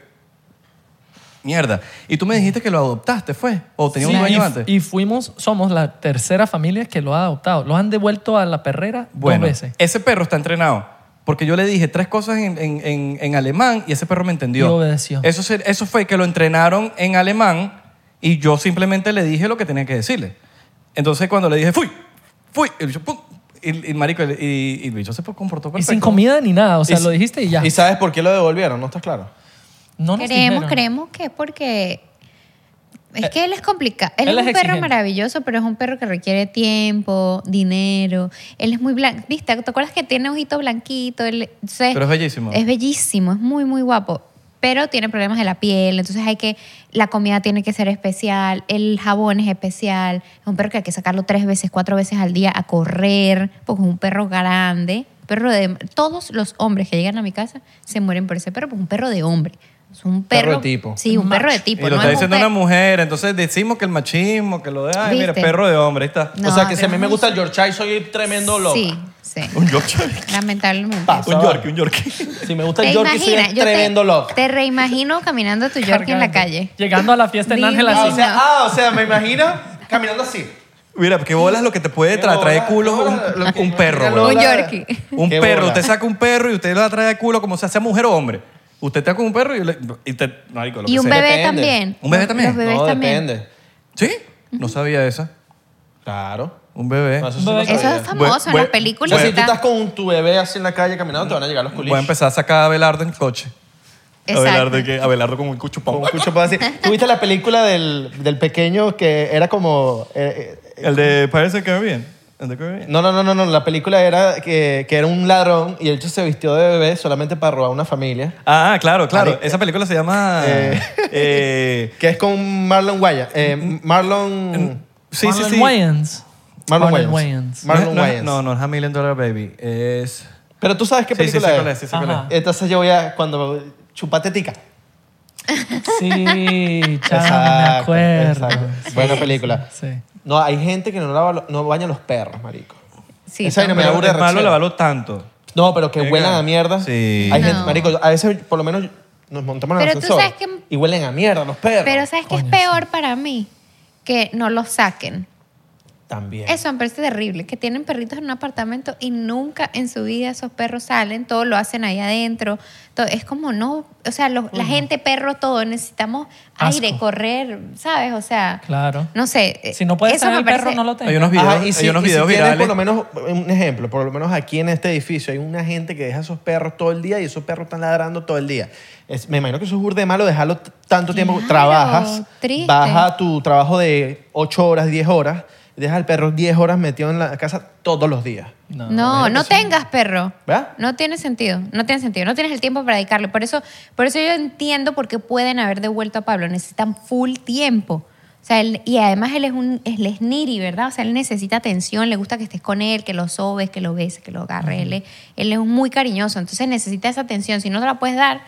Speaker 3: mierda. Y tú me dijiste que lo adoptaste, ¿fue? ¿O tenía
Speaker 4: Sí,
Speaker 3: un
Speaker 4: y-
Speaker 3: dueño antes?
Speaker 4: Y fuimos, somos la tercera familia que lo ha adoptado. Lo han devuelto a la perrera
Speaker 3: bueno,
Speaker 4: dos veces.
Speaker 3: ese perro está entrenado. Porque yo le dije tres cosas en, en- en- en alemán y ese perro me entendió.
Speaker 4: Y obedeció.
Speaker 3: Eso, se- eso fue que lo entrenaron en alemán y yo simplemente le dije lo que tenía que decirle. Entonces cuando le dije, fui, fui, el bicho, pum, y, y marico, y, y el bicho se comportó
Speaker 4: Y
Speaker 3: perfecto.
Speaker 4: sin comida ni nada. O sea,
Speaker 2: Y-
Speaker 4: lo dijiste y ya.
Speaker 2: ¿Y sabes por qué lo devolvieron? ¿No estás claro?
Speaker 4: no nos
Speaker 1: Creemos,
Speaker 4: dijeron.
Speaker 1: creemos que es porque Es que él es complicado. Él,
Speaker 4: él
Speaker 1: es
Speaker 4: es
Speaker 1: un perro
Speaker 4: exigente.
Speaker 1: maravilloso, pero es un perro que requiere tiempo, dinero. Él es muy blanco. ¿Viste? ¿Te acuerdas que tiene ojito blanquito? Él, entonces,
Speaker 3: Pero es bellísimo.
Speaker 1: Es bellísimo, es muy, muy guapo. Pero tiene problemas de la piel, entonces hay que. La comida tiene que ser especial, el jabón es especial. Es un perro que hay que sacarlo tres veces, cuatro veces al día a correr, porque es un perro grande. Perro de. Todos los hombres que llegan a mi casa se mueren por ese perro, porque es un perro de hombre. Es un perro.
Speaker 2: Perro de tipo.
Speaker 1: Sí, un perro de
Speaker 3: y
Speaker 1: tipo. no
Speaker 3: lo está
Speaker 1: es un
Speaker 3: diciendo una
Speaker 1: perro-
Speaker 3: mujer, entonces decimos que el machismo, que lo de, ay, mira,
Speaker 1: ¿Viste?
Speaker 3: perro de hombre, ahí está.
Speaker 1: No,
Speaker 2: o sea, que si a
Speaker 1: pero
Speaker 2: mí me
Speaker 1: es
Speaker 2: gusta el Yorkshire, soy tremendo loco.
Speaker 1: Sí, sí.
Speaker 3: Un Yorkshire.
Speaker 1: Lamentablemente.
Speaker 2: Pasa,
Speaker 3: Un
Speaker 2: vale.
Speaker 3: Yorkie, un Yorkie.
Speaker 2: Si me gusta
Speaker 1: ¿Te
Speaker 2: el este Yorkie, soy
Speaker 1: imaginas?
Speaker 2: un
Speaker 1: Yo
Speaker 2: tremendo loco.
Speaker 1: te, te reimagino caminando tu Yorkie en la
Speaker 4: Cargando.
Speaker 1: calle.
Speaker 4: Llegando a la fiesta en
Speaker 1: Dime.
Speaker 4: Ángel
Speaker 2: Ah,
Speaker 4: así.
Speaker 2: o sea,
Speaker 1: no.
Speaker 2: ah, o sea, me imagino caminando así.
Speaker 3: Mira, qué bolas lo que te puede
Speaker 2: Qué
Speaker 3: tra- traer
Speaker 2: bola,
Speaker 3: culo
Speaker 2: qué
Speaker 3: un,
Speaker 2: bola, lo que-
Speaker 3: un perro.
Speaker 2: lo-
Speaker 3: bro.
Speaker 1: Un
Speaker 2: Hola.
Speaker 1: Yorkie.
Speaker 3: Un
Speaker 6: Qué
Speaker 3: perro.
Speaker 6: bola.
Speaker 3: Usted saca un perro y usted lo trae de culo como sea, sea mujer o hombre. Usted te saca un perro y, le- y te... marico, lo
Speaker 1: Y
Speaker 3: que
Speaker 1: un
Speaker 3: sea.
Speaker 1: bebé
Speaker 2: Depende.
Speaker 1: también.
Speaker 3: ¿Un bebé también?
Speaker 1: Los bebés
Speaker 2: no,
Speaker 1: también.
Speaker 2: depende.
Speaker 3: ¿Sí? No sabía esa.
Speaker 2: Claro.
Speaker 3: Un bebé.
Speaker 2: No, eso sí no
Speaker 4: Bebé.
Speaker 1: Eso
Speaker 2: sabía.
Speaker 1: es famoso
Speaker 3: Bueno,
Speaker 1: en
Speaker 3: bueno,
Speaker 1: las
Speaker 2: O
Speaker 1: películas.
Speaker 2: sea, si tú
Speaker 1: está-
Speaker 2: estás con tu bebé así en la calle caminando, te van a llegar los
Speaker 3: Voy a
Speaker 2: culiches.
Speaker 3: empezar a sacar a Abelardo en coche.
Speaker 1: Exacto.
Speaker 3: Abelardo, ¿qué? Abelardo con un cuchupón.
Speaker 2: Con un cucho puedo decir. ¿Tú viste la película del, del pequeño que era como... eh, eh,
Speaker 3: El de Pirates of the Caribbean. El de Caribbean.
Speaker 2: no, no, no, no, no. La película era que, que era un ladrón y el hecho se vistió de bebé solamente para robar a una familia.
Speaker 3: Ah, claro, claro.
Speaker 2: Marico.
Speaker 3: Esa película se llama...
Speaker 2: Eh.
Speaker 3: eh,
Speaker 2: Que es con Marlon Wayans. Eh, Marlon...
Speaker 3: sí, sí,
Speaker 4: Marlon
Speaker 3: sí.
Speaker 4: Wayans.
Speaker 2: Marlon
Speaker 4: Marlon
Speaker 2: Wayans.
Speaker 4: Wayans.
Speaker 2: Marlon
Speaker 3: no,
Speaker 2: Wayans.
Speaker 3: No, no, es a Million Dollar Baby. Es...
Speaker 2: Pero tú sabes qué
Speaker 3: Sí, sí,
Speaker 2: película
Speaker 3: sé
Speaker 2: es. Ah.
Speaker 3: cuál es, sí, sé cuál es.
Speaker 4: Ajá.
Speaker 2: Entonces yo voy a... Cuando... Chupate tica.
Speaker 4: Sí,
Speaker 2: Ah,
Speaker 4: chao, me
Speaker 2: Exacto,
Speaker 4: acuerdo.
Speaker 2: exacto. Buena película.
Speaker 4: Sí.
Speaker 2: No, hay gente que no, lava, lo- no baña los perros, marico.
Speaker 1: Sí,
Speaker 2: Esa vaina me da
Speaker 3: Pero
Speaker 2: burda
Speaker 3: es
Speaker 2: de
Speaker 3: malo
Speaker 2: rechera.
Speaker 3: lavarlo tanto.
Speaker 2: No, pero que
Speaker 3: Venga.
Speaker 2: huelan a mierda.
Speaker 3: Sí.
Speaker 2: Hay
Speaker 1: No.
Speaker 2: gente, marico, a veces por lo menos nos montamos en el
Speaker 1: Pero tú
Speaker 2: ascensor
Speaker 1: sabes que-
Speaker 2: y huelen a mierda los perros.
Speaker 1: Pero ¿sabes qué es peor para mí? Que no los saquen.
Speaker 2: También.
Speaker 1: Eso me parece terrible, que tienen perritos en un apartamento y nunca en su vida esos perros salen, todo lo hacen ahí adentro. Todo- es como no, o sea, los- la gente, perro, todo, necesitamos
Speaker 4: Asco.
Speaker 1: aire, correr, ¿sabes? O sea,
Speaker 4: Claro.
Speaker 1: no sé. eh,
Speaker 4: Si no puedes
Speaker 1: eso
Speaker 4: tener
Speaker 1: me
Speaker 4: el perro,
Speaker 1: parece-
Speaker 4: no lo
Speaker 3: Hay
Speaker 4: tengas.
Speaker 3: unos videos,
Speaker 2: Ajá, y si,
Speaker 3: hay unos
Speaker 2: y si
Speaker 3: videos
Speaker 2: tienes por
Speaker 3: virales.
Speaker 2: lo menos, un ejemplo, por lo menos aquí en este edificio hay una gente que deja esos perros todo el día y esos perros están ladrando todo el día. Es- me imagino que eso es burda de malo dejarlo t- tanto tiempo.
Speaker 1: Claro,
Speaker 2: Trabajas,
Speaker 1: triste.
Speaker 2: baja tu trabajo de 8 horas, 10 horas, dejas al perro 10 horas metido en la casa todos los días.
Speaker 1: No, no, tengas perro.
Speaker 2: ¿Verdad?
Speaker 1: No tiene sentido, no tiene sentido, no tienes el tiempo para dedicarle. Por eso, por eso yo entiendo por qué pueden haber devuelto a Pablo, necesitan full tiempo. O sea, él- y además él es un él es needy, ¿verdad? O sea, él necesita atención, le gusta que estés con él, que lo sobes, que lo beses, que lo agarres. Él es- Él, es muy cariñoso, entonces necesita esa atención. Si no te la puedes dar,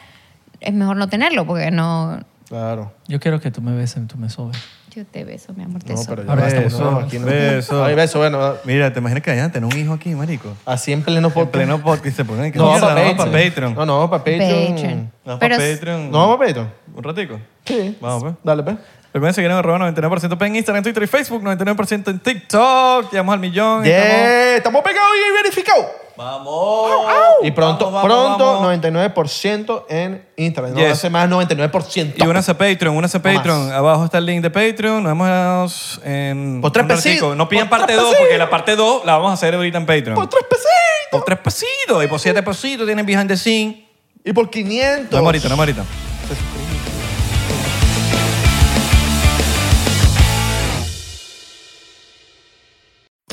Speaker 1: es mejor no tenerlo porque no...
Speaker 2: Claro.
Speaker 4: Yo quiero que tú me beses, tú me sobes.
Speaker 1: Yo te beso, mi amor, te
Speaker 2: No,
Speaker 1: sobo.
Speaker 2: pero ya
Speaker 3: Ahora
Speaker 2: basta,
Speaker 3: beso,
Speaker 2: no, aquí no.
Speaker 3: beso.
Speaker 2: Ay, beso, bueno,
Speaker 3: Mira, te imaginas que vayan a tener un hijo aquí, marico.
Speaker 2: así en pleno
Speaker 3: En
Speaker 2: podcast.
Speaker 3: pleno podcast se ponen que
Speaker 2: No,
Speaker 3: mierda,
Speaker 2: para Patreon.
Speaker 3: vamos para Patreon.
Speaker 2: No, no, para Patreon.
Speaker 1: Patreon.
Speaker 3: Vamos
Speaker 1: Pero-
Speaker 3: para Patreon.
Speaker 2: No, vamos para Patreon.
Speaker 3: Un ratico.
Speaker 2: Sí.
Speaker 3: Vamos, pues.
Speaker 2: Dale, pues.
Speaker 3: Recuerden seguir en arroba 99% en Instagram, Twitter y Facebook, 99% en TikTok. Llegamos al millón. estamos-
Speaker 2: Yeah, estamos pegados y verificados.
Speaker 3: ¡Vamos!
Speaker 2: Y pronto,
Speaker 3: Vamos, vamos,
Speaker 2: pronto,
Speaker 3: vamos.
Speaker 2: 99% en Instagram. No
Speaker 3: Yes.
Speaker 2: hace más 99%.
Speaker 3: Y únanse a Patreon, únanse a Patreon. Abajo está el link de Patreon. Nos vemos en.
Speaker 2: Por tres
Speaker 3: un ratico.
Speaker 2: pesitos.
Speaker 3: No pidan
Speaker 2: Por
Speaker 3: parte
Speaker 2: tres
Speaker 3: 2,
Speaker 2: pesitos.
Speaker 3: porque la parte 2 la vamos a hacer ahorita en Patreon.
Speaker 2: Por tres pesitos.
Speaker 3: Por tres pesitos. Y por siete pesitos tienen behind the scene.
Speaker 2: Y por 500.
Speaker 3: No, ahorita, no, ahorita.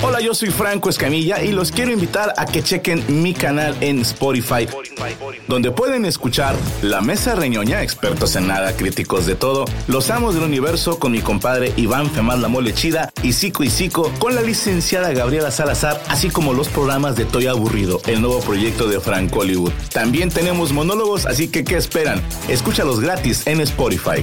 Speaker 7: Hola, yo soy Franco Escamilla y los quiero invitar a que chequen mi canal en Spotify, donde pueden escuchar La Mesa Reñoña, expertos en nada, críticos de todo, Los Amos del Universo con mi compadre Iván Femar La Mole Chida y Sico y Sico con la licenciada Gabriela Salazar, así como los programas de Toy Aburrido, el nuevo proyecto de Franco Hollywood. También tenemos monólogos, así que ¿qué esperan? Escúchalos gratis en Spotify.